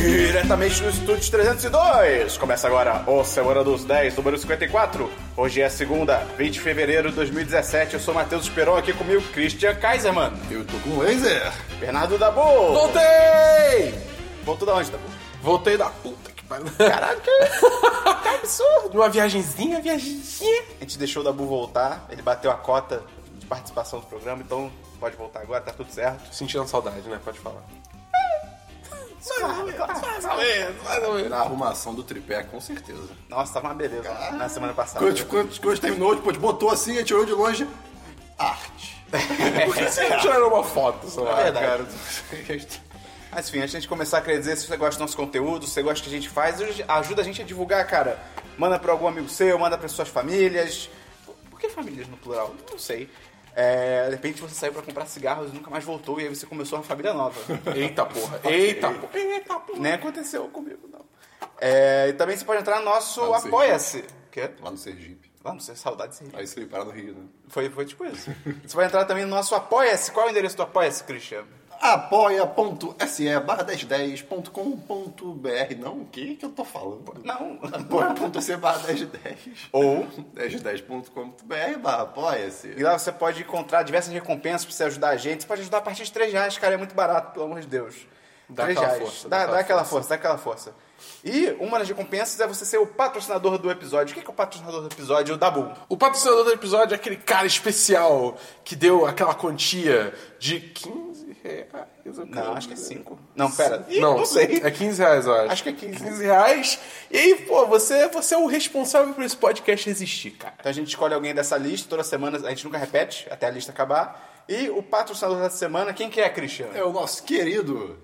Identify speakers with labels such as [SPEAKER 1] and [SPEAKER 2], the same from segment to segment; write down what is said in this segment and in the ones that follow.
[SPEAKER 1] diretamente do Estúdio 302. Começa agora o Semana dos 10, número 54. Hoje é segunda, 20 de fevereiro de 2017. Eu sou Matheus Esperon, aqui comigo Christian Kaiserman,
[SPEAKER 2] Eu tô com um laser.
[SPEAKER 1] Bernardo Dabu.
[SPEAKER 3] Voltei!
[SPEAKER 1] Voltou da onde, Dabu?
[SPEAKER 3] Voltei da puta que pariu.
[SPEAKER 1] Caraca,
[SPEAKER 3] Tá
[SPEAKER 1] que absurdo.
[SPEAKER 3] Uma viagenzinha, viagenzinha.
[SPEAKER 1] A gente deixou o Dabu voltar, ele bateu a cota de participação do programa, então pode voltar agora, tá tudo certo.
[SPEAKER 3] Sentindo saudade, né? Pode falar.
[SPEAKER 1] Tá,
[SPEAKER 2] Na arrumação do tripé, com certeza.
[SPEAKER 1] Nossa, tava uma beleza na semana passada.
[SPEAKER 2] Quando, quando, quando terminou, tipo, a gente botou assim, a gente olhou de longe. Arte.
[SPEAKER 3] Por que vocês não tiraram uma foto, sei lá,
[SPEAKER 1] É verdade.
[SPEAKER 3] cara?
[SPEAKER 1] Mas enfim, antes de a gente começar a querer dizer, se você gosta do nosso conteúdo, se você gosta do que a gente faz, ajuda a gente a divulgar, cara. Manda pra algum amigo seu, manda pra suas famílias. Por que famílias no plural? Não sei. É, de repente você saiu pra comprar cigarros e nunca mais voltou, e aí você começou uma família nova.
[SPEAKER 3] Eita porra, eita porra. Eita porra.
[SPEAKER 1] Nem aconteceu comigo, não. É, e também você pode entrar no nosso
[SPEAKER 2] Não sei.
[SPEAKER 1] Apoia-se. O quê?
[SPEAKER 2] Lá no Sergipe.
[SPEAKER 1] Lá, não sei, saudades.
[SPEAKER 2] Aí você veio parar no Rio, né?
[SPEAKER 1] Foi, foi tipo isso. você vai entrar também no nosso Apoia-se. Qual é o endereço do Apoia-se, Christian?
[SPEAKER 2] apoia.se barra 1010.com.br Não, o que que eu tô falando?
[SPEAKER 1] Não.
[SPEAKER 2] Apoia.se barra 1010
[SPEAKER 1] Ou
[SPEAKER 2] 1010.com.br barra
[SPEAKER 1] E
[SPEAKER 2] apoia-se
[SPEAKER 1] lá você pode encontrar diversas recompensas pra você ajudar a gente. Você pode ajudar a partir de 3 reais, cara. É muito barato, pelo amor de Deus.
[SPEAKER 3] Dá
[SPEAKER 1] 3
[SPEAKER 3] aquela
[SPEAKER 1] reais.
[SPEAKER 3] força,
[SPEAKER 1] dá,
[SPEAKER 3] dá
[SPEAKER 1] dá aquela
[SPEAKER 3] aquela
[SPEAKER 1] força. dá aquela força. E uma das recompensas é você ser o patrocinador do episódio. O que é, que é o patrocinador do episódio? O Dabu.
[SPEAKER 3] O patrocinador do episódio é aquele cara especial que deu aquela quantia de 15 reais. eu
[SPEAKER 1] Não,
[SPEAKER 3] creio.
[SPEAKER 1] acho que é 5. Não, pera. Ih,
[SPEAKER 3] não,
[SPEAKER 1] não sei.
[SPEAKER 3] É 15 reais, eu acho.
[SPEAKER 1] Acho que é 15.
[SPEAKER 3] 15 reais. E aí, pô, você, você é o responsável por esse podcast existir, cara.
[SPEAKER 1] Então a gente escolhe alguém dessa lista toda semana. A gente nunca repete até a lista acabar. E o patrocinador da semana, quem que é, Christian?
[SPEAKER 2] É o nosso querido,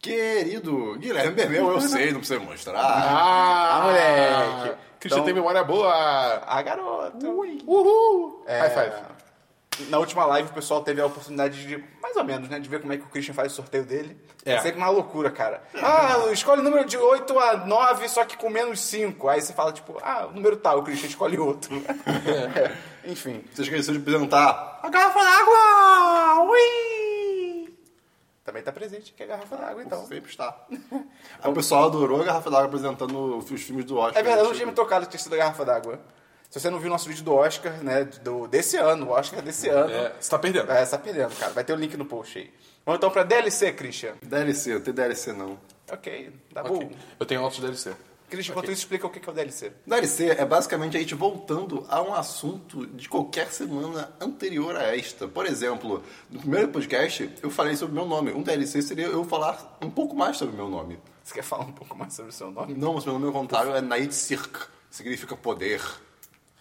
[SPEAKER 2] querido Guilherme Bermeu, eu sei, não precisa mostrar.
[SPEAKER 3] Ah,
[SPEAKER 1] moleque.
[SPEAKER 3] Christian
[SPEAKER 1] Então-
[SPEAKER 3] tem memória boa.
[SPEAKER 1] A garota.
[SPEAKER 3] Uhul.
[SPEAKER 1] É,
[SPEAKER 3] High five.
[SPEAKER 1] Na última live o pessoal teve a oportunidade de, mais ou menos, né? De ver como é que o Christian faz o sorteio dele.
[SPEAKER 3] É.
[SPEAKER 1] É. Sempre uma loucura, cara. Ah, escolhe o número de 8 a 9, só que com menos 5. Aí você fala, tipo, ah, o número tal, o Christian escolhe outro. É. Enfim.
[SPEAKER 2] Você esqueceu de apresentar.
[SPEAKER 1] A garrafa d'água! Ui! Também tá presente aqui a garrafa d'água, então.
[SPEAKER 2] Sempre está. Ah, o pessoal adorou a Garrafa d'Água apresentando os filmes do Oscar.
[SPEAKER 1] É verdade, eu não tinha me tocado que tinha sido a garrafa d'água. Se você não viu o nosso vídeo do Oscar, né? Do, desse ano, o Oscar desse ano.
[SPEAKER 3] É, você tá perdendo.
[SPEAKER 1] É, você tá perdendo, cara. Vai ter o link no post aí. Vamos então pra DLC, Christian.
[SPEAKER 2] DLC, não tem DLC não.
[SPEAKER 1] Ok, tá
[SPEAKER 3] Ok.
[SPEAKER 1] bom.
[SPEAKER 3] Eu tenho altos DLC.
[SPEAKER 1] Christian, enquanto isso, explica o que que é o DLC.
[SPEAKER 2] DLC é basicamente a gente voltando a um assunto de qualquer semana anterior a esta. Por exemplo, no primeiro podcast eu falei sobre meu nome. Um DLC seria eu falar um pouco mais sobre meu nome.
[SPEAKER 1] Você quer falar um pouco mais sobre o seu nome?
[SPEAKER 2] Não, mas meu nome ao contrário é Naid Cirque. Significa poder.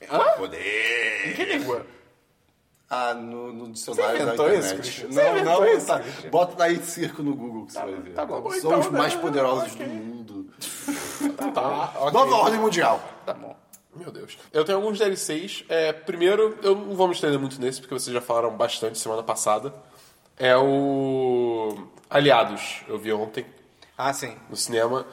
[SPEAKER 1] Hã?
[SPEAKER 2] Poder!
[SPEAKER 1] Que língua?
[SPEAKER 2] Ah, no, no
[SPEAKER 1] Você
[SPEAKER 2] dicionário da
[SPEAKER 1] inventou
[SPEAKER 2] internet.
[SPEAKER 1] isso, Christian? Você
[SPEAKER 2] Não,
[SPEAKER 1] inventou
[SPEAKER 2] não,
[SPEAKER 1] isso,
[SPEAKER 2] tá.
[SPEAKER 1] Christian?
[SPEAKER 2] Bota na It Circo no Google que você vai ver.
[SPEAKER 1] tá bom. Bom,
[SPEAKER 2] Somos
[SPEAKER 3] então,
[SPEAKER 2] mais
[SPEAKER 3] né?
[SPEAKER 2] poderosos
[SPEAKER 3] Ok.
[SPEAKER 2] do mundo.
[SPEAKER 3] Tá, ok.
[SPEAKER 2] Nova ordem mundial.
[SPEAKER 1] Tá bom.
[SPEAKER 3] Meu Deus. Eu tenho alguns DLCs. É, primeiro, eu não vou me estender muito nesse, porque vocês já falaram bastante semana passada. É o. Aliados. Eu vi ontem
[SPEAKER 1] Ah, sim.
[SPEAKER 3] no cinema.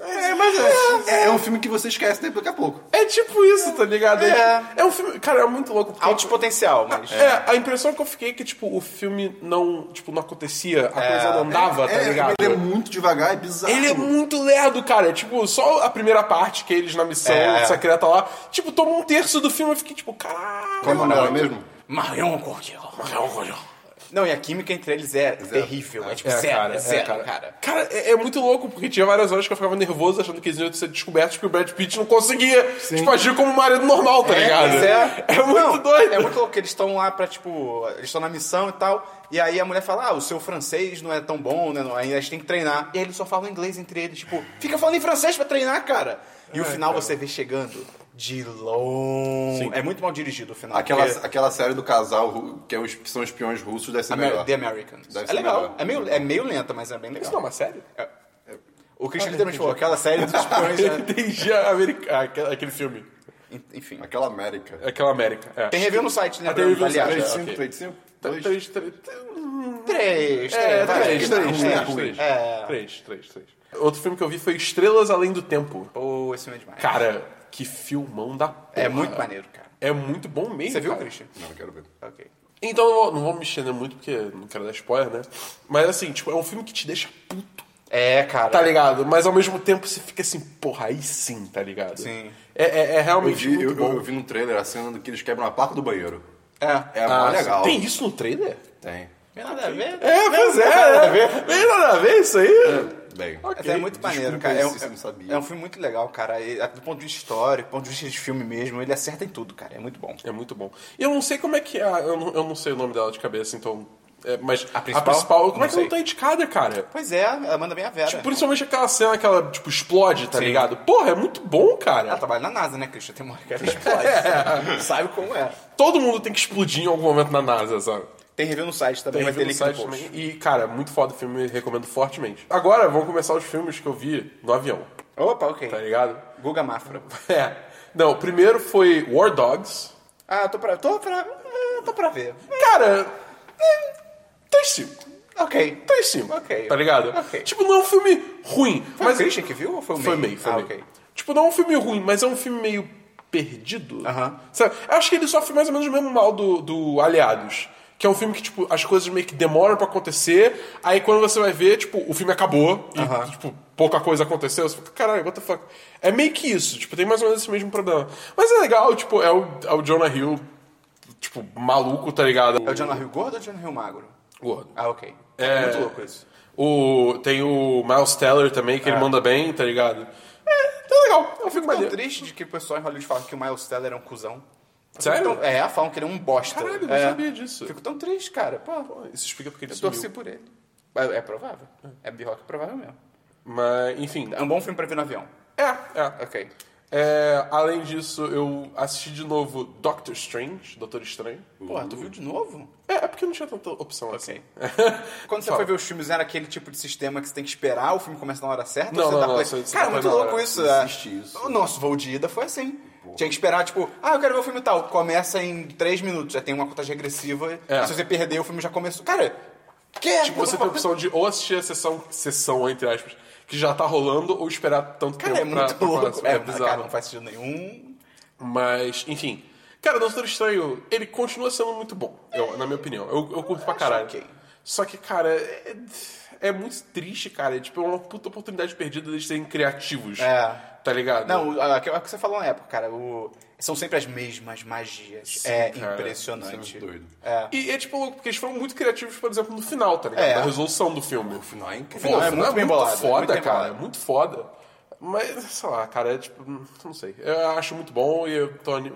[SPEAKER 2] É, mas é. É um filme que você esquece daqui a pouco.
[SPEAKER 3] É tipo isso, tá ligado?
[SPEAKER 1] É.
[SPEAKER 3] é um filme. Cara, é muito louco. porque-
[SPEAKER 1] Alto de potencial, mas...
[SPEAKER 3] É, a impressão que eu fiquei é que, tipo, o filme não, tipo, não acontecia, a coisa não andava, tá
[SPEAKER 2] é,
[SPEAKER 3] ligado?
[SPEAKER 2] Ele é muito devagar, é bizarro.
[SPEAKER 3] Ele é muito lerdo, cara. É, Tipo, só a primeira parte que eles na missão
[SPEAKER 1] É.
[SPEAKER 3] secreta lá, tipo, toma um terço do filme eu fiquei tipo, caralho.
[SPEAKER 2] Como não, é mesmo?
[SPEAKER 1] Marion Cordial. Não, e a química entre eles é terrível. É, tipo zero, é zero, cara.
[SPEAKER 3] Cara, é, é muito louco, porque tinha várias horas que eu ficava nervoso achando que eles iam ser descobertos porque o Brad Pitt não conseguia, tipo, agir como um marido normal, tá ligado?
[SPEAKER 1] pois
[SPEAKER 3] É muito
[SPEAKER 1] Não,
[SPEAKER 3] doido.
[SPEAKER 1] É muito louco, que eles estão lá pra, tipo, eles estão na missão e tal. E aí a mulher fala, ah, o seu francês não é tão bom, né? não- Aí a gente tem que treinar. E aí eles só falam inglês entre eles, tipo, fica falando em francês pra treinar, cara.
[SPEAKER 3] É,
[SPEAKER 1] E o final você vê chegando de longe. É muito mal dirigido o final.
[SPEAKER 2] Aquela,
[SPEAKER 3] É.
[SPEAKER 1] porque-
[SPEAKER 2] aquela série do casal ru- que, é os, que são espiões russos deve ser
[SPEAKER 1] Amer
[SPEAKER 2] melhor.
[SPEAKER 1] The Americans.
[SPEAKER 2] Deve
[SPEAKER 1] é
[SPEAKER 2] ser
[SPEAKER 1] legal.
[SPEAKER 2] melhor.
[SPEAKER 1] É meio, é meio lenta, mas é bem legal.
[SPEAKER 3] Isso não é Ah, uma série?
[SPEAKER 1] O Christian literalmente falou, aquela série dos espiões, né?
[SPEAKER 3] Entendi a América, ah, aquele, aquele filme.
[SPEAKER 1] Enfim.
[SPEAKER 2] Aquela América.
[SPEAKER 3] Aquela América. É.
[SPEAKER 1] Tem review no site, né?
[SPEAKER 3] tem review no
[SPEAKER 1] Aliás,
[SPEAKER 3] site.
[SPEAKER 1] é.
[SPEAKER 2] 35,
[SPEAKER 3] ok.
[SPEAKER 2] 35?
[SPEAKER 3] Três,
[SPEAKER 2] Dois?
[SPEAKER 3] três, três, três.
[SPEAKER 1] Três,
[SPEAKER 3] É,
[SPEAKER 1] vai.
[SPEAKER 3] três,
[SPEAKER 2] tá
[SPEAKER 3] três,
[SPEAKER 2] ruim, tá
[SPEAKER 3] três,
[SPEAKER 2] ruim.
[SPEAKER 3] três.
[SPEAKER 1] É.
[SPEAKER 3] Três, três, três. Outro filme que eu vi foi Estrelas Além do Tempo.
[SPEAKER 1] Pô, esse filme é demais.
[SPEAKER 3] Cara, que filmão da porra.
[SPEAKER 1] É muito maneiro, cara.
[SPEAKER 3] É muito bom mesmo.
[SPEAKER 1] Você viu,
[SPEAKER 3] cara.
[SPEAKER 1] Christian?
[SPEAKER 2] Não, quero ver.
[SPEAKER 1] Ok.
[SPEAKER 3] né? Então não vou, não vou me estender muito, porque não quero dar spoiler, né? Mas assim, tipo, é um filme que te deixa puto.
[SPEAKER 1] É, cara.
[SPEAKER 3] Tá ligado? Mas ao mesmo tempo você fica assim, porra, aí sim, tá ligado?
[SPEAKER 1] Sim.
[SPEAKER 3] É, é, é
[SPEAKER 2] Eu
[SPEAKER 3] realmente
[SPEAKER 2] vi,
[SPEAKER 3] muito
[SPEAKER 2] eu,
[SPEAKER 3] bom.
[SPEAKER 2] eu vi no trailer a cena do que eles quebram a placa do banheiro.
[SPEAKER 1] É.
[SPEAKER 2] É mó legal.
[SPEAKER 3] Tem isso no trailer?
[SPEAKER 2] Tem.
[SPEAKER 1] Tem nada a ver.
[SPEAKER 3] ah, É, pois é. Tem nada a ver isso aí?
[SPEAKER 2] Bem.
[SPEAKER 1] Mas é muito
[SPEAKER 2] desculpa
[SPEAKER 1] maneiro,
[SPEAKER 2] aí
[SPEAKER 1] cara. É um,
[SPEAKER 2] se você não sabia.
[SPEAKER 1] é um filme muito legal, cara. E, é, do ponto de vista histórico, do ponto de vista de filme mesmo, ele acerta em tudo, cara. É muito bom.
[SPEAKER 3] É muito bom. E eu não sei como é que é. a- Eu não, eu não sei o nome dela de cabeça, então. é, mas
[SPEAKER 1] A principal?
[SPEAKER 3] Como
[SPEAKER 1] Não
[SPEAKER 3] é que ela
[SPEAKER 1] sei.
[SPEAKER 3] não tá indicada, cara?
[SPEAKER 1] Pois é, ela manda bem a Vera.
[SPEAKER 3] Principalmente aquela cena que ela, tipo, explode, tá
[SPEAKER 1] Sim.
[SPEAKER 3] ligado? Porra, é muito bom, cara.
[SPEAKER 1] Ela trabalha na NASA, né, Christian? Tem uma hora que ela explode. Sabe como é.
[SPEAKER 3] Todo mundo tem que explodir em algum momento na NASA, sabe?
[SPEAKER 1] Tem review no site também, vai ter
[SPEAKER 3] review
[SPEAKER 1] link
[SPEAKER 3] no
[SPEAKER 1] no
[SPEAKER 3] site
[SPEAKER 1] post.
[SPEAKER 3] também. E, cara, muito foda o filme, recomendo fortemente. Agora, vamos começar os filmes que eu vi no avião,
[SPEAKER 1] Opa, ok.
[SPEAKER 3] tá ligado?
[SPEAKER 1] Guga Mafra.
[SPEAKER 3] É. Não, o primeiro foi War Dogs.
[SPEAKER 1] Ah, tô pra... Tô pra... ah, Tô pra ver.
[SPEAKER 3] Cara, é, 3-5.
[SPEAKER 1] Ok.
[SPEAKER 3] 3-5.
[SPEAKER 1] Ok.
[SPEAKER 3] Tá ligado?
[SPEAKER 1] Ok.
[SPEAKER 3] Tipo, não é um filme ruim.
[SPEAKER 1] Foi
[SPEAKER 3] mas
[SPEAKER 1] o Christian que viu ou foi o
[SPEAKER 3] Foi
[SPEAKER 1] May?
[SPEAKER 3] meio, foi
[SPEAKER 1] ah,
[SPEAKER 3] meio.
[SPEAKER 1] ok.
[SPEAKER 3] Tipo, não é um filme ruim, mas é um filme meio perdido.
[SPEAKER 1] Aham.
[SPEAKER 3] Sabe? Eu Acho que ele sofre mais ou menos o mesmo mal do, do Aliados. Que é um filme que, tipo, as coisas meio que demoram pra acontecer. Aí quando você vai ver, tipo, o filme acabou e,
[SPEAKER 1] Aham.
[SPEAKER 3] tipo, pouca coisa aconteceu. Você fica, caralho, what the fuck? É meio que isso. Tipo, tem mais ou menos esse mesmo problema. Mas é legal, tipo, é o, é o Jonah Hill, tipo, maluco, tá ligado?
[SPEAKER 1] É o John Hill gordo ou o John Hill magro?
[SPEAKER 3] Gordo.
[SPEAKER 1] Ah, ok.
[SPEAKER 3] É.
[SPEAKER 1] Muito louco isso.
[SPEAKER 3] O, tem o Miles Teller também,
[SPEAKER 1] Ah.
[SPEAKER 3] que ele manda bem, tá ligado? É, tá legal. É um filme
[SPEAKER 1] Tô
[SPEAKER 3] maneiro.
[SPEAKER 1] triste de que o pessoal em Hollywood fala que o Miles Teller é um cuzão.
[SPEAKER 3] Sério?
[SPEAKER 1] Então, é, falam que ele é um bosta.
[SPEAKER 3] Caralho, não
[SPEAKER 1] É.
[SPEAKER 3] sabia disso.
[SPEAKER 1] Fico tão triste, cara. Pô,
[SPEAKER 3] Isso explica porque ele
[SPEAKER 1] eu
[SPEAKER 3] sumiu.
[SPEAKER 1] torci por ele. É, é provável. É B-Rock provável mesmo.
[SPEAKER 3] Mas, enfim.
[SPEAKER 1] É um bom filme pra ver no avião.
[SPEAKER 3] É, é.
[SPEAKER 1] Ok.
[SPEAKER 3] É, além disso, eu assisti de novo Doctor Strange, Doutor Estranho.
[SPEAKER 1] Pô, tu viu de novo?
[SPEAKER 3] É, é porque não tinha tanta opção assim.
[SPEAKER 1] Ok. Quando você
[SPEAKER 3] Fala.
[SPEAKER 1] foi ver os filmes, era aquele tipo de sistema que você tem que esperar o filme começar na hora certa?
[SPEAKER 3] Não,
[SPEAKER 1] ou você
[SPEAKER 3] não,
[SPEAKER 1] dá
[SPEAKER 3] não,
[SPEAKER 1] play?
[SPEAKER 3] você- você
[SPEAKER 1] Cara,
[SPEAKER 3] dá
[SPEAKER 1] muito
[SPEAKER 3] play na
[SPEAKER 1] louco
[SPEAKER 3] hora.
[SPEAKER 1] isso. é.
[SPEAKER 2] Existe isso.
[SPEAKER 1] O nosso voo de ida foi assim. Tinha que esperar, tipo, ah, eu quero ver o filme tal. Começa em 3 minutos, já tem uma contagem regressiva.
[SPEAKER 3] É.
[SPEAKER 1] Se você perder, o filme já começou. Cara, que?
[SPEAKER 3] Tipo, você tem a opção de ou assistir a sessão, sessão entre aspas, que já tá rolando, ou esperar tanto
[SPEAKER 1] Cara, é
[SPEAKER 3] tempo pra-
[SPEAKER 1] muito
[SPEAKER 3] pra
[SPEAKER 1] louco.
[SPEAKER 3] próxima.
[SPEAKER 1] É,
[SPEAKER 3] É
[SPEAKER 1] cara,
[SPEAKER 3] bizarro.
[SPEAKER 1] não faz sentido nenhum.
[SPEAKER 3] Mas, enfim. Cara, Doutor Estranho, ele continua sendo muito bom, eu- na minha opinião. Eu, eu curto pra
[SPEAKER 1] Acho
[SPEAKER 3] caralho.
[SPEAKER 1] ok.
[SPEAKER 3] Só que, cara, é, é muito triste, cara. É, tipo, é uma puta oportunidade perdida deles serem criativos.
[SPEAKER 1] É.
[SPEAKER 3] Tá ligado?
[SPEAKER 1] Não, é o que é o que você falou na época, cara. o- São sempre as mesmas magias.
[SPEAKER 3] Sim,
[SPEAKER 1] é
[SPEAKER 3] cara.
[SPEAKER 2] Isso
[SPEAKER 1] impressionante.
[SPEAKER 2] é muito doido.
[SPEAKER 1] É.
[SPEAKER 3] E é tipo louco, porque eles foram muito criativos, por exemplo, no final, tá ligado?
[SPEAKER 1] É.
[SPEAKER 3] Da resolução do filme.
[SPEAKER 2] O final é
[SPEAKER 3] Pô,
[SPEAKER 2] incrível.
[SPEAKER 1] final é
[SPEAKER 3] o
[SPEAKER 1] muito bem bolado, é
[SPEAKER 3] foda,
[SPEAKER 1] muito bem
[SPEAKER 3] cara.
[SPEAKER 1] bolado.
[SPEAKER 3] É muito foda. Mas, sei lá, cara, é tipo, hum, não sei. Eu acho muito bom e eu tô, anim... eu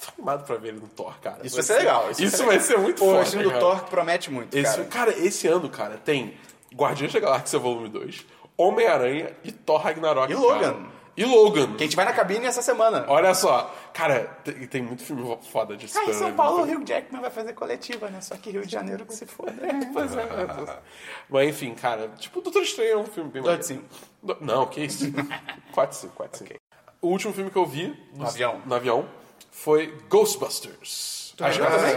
[SPEAKER 3] tô animado pra ver ele no Thor, cara.
[SPEAKER 1] Isso vai ser legal.
[SPEAKER 3] Isso, vai ser muito
[SPEAKER 1] Pô,
[SPEAKER 3] foda.
[SPEAKER 1] O estilo do
[SPEAKER 3] cara.
[SPEAKER 1] Thor promete muito,
[SPEAKER 3] Esse,
[SPEAKER 1] cara.
[SPEAKER 3] cara. esse ano, cara, tem Guardiões da Galáxia Volume 2, Homem-Aranha e Thor Ragnarok.
[SPEAKER 1] E
[SPEAKER 3] cara.
[SPEAKER 1] Logan.
[SPEAKER 3] E Logan.
[SPEAKER 1] Que a gente vai na cabine essa semana.
[SPEAKER 3] Olha só. Cara, tem, tem muito filme foda disso. né?
[SPEAKER 1] Cara, em São Paulo, o Rio Jackman vai fazer coletiva, né? Só que Rio de Janeiro que se foda.
[SPEAKER 3] Pois é.
[SPEAKER 1] né?
[SPEAKER 3] Mas enfim, cara, tipo, Doutor Estranho é um filme bem
[SPEAKER 1] Dois
[SPEAKER 3] maneiro.
[SPEAKER 1] de cinco.
[SPEAKER 3] Do- Não, que isso. 4 5, 4 5. O último filme que eu vi no,
[SPEAKER 1] avião.
[SPEAKER 3] no avião foi Ghostbusters. As,
[SPEAKER 1] viu também?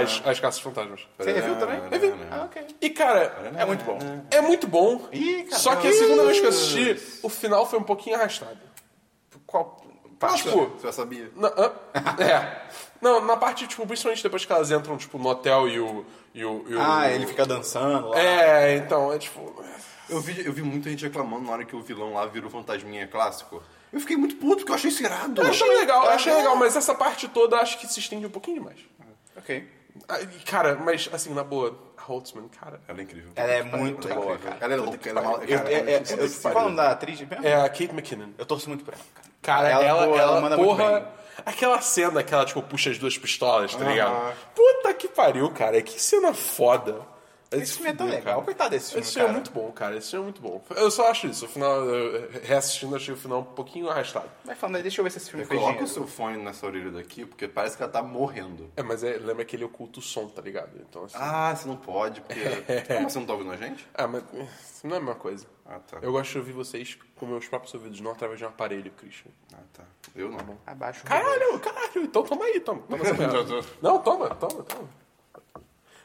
[SPEAKER 3] as, as Caças Fantasmas.
[SPEAKER 1] Você reviu também?
[SPEAKER 2] Revi.
[SPEAKER 3] É.
[SPEAKER 1] Ah, ok.
[SPEAKER 3] E, cara,
[SPEAKER 1] É muito bom.
[SPEAKER 3] É muito bom.
[SPEAKER 1] Ih, caramba.
[SPEAKER 3] só que a segunda vez que eu assisti, o final foi um pouquinho arrastado.
[SPEAKER 1] Qual
[SPEAKER 3] Mas,
[SPEAKER 1] parte?
[SPEAKER 3] tipo,
[SPEAKER 2] Você já sabia?
[SPEAKER 3] na, hã? é. Não, na parte, tipo, principalmente depois que elas entram, tipo, no hotel e o. E o, e o-
[SPEAKER 1] Ah, ele fica dançando lá.
[SPEAKER 3] É, então, é tipo.
[SPEAKER 2] Eu vi, eu vi muita gente reclamando na hora que o vilão lá virou fantasminha clássico. Eu fiquei muito puto, porque eu achei isso irado.
[SPEAKER 3] Eu achei legal, eu achei legal, mas essa parte toda acho que se estende um pouquinho demais.
[SPEAKER 1] Ok.
[SPEAKER 3] Ah, e, Cara, mas assim, na boa, a Holtzman, cara.
[SPEAKER 2] Ela é incrível.
[SPEAKER 1] Ela é muito
[SPEAKER 2] Ela é
[SPEAKER 1] boa,
[SPEAKER 2] incrível.
[SPEAKER 1] cara.
[SPEAKER 2] Ela é louca, ela é maluca.
[SPEAKER 1] Eu,
[SPEAKER 2] cara,
[SPEAKER 1] é,
[SPEAKER 2] ela
[SPEAKER 1] é,
[SPEAKER 2] é
[SPEAKER 1] é,
[SPEAKER 2] puta
[SPEAKER 1] eu,
[SPEAKER 2] que
[SPEAKER 1] qual é o
[SPEAKER 2] pariu.
[SPEAKER 1] nome da atriz mesmo?
[SPEAKER 3] É a Kate McKinnon.
[SPEAKER 1] Eu torço muito pra ela, cara.
[SPEAKER 3] Cara, ela, ela,
[SPEAKER 1] pô, manda muito
[SPEAKER 3] porra,
[SPEAKER 1] bem.
[SPEAKER 3] aquela cena que ela, tipo, puxa as duas pistolas, tá ligado? Puta que pariu, cara, que cena foda.
[SPEAKER 1] Esse filme é tão legal, coitado desse filme,
[SPEAKER 3] Esse filme é
[SPEAKER 1] cara.
[SPEAKER 3] muito bom, cara, esse filme é muito bom. Eu só acho isso, o final, eu, reassistindo, achei o final um pouquinho arrastado.
[SPEAKER 1] Vai falando aí, deixa eu ver se esse filme fez
[SPEAKER 2] Coloca o
[SPEAKER 1] dinheiro.
[SPEAKER 2] seu fone nessa orelha daqui, porque parece que ela tá morrendo.
[SPEAKER 3] É, mas é, lembra que ele oculta o som, tá ligado? Então, assim, ah,
[SPEAKER 2] Ah, você não pode, porque... Como você não tá ouvindo a gente?
[SPEAKER 3] mas eh, não é a mesma coisa.
[SPEAKER 2] Ah, tá.
[SPEAKER 3] Eu gosto de ouvir vocês com meus próprios ouvidos, não através de um aparelho, Christian.
[SPEAKER 2] Ah, tá. Eu não.
[SPEAKER 1] Abaixa o
[SPEAKER 3] Caralho, caralho, então toma aí, toma. toma essa merda.
[SPEAKER 2] Tô, tô.
[SPEAKER 3] Não, tá toma, toma, toma.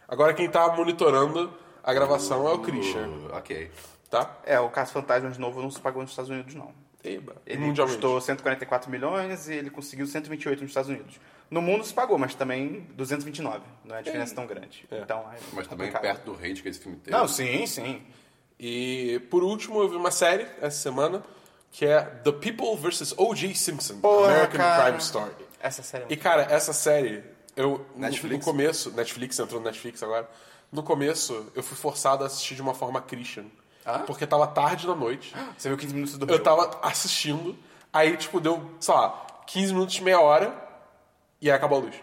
[SPEAKER 3] Agora quem tá monitorando a gravação é o Christian,
[SPEAKER 2] Uh, ok.
[SPEAKER 3] tá?
[SPEAKER 1] É, o Caso Fantasmas novo não se pagou nos Estados Unidos, não.
[SPEAKER 3] Eba,
[SPEAKER 1] Ele
[SPEAKER 3] mundialmente.
[SPEAKER 1] custou 144 milhões e ele conseguiu 128 nos Estados Unidos. No mundo se pagou, mas também 229. Não é diferença tão grande. Então, é
[SPEAKER 2] Mas também
[SPEAKER 1] complicado.
[SPEAKER 2] perto do hate que esse filme teve.
[SPEAKER 1] Não, sim, sim.
[SPEAKER 3] E por último, eu vi uma série essa semana que é The People vs. O.J. Simpson, American Crime Story.
[SPEAKER 1] Essa série é
[SPEAKER 3] E
[SPEAKER 1] muito...
[SPEAKER 3] cara, essa série, eu no-
[SPEAKER 2] Netflix?
[SPEAKER 3] no começo, Netflix entrou no Netflix agora. No começo, eu fui forçado a assistir de uma forma Christian. Porque tava tarde da noite.
[SPEAKER 1] Você viu 15 minutos do
[SPEAKER 3] Eu
[SPEAKER 1] jogo.
[SPEAKER 3] tava assistindo, aí tipo deu, sei lá, 15 minutos, meia hora, e aí acabou a luz.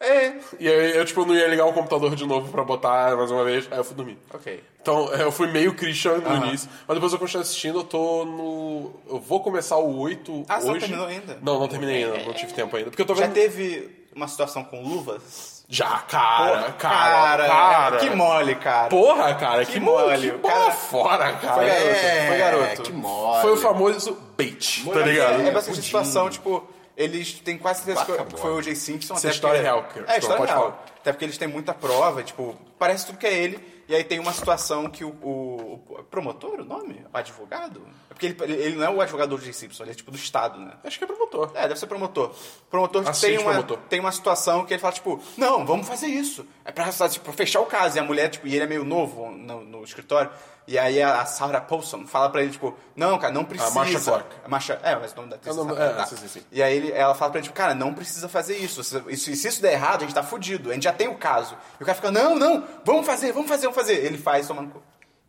[SPEAKER 1] É.
[SPEAKER 3] E aí eu tipo não ia ligar o computador de novo pra botar mais uma vez, aí eu fui dormir.
[SPEAKER 1] Ok.
[SPEAKER 3] Então, é, eu fui meio Christian no início, mas depois eu continuei assistindo, eu tô no. Eu vou começar o 8
[SPEAKER 1] Ah,
[SPEAKER 3] hoje.
[SPEAKER 1] você não terminou ainda?
[SPEAKER 3] Não, não terminei ainda, não tive tempo ainda. Porque eu tô
[SPEAKER 1] Já
[SPEAKER 3] vendo.
[SPEAKER 1] teve uma situação com luvas?
[SPEAKER 3] Já, cara,
[SPEAKER 1] Porra,
[SPEAKER 3] cara, cara.
[SPEAKER 1] Que mole, cara.
[SPEAKER 3] Porra, cara, que,
[SPEAKER 1] Que
[SPEAKER 3] mole.
[SPEAKER 1] mole,
[SPEAKER 3] Que
[SPEAKER 1] o
[SPEAKER 3] bola
[SPEAKER 1] cara-
[SPEAKER 3] fora, cara.
[SPEAKER 1] Foi garoto,
[SPEAKER 2] É,
[SPEAKER 1] foi garoto.
[SPEAKER 2] Que mole.
[SPEAKER 3] Foi o famoso bait, tá
[SPEAKER 2] Moleque,
[SPEAKER 3] ligado?
[SPEAKER 1] É, é basicamente
[SPEAKER 2] Pudim.
[SPEAKER 1] a situação, tipo, eles têm quase certeza
[SPEAKER 2] Vaca
[SPEAKER 1] que foi o
[SPEAKER 2] mole.
[SPEAKER 1] O.J. Simpson.
[SPEAKER 3] Isso
[SPEAKER 1] até
[SPEAKER 3] é história
[SPEAKER 1] porque-
[SPEAKER 3] real, Kirk,
[SPEAKER 1] É,
[SPEAKER 3] então
[SPEAKER 1] história
[SPEAKER 3] pode
[SPEAKER 1] real.
[SPEAKER 3] falar.
[SPEAKER 1] Até porque eles têm muita prova, tipo, parece tudo que é ele. E aí tem uma situação que o, o- o promotor, o nome? O advogado? É porque ele, ele não é o advogado do O.J. Simpson, ele é tipo do Estado, né?
[SPEAKER 3] Acho que é promotor.
[SPEAKER 1] É, deve ser promotor. Promotor que
[SPEAKER 3] Assistente
[SPEAKER 1] tem uma,
[SPEAKER 3] promotor.
[SPEAKER 1] tem uma situação que ele fala, tipo, não, vamos fazer isso. É pra, tipo, pra fechar o caso. E a mulher, tipo, e ele é meio novo no, no escritório. E aí a, a Sarah Paulson fala pra ele, tipo, não, cara, não precisa.
[SPEAKER 3] Marcia Clark.
[SPEAKER 1] A Marcia- é, mas o nome da atriz.
[SPEAKER 3] É o nome-
[SPEAKER 1] sabe?
[SPEAKER 3] é,
[SPEAKER 1] Tá.
[SPEAKER 3] sim, sim, sim.
[SPEAKER 1] E aí ele, ela fala pra ele, tipo, cara, não precisa fazer isso. Se isso- se isso der errado, a gente tá fudido. A gente já tem o caso. E o cara fica, não, não, vamos fazer, vamos fazer, vamos fazer. Ele faz, toma no cu.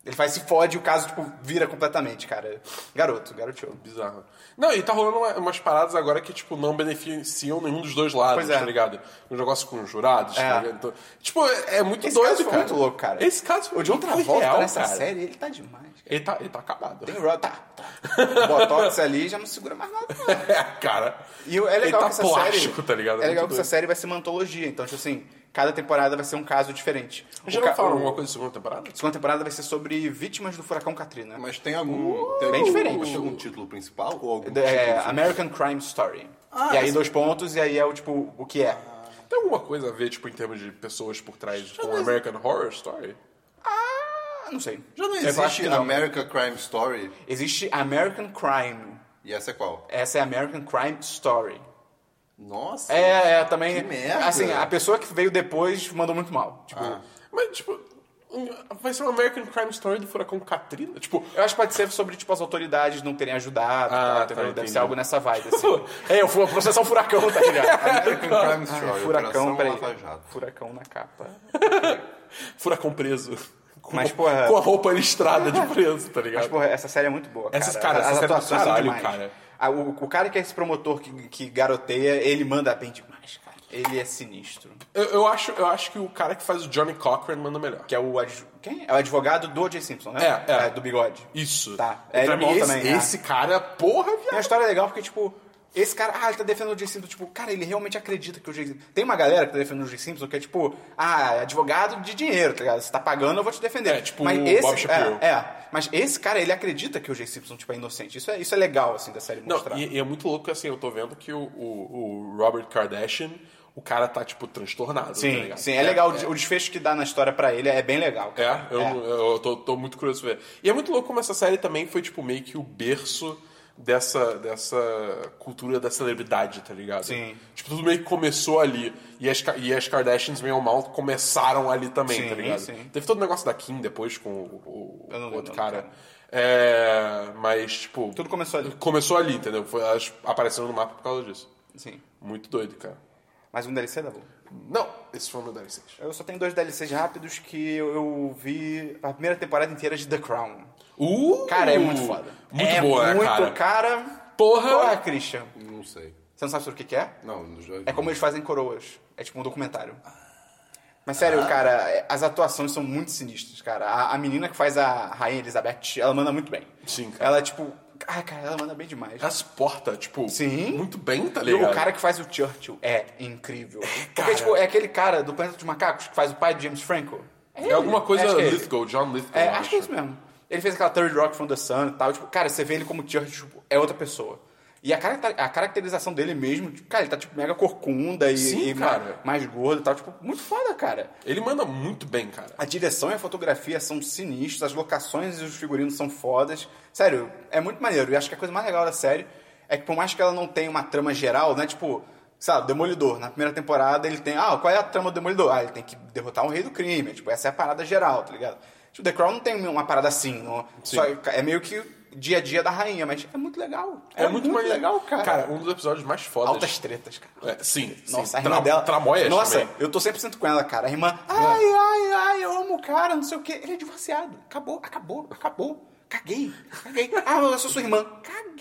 [SPEAKER 1] Ele faz, se fode, e o caso, tipo, vira completamente, cara. Garoto, garoteou.
[SPEAKER 3] Bizarro. Não, e tá rolando uma- umas paradas agora que, tipo, não beneficiam nenhum dos dois lados,
[SPEAKER 1] Pois é.
[SPEAKER 3] tá ligado? Um negócio com os jurados,
[SPEAKER 1] É.
[SPEAKER 3] tá ligado? Então, Tipo, é é muito
[SPEAKER 1] Esse
[SPEAKER 3] doido,
[SPEAKER 1] caso foi
[SPEAKER 3] cara.
[SPEAKER 1] muito louco, cara.
[SPEAKER 3] Esse caso foi
[SPEAKER 1] O John
[SPEAKER 3] muito
[SPEAKER 1] Travolta
[SPEAKER 3] real,
[SPEAKER 1] nessa
[SPEAKER 3] cara.
[SPEAKER 1] série, ele tá demais.
[SPEAKER 3] Ele tá, ele tá acabado.
[SPEAKER 1] Tem Raw, tá. tá. Botox ali já não segura mais nada. não.
[SPEAKER 3] É, cara.
[SPEAKER 1] um- E é
[SPEAKER 3] ele
[SPEAKER 1] legal
[SPEAKER 3] tá
[SPEAKER 1] que essa
[SPEAKER 3] plástico,
[SPEAKER 1] série.
[SPEAKER 3] tá ligado?
[SPEAKER 1] É legal
[SPEAKER 3] muito
[SPEAKER 1] que essa série vai ser uma antologia. Então, tipo assim, cada temporada vai ser um caso diferente.
[SPEAKER 3] doido. Já
[SPEAKER 1] O ca-
[SPEAKER 3] não falaram
[SPEAKER 1] o-
[SPEAKER 3] alguma coisa da segunda temporada?
[SPEAKER 1] A segunda temporada vai ser sobre vítimas do furacão Katrina.
[SPEAKER 2] Mas tem algum. tem
[SPEAKER 1] bem
[SPEAKER 2] algum-
[SPEAKER 1] diferente.
[SPEAKER 2] Mas tem algum título principal? Ou algum
[SPEAKER 1] É,
[SPEAKER 2] título
[SPEAKER 1] American Crime Story.
[SPEAKER 2] Ah,
[SPEAKER 1] e aí
[SPEAKER 2] essa-
[SPEAKER 1] dois pontos, e aí é o tipo, o que é.
[SPEAKER 3] Tem alguma coisa a ver, tipo, em termos de pessoas por trás com American Horror Story?
[SPEAKER 1] Ah, não sei.
[SPEAKER 2] Já não
[SPEAKER 1] Eu acho
[SPEAKER 2] existe
[SPEAKER 1] que não.
[SPEAKER 2] America Crime Story?
[SPEAKER 1] Existe American Crime.
[SPEAKER 2] E essa é qual?
[SPEAKER 1] Essa é American Crime Story.
[SPEAKER 2] Nossa!
[SPEAKER 1] É, é, também.
[SPEAKER 2] Que merda. Ah.
[SPEAKER 1] Assim, a pessoa que veio depois mandou muito mal. Tipo,
[SPEAKER 3] Mas, tipo, um- vai ser uma American Crime Story do Furacão Katrina? Tipo,
[SPEAKER 1] Eu acho que pode ser sobre, tipo, as autoridades não terem ajudado.
[SPEAKER 3] Ah,
[SPEAKER 1] tá,
[SPEAKER 3] tá,
[SPEAKER 1] entendeu? Deve
[SPEAKER 3] entendi.
[SPEAKER 1] ser algo nessa vibe, assim. é, eu fui processar um furacão, tá ligado?
[SPEAKER 2] American Crime Story.
[SPEAKER 1] furacão,
[SPEAKER 2] Operação
[SPEAKER 1] peraí.
[SPEAKER 2] Lava Jato.
[SPEAKER 1] Furacão na capa.
[SPEAKER 3] Furacão preso. Com,
[SPEAKER 1] Mas, porra-
[SPEAKER 3] com a roupa listrada de preso, tá ligado?
[SPEAKER 1] Mas, porra, essa série é muito boa, cara.
[SPEAKER 3] Essas- cara,
[SPEAKER 1] As
[SPEAKER 3] essa série é do
[SPEAKER 1] atuações
[SPEAKER 3] caralho,
[SPEAKER 1] são demais.
[SPEAKER 3] cara.
[SPEAKER 1] Ah, o, o cara que é esse promotor que, que garoteia, ele manda bem demais, cara. Ele é sinistro.
[SPEAKER 3] eu, eu acho, eu acho que o cara que faz o Johnny Cochran manda melhor.
[SPEAKER 1] Que é o... adv- Quem? É o advogado do O.J. Simpson, né?
[SPEAKER 3] É, é.
[SPEAKER 1] Do bigode.
[SPEAKER 3] Isso.
[SPEAKER 1] Tá.
[SPEAKER 3] É,
[SPEAKER 1] É,
[SPEAKER 3] pra
[SPEAKER 1] ele é
[SPEAKER 3] mim, esse,
[SPEAKER 1] bom também, é.
[SPEAKER 3] esse cara, porra,
[SPEAKER 1] É uma
[SPEAKER 3] viado.
[SPEAKER 1] história legal porque, tipo, esse cara, ah, ele tá defendendo o Jay Simpson. Tipo, cara, ele realmente acredita que o Jay Simpson. Tem uma galera que tá defendendo o Jay Simpson que é tipo, ah, é advogado de dinheiro, tá ligado? Você tá pagando, eu vou te defender.
[SPEAKER 3] É, tipo
[SPEAKER 1] mas
[SPEAKER 3] o
[SPEAKER 1] esse,
[SPEAKER 3] Bob Shapiro.
[SPEAKER 1] É, é. mas esse cara, ele acredita que o Jay Simpson, tipo, é inocente. Isso é, isso é legal, assim, da série
[SPEAKER 3] Não,
[SPEAKER 1] mostrar.
[SPEAKER 3] e, e é muito louco que, assim, eu tô vendo que o, o, o Robert Kardashian, o cara tá, tipo, transtornado, tá
[SPEAKER 1] Sim,
[SPEAKER 3] ligado?
[SPEAKER 1] sim, é legal. o- O desfecho que dá na história pra ele é bem legal.
[SPEAKER 3] É,
[SPEAKER 1] cara.
[SPEAKER 3] eu, eu tô, tô muito curioso pra ver. E é muito louco como essa série também foi, tipo, meio que o berço dessa, dessa cultura da celebridade, tá ligado?
[SPEAKER 1] Sim.
[SPEAKER 3] Tipo, tudo meio que começou ali. E as, Ka- e as Kardashians, meio ou mal, começaram ali também,
[SPEAKER 1] Sim,
[SPEAKER 3] tá ligado?
[SPEAKER 1] sim.
[SPEAKER 3] Teve todo o negócio da Kim depois com o, o-
[SPEAKER 1] Eu não
[SPEAKER 3] o
[SPEAKER 1] lembro
[SPEAKER 3] outro
[SPEAKER 1] o nome,
[SPEAKER 3] cara.
[SPEAKER 1] cara.
[SPEAKER 3] É, mas, tipo...
[SPEAKER 1] Tudo começou ali.
[SPEAKER 3] Começou ali, entendeu? Foi, elas apareceram no mapa por causa disso.
[SPEAKER 1] Sim.
[SPEAKER 3] Muito doido, cara.
[SPEAKER 1] Mais um DLC, Dabu?
[SPEAKER 3] Não, esse foi o meu 16.
[SPEAKER 1] Eu só tenho dois DLCs rápidos que eu, eu vi a primeira temporada inteira de The Crown.
[SPEAKER 3] Uh!
[SPEAKER 1] Cara, é muito foda.
[SPEAKER 3] Muito
[SPEAKER 1] é
[SPEAKER 3] boa, né,
[SPEAKER 1] muito
[SPEAKER 3] cara? Porra!
[SPEAKER 1] Porra! Porra, Christian.
[SPEAKER 2] Não sei.
[SPEAKER 1] Você não sabe sobre o que que é?
[SPEAKER 2] Não, não já.
[SPEAKER 1] É como eles fazem coroas. É tipo um documentário. Mas sério,
[SPEAKER 3] Ah.
[SPEAKER 1] cara, é- as atuações são muito sinistras, cara. A, a menina que faz a Rainha Elizabeth, ela manda muito bem.
[SPEAKER 3] Sim, cara. Ah,
[SPEAKER 1] Ela, tipo... Ah, cara, ela manda bem demais.
[SPEAKER 3] Ela se porta, tipo,
[SPEAKER 1] Sim.
[SPEAKER 3] muito bem, tá
[SPEAKER 1] E
[SPEAKER 3] ligado?
[SPEAKER 1] o cara que faz o Churchill é incrível.
[SPEAKER 3] cara.
[SPEAKER 1] Porque, tipo, é aquele cara do Planeta dos Macacos que faz o pai de James Franco.
[SPEAKER 3] É alguma coisa
[SPEAKER 1] Acho que é ele.
[SPEAKER 3] Lithgow, John Lithgow.
[SPEAKER 1] É,
[SPEAKER 3] eu
[SPEAKER 1] acho que é isso mesmo. Ele fez aquela Third Rock from the Sun e tal. Tipo, cara, você vê ele como Church, tipo, é outra pessoa. E a, caracter- a caracterização dele mesmo, tipo, cara, ele tá tipo mega corcunda e,
[SPEAKER 3] Sim,
[SPEAKER 1] e ma-
[SPEAKER 3] cara.
[SPEAKER 1] mais gordo e tal. Tipo, muito foda, cara.
[SPEAKER 3] Ele manda muito bem, cara.
[SPEAKER 1] A direção e a fotografia são sinistros, as locações e os figurinos são fodas. Sério, é muito maneiro. E acho que a coisa mais legal da série é que por mais que ela não tenha uma trama geral, né? Tipo, sei lá, Demolidor. Na primeira temporada ele tem, ah, qual é a trama do Demolidor? Ah, ele tem que derrotar um rei do crime. Tipo, essa é a parada geral, tá ligado? Tipo, The Crown não tem uma parada assim. Não, só, é meio que dia a dia da rainha, mas é muito legal.
[SPEAKER 3] É, muito, mais
[SPEAKER 1] legal, cara.
[SPEAKER 3] Cara, um dos episódios mais fodas.
[SPEAKER 1] Altas tretas, cara.
[SPEAKER 3] É, sim, sim.
[SPEAKER 1] Nossa, a
[SPEAKER 3] Tra-
[SPEAKER 1] irmã dela.
[SPEAKER 3] Tramóias
[SPEAKER 1] Nossa,
[SPEAKER 3] também. Ah.
[SPEAKER 1] eu tô 100% com ela, cara. A irmã. Ai, ai, ai, eu amo o cara, não sei o quê. Ele é divorciado. Acabou, acabou, acabou. Caguei, caguei. Ah, eu sou sua irmã.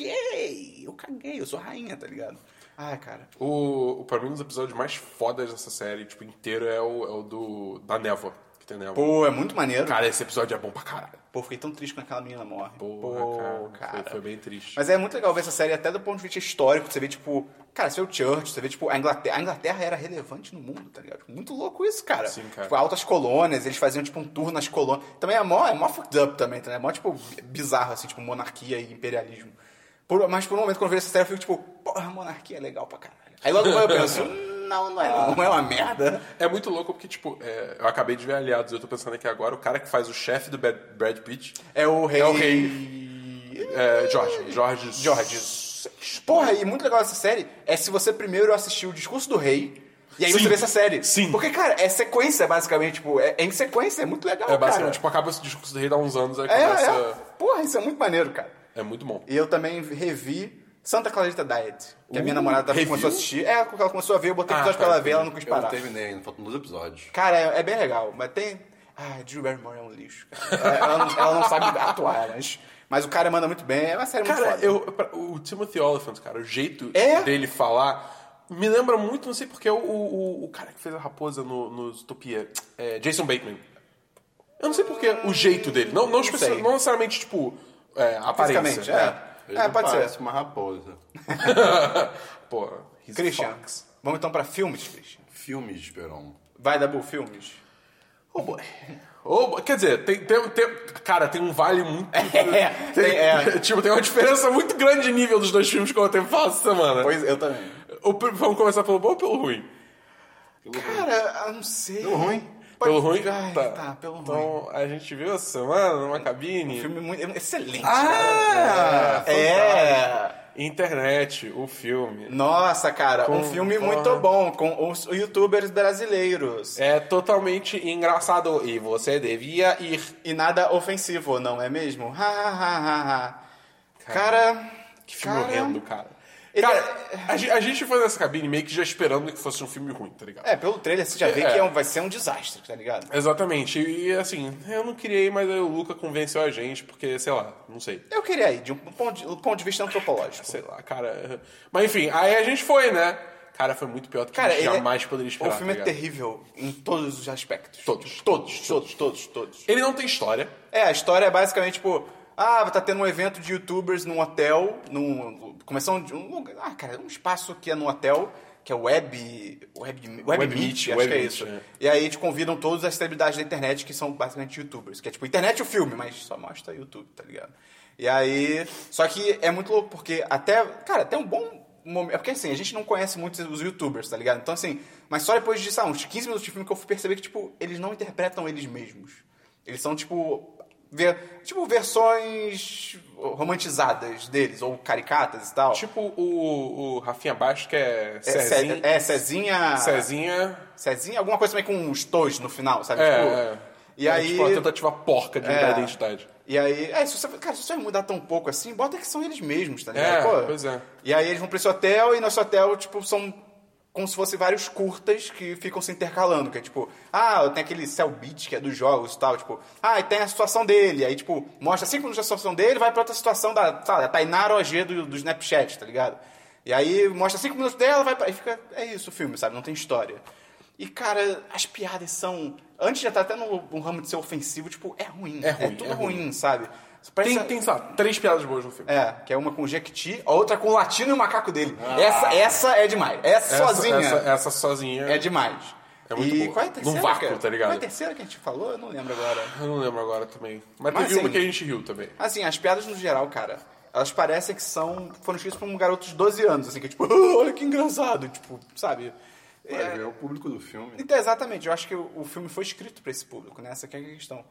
[SPEAKER 1] Caguei. Eu caguei, eu sou a rainha, tá ligado? Ah, cara.
[SPEAKER 3] O, o, pra mim, um dos episódios mais fodas dessa série, tipo, inteiro, é o, é o do, da névoa. Que tem névoa.
[SPEAKER 1] Pô, é muito maneiro.
[SPEAKER 3] Cara, esse episódio é bom pra caralho.
[SPEAKER 1] Pô, fiquei tão triste quando aquela menina morre.
[SPEAKER 3] Porra,
[SPEAKER 1] Pô,
[SPEAKER 3] cara. Foi, foi bem triste.
[SPEAKER 1] Mas é muito legal ver essa série até do ponto de vista histórico. Você vê, tipo, cara, você vê o Church, você vê, tipo, a Inglaterra, a Inglaterra era relevante no mundo, tá ligado? Muito louco isso, cara.
[SPEAKER 3] Sim, cara.
[SPEAKER 1] Tipo, altas colônias, eles faziam, tipo, um tour nas colônias. Também é mó, é mó fucked up também, tá ligado? É mó, tipo, bizarro, assim, tipo, monarquia e imperialismo. Por- mas por um momento, quando eu vejo essa série, eu fico, tipo, porra, monarquia é legal pra caralho. Aí logo depois eu penso, não, não é, não. não é uma merda.
[SPEAKER 3] É muito louco porque, tipo, é, eu acabei de ver Aliados, eu tô pensando aqui agora, o cara que faz o chefe do Brad, Brad Pitt
[SPEAKER 1] É o rei.
[SPEAKER 3] é o rei. É, George. George.
[SPEAKER 1] George. Porra, e muito legal essa série é se você primeiro assistir o Discurso do Rei e aí
[SPEAKER 3] Sim.
[SPEAKER 1] você vê essa série.
[SPEAKER 3] Sim.
[SPEAKER 1] Porque, cara, é sequência, basicamente. Tipo, é, é em sequência, é muito legal,
[SPEAKER 3] É basicamente,
[SPEAKER 1] cara.
[SPEAKER 3] tipo, acaba esse discurso do rei dá uns anos, aí
[SPEAKER 1] é,
[SPEAKER 3] começa.
[SPEAKER 1] é. Porra, isso é muito maneiro, cara.
[SPEAKER 3] É, muito bom.
[SPEAKER 1] E eu também revi Santa Clarita Diet, que a minha
[SPEAKER 3] Uh,
[SPEAKER 1] namorada tava-
[SPEAKER 3] reviu?
[SPEAKER 1] começou a assistir. É, quando ela começou a ver, eu botei
[SPEAKER 3] Ah,
[SPEAKER 1] episódio
[SPEAKER 3] tá,
[SPEAKER 1] pra ela ver, ela não quis
[SPEAKER 2] Eu não
[SPEAKER 1] parar.
[SPEAKER 2] terminei ainda, faltam dois episódios.
[SPEAKER 1] Cara, é, é bem legal, mas tem. Ah, Drew Barrymore é um lixo. cara. Ela, ela não, ela não sabe atuar, mas. Mas o cara manda muito bem, é uma série muito
[SPEAKER 3] Cara,
[SPEAKER 1] foda.
[SPEAKER 3] eu, pra- o Timothy Oliphant, cara, o jeito
[SPEAKER 1] É?
[SPEAKER 3] dele falar me lembra muito, não sei porque, o, o, o cara que fez a raposa no, no Utopia, é, Jason Bateman. Eu não sei porque, o jeito dele. Não, não, especi-
[SPEAKER 1] sei.
[SPEAKER 3] não necessariamente, tipo, é, aparência.
[SPEAKER 1] Fisicamente, é.
[SPEAKER 2] Ele
[SPEAKER 1] É,
[SPEAKER 2] não
[SPEAKER 1] pode ser.
[SPEAKER 2] parece uma raposa.
[SPEAKER 3] Pô, he's
[SPEAKER 1] é. Christian,
[SPEAKER 3] Fox.
[SPEAKER 1] vamos então pra filmes, Christian.
[SPEAKER 2] Filmes, Esperon.
[SPEAKER 1] Vai, Dabu, filmes.
[SPEAKER 3] Oh boy. Oh, boy. quer dizer, tem, tem, tem- Cara, tem um vale muito.
[SPEAKER 1] É, tem- é.
[SPEAKER 3] Tipo, tem uma diferença muito grande de nível dos dois filmes que eu tenho faço essa semana.
[SPEAKER 1] Pois eu também.
[SPEAKER 3] O pr- vamos começar pelo bom ou pelo ruim?
[SPEAKER 1] Cara, eu não sei.
[SPEAKER 2] Pelo ruim?
[SPEAKER 3] Pelo ruim?
[SPEAKER 1] Ai, tá. pelo ruim.
[SPEAKER 3] Então, a gente viu essa semana numa cabine.
[SPEAKER 1] Filme muito é excelente.
[SPEAKER 3] Ah! É.
[SPEAKER 1] cara. é.
[SPEAKER 3] Internet, o filme.
[SPEAKER 1] Nossa, cara, um
[SPEAKER 3] Com-
[SPEAKER 1] filme
[SPEAKER 3] com-
[SPEAKER 1] muito bom com os youtubers brasileiros.
[SPEAKER 3] É totalmente engraçado e você devia ir.
[SPEAKER 1] E nada ofensivo, não é mesmo? Ha, ha, ha, ha, ha. Cara,
[SPEAKER 3] Que filme
[SPEAKER 1] cara,
[SPEAKER 3] horrendo, cara.
[SPEAKER 1] Ele é-
[SPEAKER 3] Cara, a, ge- a gente foi nessa cabine meio que já esperando que fosse um filme ruim, tá ligado?
[SPEAKER 1] É, pelo trailer você já vê
[SPEAKER 3] É.
[SPEAKER 1] que é um- vai ser um desastre, tá ligado?
[SPEAKER 3] Exatamente. E assim, eu não queria ir, mas aí o Luca convenceu a gente, porque, sei lá, não sei.
[SPEAKER 1] Eu queria ir, de um ponto de, do ponto de vista antropológico.
[SPEAKER 3] Sei lá, cara. Mas enfim, aí a gente foi, né? Cara, foi muito pior do que
[SPEAKER 1] Cara,
[SPEAKER 3] a gente
[SPEAKER 1] ele é-
[SPEAKER 3] jamais poderia esperar.
[SPEAKER 1] o filme
[SPEAKER 3] tá
[SPEAKER 1] é
[SPEAKER 3] ligado?
[SPEAKER 1] terrível em todos os aspectos.
[SPEAKER 3] Todos.
[SPEAKER 1] Todos, todos, todos, todos.
[SPEAKER 3] Ele não tem história.
[SPEAKER 1] É, a história é basicamente, tipo, ah, tá tendo um evento de youtubers num hotel, num. Começando de um lugar. Ah, cara, um espaço que é num hotel, que é Web. Web, web,
[SPEAKER 3] Web
[SPEAKER 1] Meet,
[SPEAKER 3] Meet,
[SPEAKER 1] acho
[SPEAKER 3] Web
[SPEAKER 1] que é
[SPEAKER 3] Meet,
[SPEAKER 1] isso.
[SPEAKER 3] é.
[SPEAKER 1] E aí te convidam todas as celebridades da internet que são basicamente youtubers. Que é tipo, internet e o filme, mas só mostra YouTube, tá ligado? E aí. Só que é muito louco, porque até. Cara, até um bom momento. é Porque assim, a gente não conhece muito os youtubers, tá ligado? Então assim, mas só depois de, sei lá, uns 15 minutos de filme que eu fui perceber que, tipo, eles não interpretam eles mesmos. Eles são, tipo. ver- tipo, versões romantizadas deles, ou caricatas e tal.
[SPEAKER 3] Tipo o, o Rafinha Baixo, que é
[SPEAKER 1] é,
[SPEAKER 3] Cezinha.
[SPEAKER 1] Ce- é, Cezinha.
[SPEAKER 3] Cezinha.
[SPEAKER 1] Cezinha, alguma coisa também com uns tos no final, sabe?
[SPEAKER 3] É,
[SPEAKER 1] Tipo,
[SPEAKER 3] é.
[SPEAKER 1] E
[SPEAKER 3] É,
[SPEAKER 1] aí.
[SPEAKER 3] Tipo, a tentativa porca de mudar
[SPEAKER 1] É.
[SPEAKER 3] a identidade.
[SPEAKER 1] E aí. É, se você, cara, se você mudar tão pouco assim, bota que são eles mesmos, tá ligado?
[SPEAKER 3] É,
[SPEAKER 1] Pô.
[SPEAKER 3] pois é.
[SPEAKER 1] E aí eles vão pra esse hotel e nosso hotel, tipo, são como se fossem vários curtas que ficam se intercalando, que é tipo, ah, tem aquele cell beat que é dos jogos e tal, tipo, ah, e tem a situação dele, aí tipo, mostra cinco minutos da situação dele, vai pra outra situação da, sei lá, da Tainara OG do, do Snapchat, tá ligado? E aí mostra cinco minutos dela, vai pra, e fica, é isso o filme, sabe? Não tem história. E cara, as piadas são, antes de estar até no, no ramo de ser ofensivo, tipo, é ruim,
[SPEAKER 3] É ruim,
[SPEAKER 1] tudo
[SPEAKER 3] é ruim.
[SPEAKER 1] ruim, sabe? Parece-
[SPEAKER 3] Tem, tem, sei lá, três piadas boas no filme.
[SPEAKER 1] é, que é uma com o Jequiti, a outra com o latino e o macaco dele. Essa, essa é demais. Essa, sozinha
[SPEAKER 3] Ah. Essa, essa sozinha.
[SPEAKER 1] é demais.
[SPEAKER 3] É muito
[SPEAKER 1] e
[SPEAKER 3] boa.
[SPEAKER 1] qual é a terceira?
[SPEAKER 3] Num vácuo,
[SPEAKER 1] cara?
[SPEAKER 3] tá ligado?
[SPEAKER 1] Qual é a terceira que a gente falou? Eu não lembro agora.
[SPEAKER 3] Eu não lembro agora também. Mas,
[SPEAKER 1] Mas,
[SPEAKER 3] teve
[SPEAKER 1] assim,
[SPEAKER 3] uma que a gente riu também.
[SPEAKER 1] Assim, as piadas no geral, cara, elas parecem que são. foram escritas por um garoto de 12 anos, assim, que é tipo, "Ah, olha que engraçado, tipo, sabe?
[SPEAKER 2] Olha, é o público do filme.
[SPEAKER 1] Então, exatamente, eu acho que o o filme foi escrito pra esse público, né? Essa que é a questão.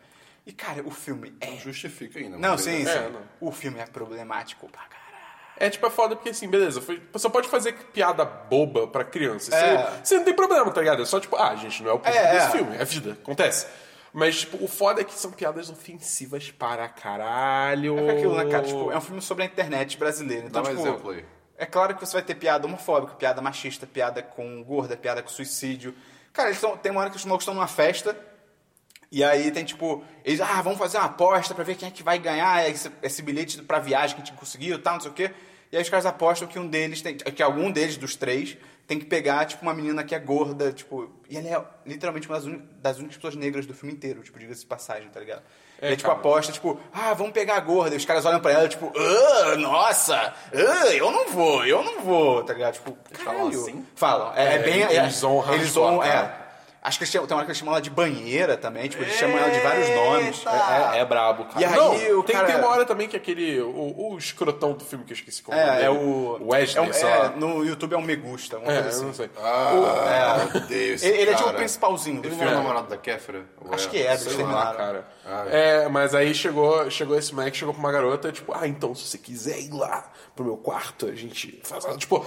[SPEAKER 1] E, cara, o filme é.
[SPEAKER 2] Não justifica ainda.
[SPEAKER 1] Não,
[SPEAKER 2] mas
[SPEAKER 1] sim,
[SPEAKER 2] é-
[SPEAKER 1] sim.
[SPEAKER 3] É, não.
[SPEAKER 1] O filme é problemático pra caralho.
[SPEAKER 3] É tipo, é foda porque assim, beleza, foi, você pode fazer piada boba pra criança. Você,
[SPEAKER 1] É.
[SPEAKER 3] você não tem problema, tá ligado? É só tipo, ah, gente, não é o público
[SPEAKER 1] É,
[SPEAKER 3] desse
[SPEAKER 1] é.
[SPEAKER 3] filme, é vida, acontece. Mas, tipo, o foda é que são piadas ofensivas para caralho.
[SPEAKER 1] É aquilo, né, cara? Tipo, é um filme sobre a internet brasileira. Então,
[SPEAKER 2] Dá um
[SPEAKER 1] tipo,
[SPEAKER 2] exemplo aí.
[SPEAKER 1] É claro que você vai ter piada homofóbica, piada machista, piada com gorda, piada com suicídio. Cara, eles tão, tem uma hora que os malucos estão numa festa e aí tem tipo, eles, ah, vamos fazer uma aposta pra ver quem é que vai ganhar esse, esse bilhete pra viagem que a gente conseguiu e tal, não sei o quê. E aí os caras apostam que um deles tem, que algum deles dos três tem que pegar, tipo, uma menina que é gorda, tipo, e ela é literalmente uma das, uni- das únicas pessoas negras do filme inteiro, tipo, diga-se de passagem, tá ligado?
[SPEAKER 3] É,
[SPEAKER 1] e aí, tipo,
[SPEAKER 3] cara.
[SPEAKER 1] aposta, tipo, ah, vamos pegar a gorda. E os caras olham pra ela, tipo, ah, nossa, ah, eu não vou, eu não vou, tá ligado? Tipo,
[SPEAKER 2] Eles falam
[SPEAKER 1] caralho.
[SPEAKER 2] assim?
[SPEAKER 1] Falam, é, é
[SPEAKER 3] É,
[SPEAKER 1] bem... é-
[SPEAKER 3] eles honram
[SPEAKER 1] Eles
[SPEAKER 3] as
[SPEAKER 1] honram,
[SPEAKER 3] portas,
[SPEAKER 1] é.
[SPEAKER 3] né?
[SPEAKER 1] Acho que eles chamam- tem uma hora que eles chamam ela de banheira também, tipo, eles chamam ela de vários nomes.
[SPEAKER 2] Eita!
[SPEAKER 1] É, é, é
[SPEAKER 3] brabo, cara.
[SPEAKER 1] E aí,
[SPEAKER 3] Não,
[SPEAKER 1] o
[SPEAKER 3] tem,
[SPEAKER 1] cara- é-
[SPEAKER 3] tem uma hora também que aquele. O, o escrotão do filme que eu esqueci como
[SPEAKER 1] É,
[SPEAKER 3] nome
[SPEAKER 1] é
[SPEAKER 3] dele.
[SPEAKER 1] o.
[SPEAKER 3] Wesley,
[SPEAKER 1] é um-
[SPEAKER 3] sei
[SPEAKER 1] é,
[SPEAKER 3] lá.
[SPEAKER 1] no YouTube é um me gusta, uma
[SPEAKER 3] É,
[SPEAKER 1] coisa assim. É.
[SPEAKER 3] eu não sei.
[SPEAKER 2] Ah, meu Deus.
[SPEAKER 1] Ele, ele é tipo o
[SPEAKER 2] cara.
[SPEAKER 1] principalzinho do
[SPEAKER 2] Ele não
[SPEAKER 1] filme.
[SPEAKER 2] é o namorado da Kéfera? Ou
[SPEAKER 1] Acho que é, eles
[SPEAKER 2] Sei lá.
[SPEAKER 1] terminaram.
[SPEAKER 3] Ah, cara.
[SPEAKER 2] Ah,
[SPEAKER 3] é, mas aí chegou, chegou esse moleque, chegou pra uma garota, tipo, ah, então, se você quiser ir lá pro meu quarto, a gente faz. algo." Tipo,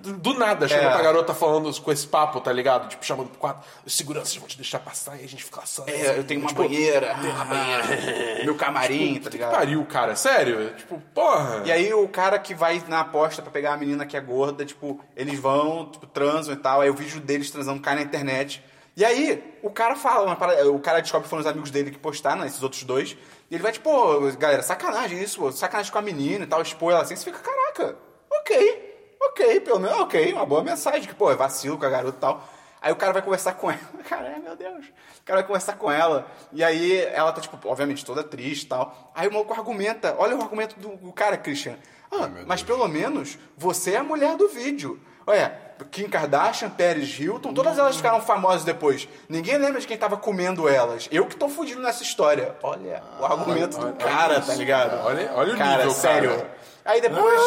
[SPEAKER 3] do, do nada chegou
[SPEAKER 1] É.
[SPEAKER 3] pra garota falando com esse papo, tá ligado? Tipo, chamando pro quarto, os seguranças vão te deixar passar e a gente fica lá só.
[SPEAKER 1] É, eu tenho uma
[SPEAKER 3] tipo,
[SPEAKER 1] banheira, tenho uma banheira, meu camarim, tá ligado?
[SPEAKER 3] Pariu, cara, sério? Tipo, porra.
[SPEAKER 1] E aí o cara que vai na aposta pra pegar a menina que é gorda, tipo, eles vão, tipo, transam e tal, aí o vídeo deles transando cai na internet. E aí, o cara fala, uma parada- o cara descobre que foram os amigos dele que postaram, né, esses outros dois, e ele vai, tipo, pô, galera, sacanagem isso, pô, sacanagem com a menina e tal, expõe ela assim, você fica, caraca, ok, ok, pelo menos, ok, uma boa mensagem, que, pô, é vacilo com a garota e tal. Aí o cara vai conversar com ela, cara, é, meu Deus. O cara vai conversar com ela, e aí ela tá, tipo, obviamente toda triste e tal. Aí o maluco argumenta, olha o argumento do, do cara, Christian. Ah,
[SPEAKER 2] meu
[SPEAKER 1] mas pelo menos você é a mulher do vídeo. Olha, Kim Kardashian, Pérez Hilton, todas elas ficaram famosas depois. Ninguém lembra de quem tava comendo elas. Eu que tô fudido nessa história. Olha o argumento do cara, tá ligado?
[SPEAKER 3] Olha- olha o
[SPEAKER 1] cara,
[SPEAKER 3] nível,
[SPEAKER 1] sério.
[SPEAKER 3] cara. Ah!
[SPEAKER 1] Aí depois,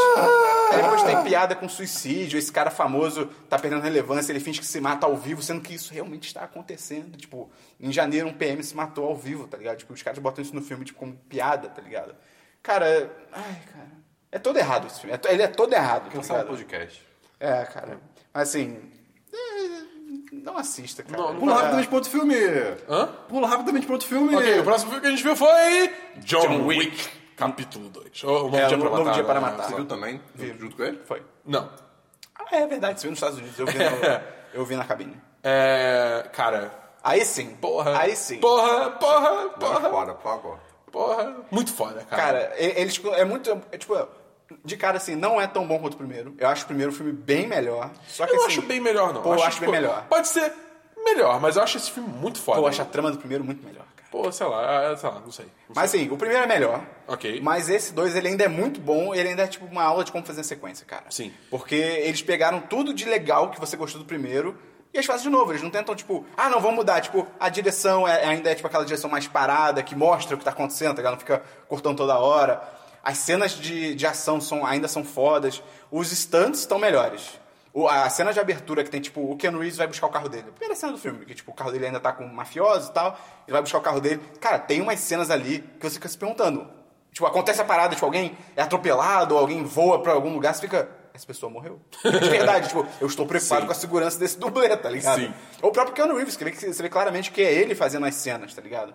[SPEAKER 1] aí depois tem piada com suicídio, esse cara famoso tá perdendo relevância, ele finge que se mata ao vivo, sendo que isso realmente está acontecendo. Tipo, em janeiro um PM se matou ao vivo, tá ligado? Tipo, os caras botam isso no filme tipo, como piada, tá ligado? Cara, ai, cara. É todo errado esse filme. É to- Ele é todo errado, tá
[SPEAKER 2] Cancela o
[SPEAKER 1] ligado?
[SPEAKER 2] podcast.
[SPEAKER 1] É, cara. Mas assim. é, Não assista, cara.
[SPEAKER 3] Não, não
[SPEAKER 2] Pula
[SPEAKER 1] É,
[SPEAKER 2] rapidamente pro outro filme.
[SPEAKER 3] Hã?
[SPEAKER 2] Pula rapidamente pro outro filme.
[SPEAKER 3] Ok, o próximo filme que a gente viu foi. John, Wick, capítulo 2. Ou O Novo
[SPEAKER 1] É,
[SPEAKER 3] Dia
[SPEAKER 1] o
[SPEAKER 3] pra
[SPEAKER 1] Novo
[SPEAKER 3] Matar.
[SPEAKER 1] Dia para
[SPEAKER 3] né?
[SPEAKER 1] Matar.
[SPEAKER 2] Você viu também? Junto com ele?
[SPEAKER 1] Foi.
[SPEAKER 3] Não.
[SPEAKER 1] Ah, é verdade, você viu nos Estados Unidos, eu vi, no- eu vi na cabine.
[SPEAKER 3] É. Cara.
[SPEAKER 1] Aí sim.
[SPEAKER 3] Porra.
[SPEAKER 1] Aí sim.
[SPEAKER 3] Porra, porra,
[SPEAKER 2] é
[SPEAKER 3] porra.
[SPEAKER 2] Bora, pago.
[SPEAKER 3] Porra. Muito foda, cara.
[SPEAKER 1] Cara, e- eles é muito. É, tipo, de cara assim, não é tão bom quanto o primeiro. Eu acho o primeiro filme bem melhor. Só
[SPEAKER 3] eu
[SPEAKER 1] que
[SPEAKER 3] não
[SPEAKER 1] assim,
[SPEAKER 3] acho bem melhor, não.
[SPEAKER 1] Pô, eu acho, bem
[SPEAKER 3] tipo,
[SPEAKER 1] melhor.
[SPEAKER 3] Pode ser melhor, mas eu acho esse filme muito foda.
[SPEAKER 1] Pô, eu acho a trama do primeiro muito melhor, cara.
[SPEAKER 3] Pô, sei lá, ah, sei lá, não sei. Não
[SPEAKER 1] Mas assim, o primeiro é melhor.
[SPEAKER 3] Ok.
[SPEAKER 1] Mas esse dois, ele ainda é muito bom. Ele ainda é tipo uma aula de como fazer a sequência, cara.
[SPEAKER 3] Sim.
[SPEAKER 1] Porque eles pegaram tudo de legal que você gostou do primeiro. E eles fazem de novo, eles não tentam, tipo, ah, não, vamos mudar. Tipo, a direção é- ainda é tipo aquela direção mais parada, que mostra o que tá acontecendo, tá ligado? Não fica cortando toda hora. As cenas de, de ação são, ainda são fodas. Os stunts estão melhores. O- a cena de abertura que tem, tipo, o Ken Reeves vai buscar o carro dele. Primeira cena do filme, que, tipo, o carro dele ainda tá com um mafioso e tal. Ele vai buscar o carro dele. Cara, tem umas cenas ali que você fica se perguntando. Tipo, acontece a parada, tipo, alguém é atropelado, alguém voa pra algum lugar, você fica. Essa pessoa morreu. De verdade, tipo, eu estou preocupado com a segurança desse dublê, tá ligado?
[SPEAKER 3] Sim.
[SPEAKER 1] Ou o próprio Keanu Reeves, que vê que- você vê claramente que é ele fazendo as cenas, tá ligado?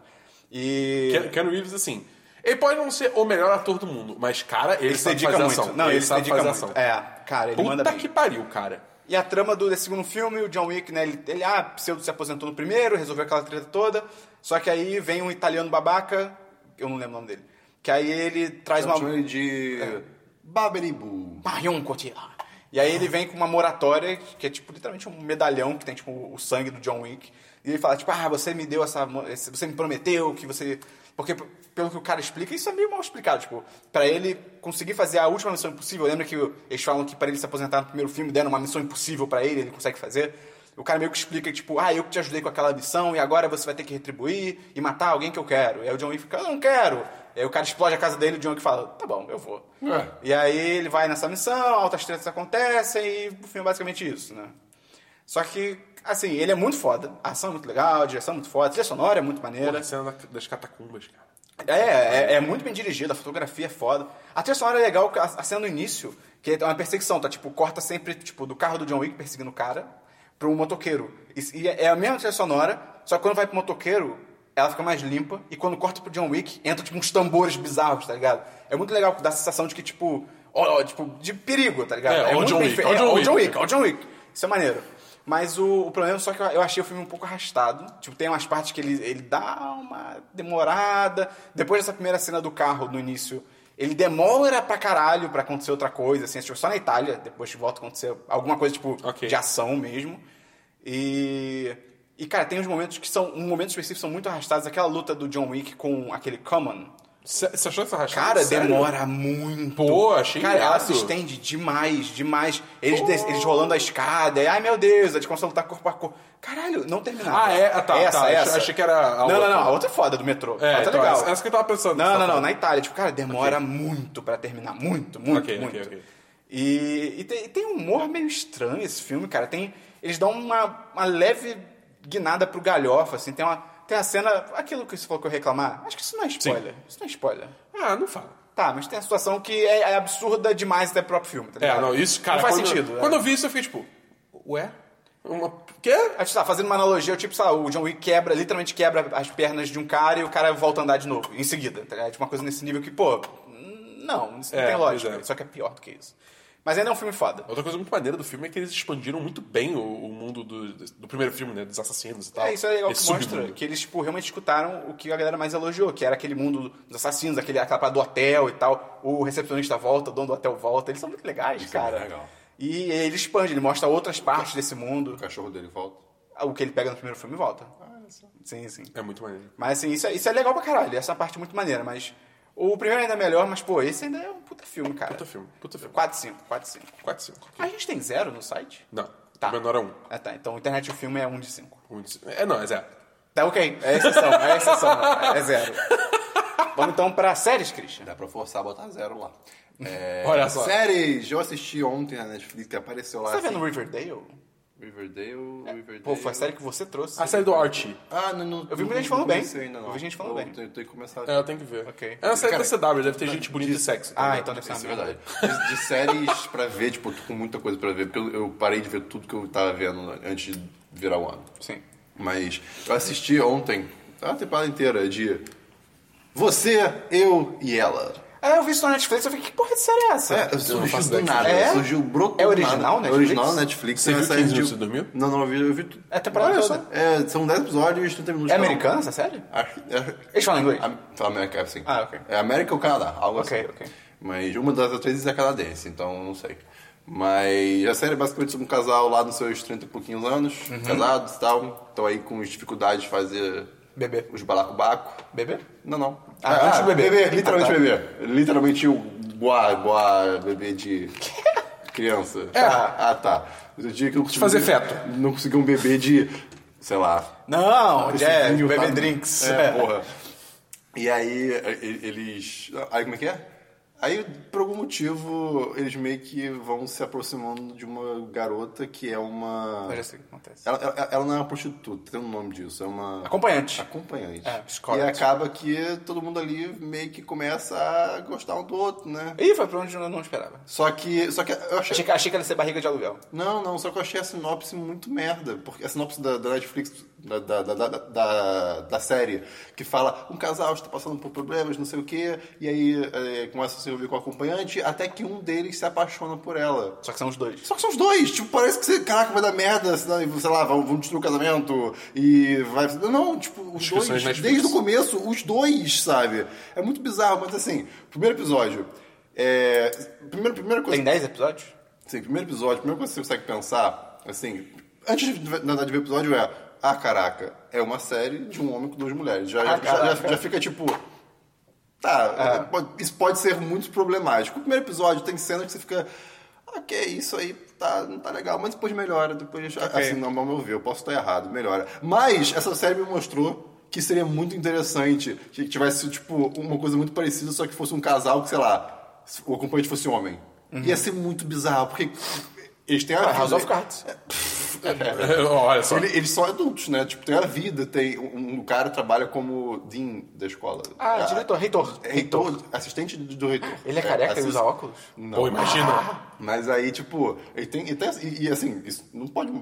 [SPEAKER 1] E.
[SPEAKER 3] sei. Ken- Ken Reeves, assim. Ele pode não ser o melhor ator do mundo, mas, cara, ele,
[SPEAKER 1] ele se
[SPEAKER 3] sabe
[SPEAKER 1] dedica
[SPEAKER 3] fazer
[SPEAKER 1] muito.
[SPEAKER 3] ação.
[SPEAKER 1] Não, ele, se
[SPEAKER 3] sabe
[SPEAKER 1] dedica
[SPEAKER 3] fazer
[SPEAKER 1] muito.
[SPEAKER 3] ação.
[SPEAKER 1] É, cara, ele manda
[SPEAKER 3] Puta
[SPEAKER 1] bem.
[SPEAKER 3] que pariu, cara.
[SPEAKER 1] E a trama do desse segundo filme, o John Wick, né? Ele, ele, ah, pseudo se aposentou no primeiro, resolveu aquela treta toda. Só que aí vem um italiano babaca, eu não lembro o nome dele. Que aí ele traz
[SPEAKER 2] Eu
[SPEAKER 1] uma. É.
[SPEAKER 2] chamo ele de. Baberibu.
[SPEAKER 1] Marion Cotillard. Ah. E aí ele vem com uma moratória, que é tipo literalmente um medalhão que tem tipo o sangue do John Wick. E ele fala, tipo, ah, você me deu essa. mo- esse- Você me prometeu que você. Porque, p- pelo que o cara explica, isso é meio mal explicado. Tipo, pra ele conseguir fazer a última missão impossível, lembra que o- eles falam que pra ele se aposentar no primeiro filme deram uma missão impossível pra ele, ele consegue fazer? O cara meio que explica, tipo, ah, eu que te ajudei com aquela missão e agora você vai ter que retribuir e matar alguém que eu quero. E aí o John Wick fica, eu não quero. E aí o cara explode a casa dele e o John Wick fala, tá bom, eu vou.
[SPEAKER 2] É.
[SPEAKER 1] E aí ele vai nessa missão, altas tretas acontecem e o filme é basicamente isso, né? Só que, assim, ele é muito foda. A ação é muito legal, a direção é muito foda, a trilha sonora é muito
[SPEAKER 3] Porra,
[SPEAKER 1] maneira.
[SPEAKER 3] a cena da- das catacumbas, cara.
[SPEAKER 1] É, é, é muito bem dirigida, a fotografia é foda. A trilha sonora é legal, a, a cena no início, que é uma perseguição, tá? Tipo, corta sempre, tipo, do carro do John Wick é perseguindo o cara pro motoqueiro. E, e é a mesma trilha sonora, só que quando vai pro motoqueiro, ela fica mais limpa. E quando corta pro John Wick, entra, tipo, uns tambores bizarros, tá ligado? É muito legal, dá a sensação de que, tipo... Ó, ó, tipo, de perigo, tá ligado?
[SPEAKER 3] É, ó o
[SPEAKER 1] muito
[SPEAKER 3] John
[SPEAKER 1] bem
[SPEAKER 3] Wick,
[SPEAKER 1] feito.
[SPEAKER 3] ó o
[SPEAKER 1] É,
[SPEAKER 3] John
[SPEAKER 1] ó o
[SPEAKER 3] Wick.
[SPEAKER 1] John Wick, ó o John Wick. Isso é maneiro. Mas o, o problema só que eu, eu achei o filme um pouco arrastado. Tipo, tem umas partes que ele, ele dá uma demorada. Depois dessa primeira cena do carro, no início, ele demora pra caralho pra acontecer outra coisa. Assim, tipo, só na Itália, depois que volta a acontecer alguma coisa, tipo,
[SPEAKER 3] Ok.
[SPEAKER 1] de ação mesmo. E... E, cara, tem uns momentos que são... Um momento específico são muito arrastados. Aquela luta do John Wick com aquele Common.
[SPEAKER 3] Você achou que foi rachado?
[SPEAKER 1] Cara,
[SPEAKER 3] Sério?
[SPEAKER 1] demora muito.
[SPEAKER 3] Pô, achei
[SPEAKER 1] Cara, ela
[SPEAKER 3] irado.
[SPEAKER 1] se estende demais, demais. Eles, des- eles rolando a escada. e, Ai, meu Deus, eles começam a lutar corpo a corpo. Caralho, não terminava.
[SPEAKER 3] Ah, é? Ah, tá,
[SPEAKER 1] Essa,
[SPEAKER 3] tá. Achei-
[SPEAKER 1] Essa.
[SPEAKER 3] achei que era a
[SPEAKER 1] não, não,
[SPEAKER 3] outra.
[SPEAKER 1] não. A outra é foda, do metrô.
[SPEAKER 3] É,
[SPEAKER 1] ela tá
[SPEAKER 3] então,
[SPEAKER 1] legal.
[SPEAKER 3] Essa, essa que eu tava pensando.
[SPEAKER 1] Não, não, não. Na Itália, tipo, cara, demora muito pra terminar. Muito, muito,
[SPEAKER 3] Ok, ok,
[SPEAKER 1] muito.
[SPEAKER 3] ok.
[SPEAKER 1] E, e tem, e tem um humor meio estranho esse filme, cara. Tem, eles dão uma, uma leve guinada pro galhofa, assim. Tem, uma, tem a cena... Aquilo que você falou que eu ia reclamar. Acho que isso não é spoiler. Isso não é spoiler.
[SPEAKER 3] Ah, não fala.
[SPEAKER 1] Tá, mas tem a situação que é, é absurda demais até pro próprio filme, tá
[SPEAKER 3] É,
[SPEAKER 1] ligado?
[SPEAKER 3] não, isso, cara.
[SPEAKER 1] Não faz
[SPEAKER 3] quando,
[SPEAKER 1] sentido.
[SPEAKER 3] Quando
[SPEAKER 1] é.
[SPEAKER 3] eu vi isso, eu fiquei tipo, ué? Uma. Quê?
[SPEAKER 1] A gente tá fazendo uma analogia, tipo, sei lá, o John Wick quebra, literalmente quebra as pernas de um cara e o cara volta a andar de novo, em seguida, tá ligado? É tipo uma coisa nesse nível que, pô, não, isso não
[SPEAKER 3] É,
[SPEAKER 1] tem lógica.
[SPEAKER 3] pois é.
[SPEAKER 1] Só que é pior do que isso. Mas ainda é um filme foda.
[SPEAKER 3] Outra coisa muito maneira do filme é que eles expandiram muito bem o, o mundo do, do primeiro filme, né? Dos assassinos e tal.
[SPEAKER 1] É, isso é legal
[SPEAKER 3] Esse
[SPEAKER 1] que mostra
[SPEAKER 3] submundo.
[SPEAKER 1] que eles, tipo, realmente escutaram o que a galera mais elogiou, que era aquele mundo dos assassinos, aquele, aquela parada do hotel e tal. O recepcionista volta, o dono do hotel volta. Eles são muito legais,
[SPEAKER 2] é
[SPEAKER 1] cara.
[SPEAKER 2] muito legal.
[SPEAKER 1] E ele expande, ele mostra outras partes desse mundo.
[SPEAKER 2] O cachorro dele volta.
[SPEAKER 1] o que ele pega no primeiro filme e volta. Sim, sim.
[SPEAKER 3] É muito maneiro.
[SPEAKER 1] Mas assim, isso é, isso é legal pra caralho. Essa parte é muito maneira, mas. O primeiro ainda é melhor, mas, pô, esse ainda é um puta filme, cara.
[SPEAKER 3] Puta filme, puta filme.
[SPEAKER 1] 4, 5, 4, 5.
[SPEAKER 3] 4, 5.
[SPEAKER 1] A gente tem zero no site?
[SPEAKER 3] Não.
[SPEAKER 1] Tá.
[SPEAKER 3] O menor é 1.
[SPEAKER 1] Ah, tá. Então internet o filme é 1 de 5.
[SPEAKER 3] Um. de- É, não, é zero.
[SPEAKER 1] Tá ok. É exceção, é exceção. né? É zero. Vamos então pra séries, Christian.
[SPEAKER 2] Dá pra forçar a botar zero lá. É,
[SPEAKER 3] Olha só.
[SPEAKER 2] Séries! Eu assisti ontem na Netflix que apareceu lá.
[SPEAKER 1] Você tá vendo
[SPEAKER 2] assim,
[SPEAKER 1] Riverdale?
[SPEAKER 2] Riverdale, Riverdale.
[SPEAKER 1] Pô, foi a série que você trouxe.
[SPEAKER 3] A série do Archie.
[SPEAKER 2] Ah, não, não.
[SPEAKER 1] Eu vi muita gente falando bem. Eu vi gente falando bem.
[SPEAKER 2] Tem que começar.
[SPEAKER 3] É, eu tenho que ver.
[SPEAKER 1] Ok.
[SPEAKER 3] É uma série
[SPEAKER 2] Cara,
[SPEAKER 3] da CW, deve ter gente bonita e sexy.
[SPEAKER 1] Ah, então deve ser
[SPEAKER 2] Isso é
[SPEAKER 1] uma merda.
[SPEAKER 2] verdade. De, de séries pra ver, tipo, tô com muita coisa pra ver, porque eu, eu parei de ver tudo que eu tava vendo antes de virar o ano.
[SPEAKER 1] Sim.
[SPEAKER 2] Mas eu assisti ontem a temporada inteira de Você, Eu e Ela.
[SPEAKER 1] Ah, eu vi isso na Netflix, eu fiquei, que porra de série é essa?
[SPEAKER 2] É,
[SPEAKER 3] faço
[SPEAKER 2] surgiu do
[SPEAKER 3] ideia.
[SPEAKER 2] nada.
[SPEAKER 1] É?
[SPEAKER 2] Surgiu brotou
[SPEAKER 1] É
[SPEAKER 2] do
[SPEAKER 1] original
[SPEAKER 2] nada. É
[SPEAKER 1] Netflix?
[SPEAKER 2] original Netflix.
[SPEAKER 3] Você
[SPEAKER 2] é uma
[SPEAKER 3] viu
[SPEAKER 2] série
[SPEAKER 3] 15
[SPEAKER 2] de-
[SPEAKER 3] minutos e dormiu?
[SPEAKER 2] Não, não, eu vi, eu vi tudo.
[SPEAKER 1] É a temporada
[SPEAKER 2] Olha
[SPEAKER 1] toda.
[SPEAKER 2] só. É, são 10 episódios, 30 minutos.
[SPEAKER 1] É
[SPEAKER 2] cada um.
[SPEAKER 1] americana essa série?
[SPEAKER 2] Acho- é-
[SPEAKER 1] Eles falam inglês?
[SPEAKER 2] Am- Fala América, sim.
[SPEAKER 1] Ah, ok.
[SPEAKER 2] É América ou Canadá, algo
[SPEAKER 1] Ok,
[SPEAKER 2] assim.
[SPEAKER 1] ok.
[SPEAKER 2] Mas uma das atrizes é canadense, então não sei. Mas a série é basicamente sobre um casal lá nos seus 30 e pouquinhos anos, casados e tal. Estão aí com dificuldades de fazer
[SPEAKER 1] Bebê.
[SPEAKER 2] os balacobaco.
[SPEAKER 1] Bebê?
[SPEAKER 2] Não, não.
[SPEAKER 1] Ah, antes do bebê.
[SPEAKER 2] literalmente
[SPEAKER 1] Ah, tá.
[SPEAKER 2] bebê. Literalmente o guá, guá, bebê de criança. É. Ah, tá. Eu digo que eu consegui-
[SPEAKER 3] fazer feto.
[SPEAKER 2] Não consegui um bebê de, sei lá,
[SPEAKER 1] Não,
[SPEAKER 2] esse
[SPEAKER 1] Jeff,
[SPEAKER 2] vinho
[SPEAKER 1] É, Bebê
[SPEAKER 2] tá-
[SPEAKER 1] Drinks.
[SPEAKER 2] É, porra. E aí e- eles. Aí como é que é? Aí, por algum motivo, eles meio que vão se aproximando de uma garota que é uma.
[SPEAKER 1] Eu já sei o que acontece.
[SPEAKER 2] Ela, ela- ela não é uma prostituta, tem um nome disso. É uma.
[SPEAKER 1] Acompanhante.
[SPEAKER 2] Acompanhante.
[SPEAKER 1] É, escort.
[SPEAKER 2] E acaba que todo mundo ali meio que começa a gostar um do outro, né?
[SPEAKER 1] Ih, foi pra onde eu não esperava.
[SPEAKER 2] Só que. Só que eu achei.
[SPEAKER 1] Achei que, achei que ela ia ser barriga de aluguel.
[SPEAKER 2] Não, não, só que eu achei a sinopse muito merda. Porque a sinopse da, da Netflix, da, da, da, da- da, da série, que fala um casal está passando por problemas, não sei o quê, e aí é, começa a se envolver com o acompanhante, até que um deles se apaixona por ela.
[SPEAKER 1] Só que são os dois.
[SPEAKER 2] Só que são os dois, tipo, parece que você, caraca, vai dar merda, senão, sei lá, vão, vão destruir o casamento e vai. Não, tipo, os
[SPEAKER 3] Discussões
[SPEAKER 2] dois,
[SPEAKER 3] Netflix.
[SPEAKER 2] desde o começo, os dois, sabe? É muito bizarro, mas assim, primeiro episódio. É, primeira, primeira coisa
[SPEAKER 1] Tem 10 episódios?
[SPEAKER 2] Assim, primeiro episódio, a primeira coisa que você consegue pensar, assim, antes de, na verdade, de ver o episódio é, ah, caraca, é uma série de um homem com duas mulheres. Já,
[SPEAKER 1] Ah,
[SPEAKER 2] já, já,
[SPEAKER 1] caraca.
[SPEAKER 2] já fica tipo.
[SPEAKER 1] É.
[SPEAKER 2] Tá, pode- isso pode ser muito problemático. O primeiro episódio tem cena que você fica. Ok, isso aí tá, não tá legal, mas depois melhora. Depois, assim, não, ao meu ver, eu posso estar errado, melhora. Mas essa série me mostrou que seria muito interessante que tivesse, tipo, uma coisa muito parecida, só que fosse um casal que, sei lá, se o acompanhante fosse homem.
[SPEAKER 1] Uhum.
[SPEAKER 2] Ia ser muito bizarro, porque eles têm a.
[SPEAKER 1] Ah, House of Cards. então.
[SPEAKER 3] Olha só.
[SPEAKER 2] Ele- eles são adultos, né? Tipo, tem a vida, tem um, um cara trabalha como dean da escola.
[SPEAKER 1] Ah, diretor, reitor.
[SPEAKER 2] É reitor, assistente do do reitor.
[SPEAKER 1] Ele é careca, ele
[SPEAKER 2] assist-
[SPEAKER 1] usa óculos?
[SPEAKER 3] Pô, imagina.
[SPEAKER 2] Mas aí, tipo, ele tem, ele tem- e, e, assim, isso não pode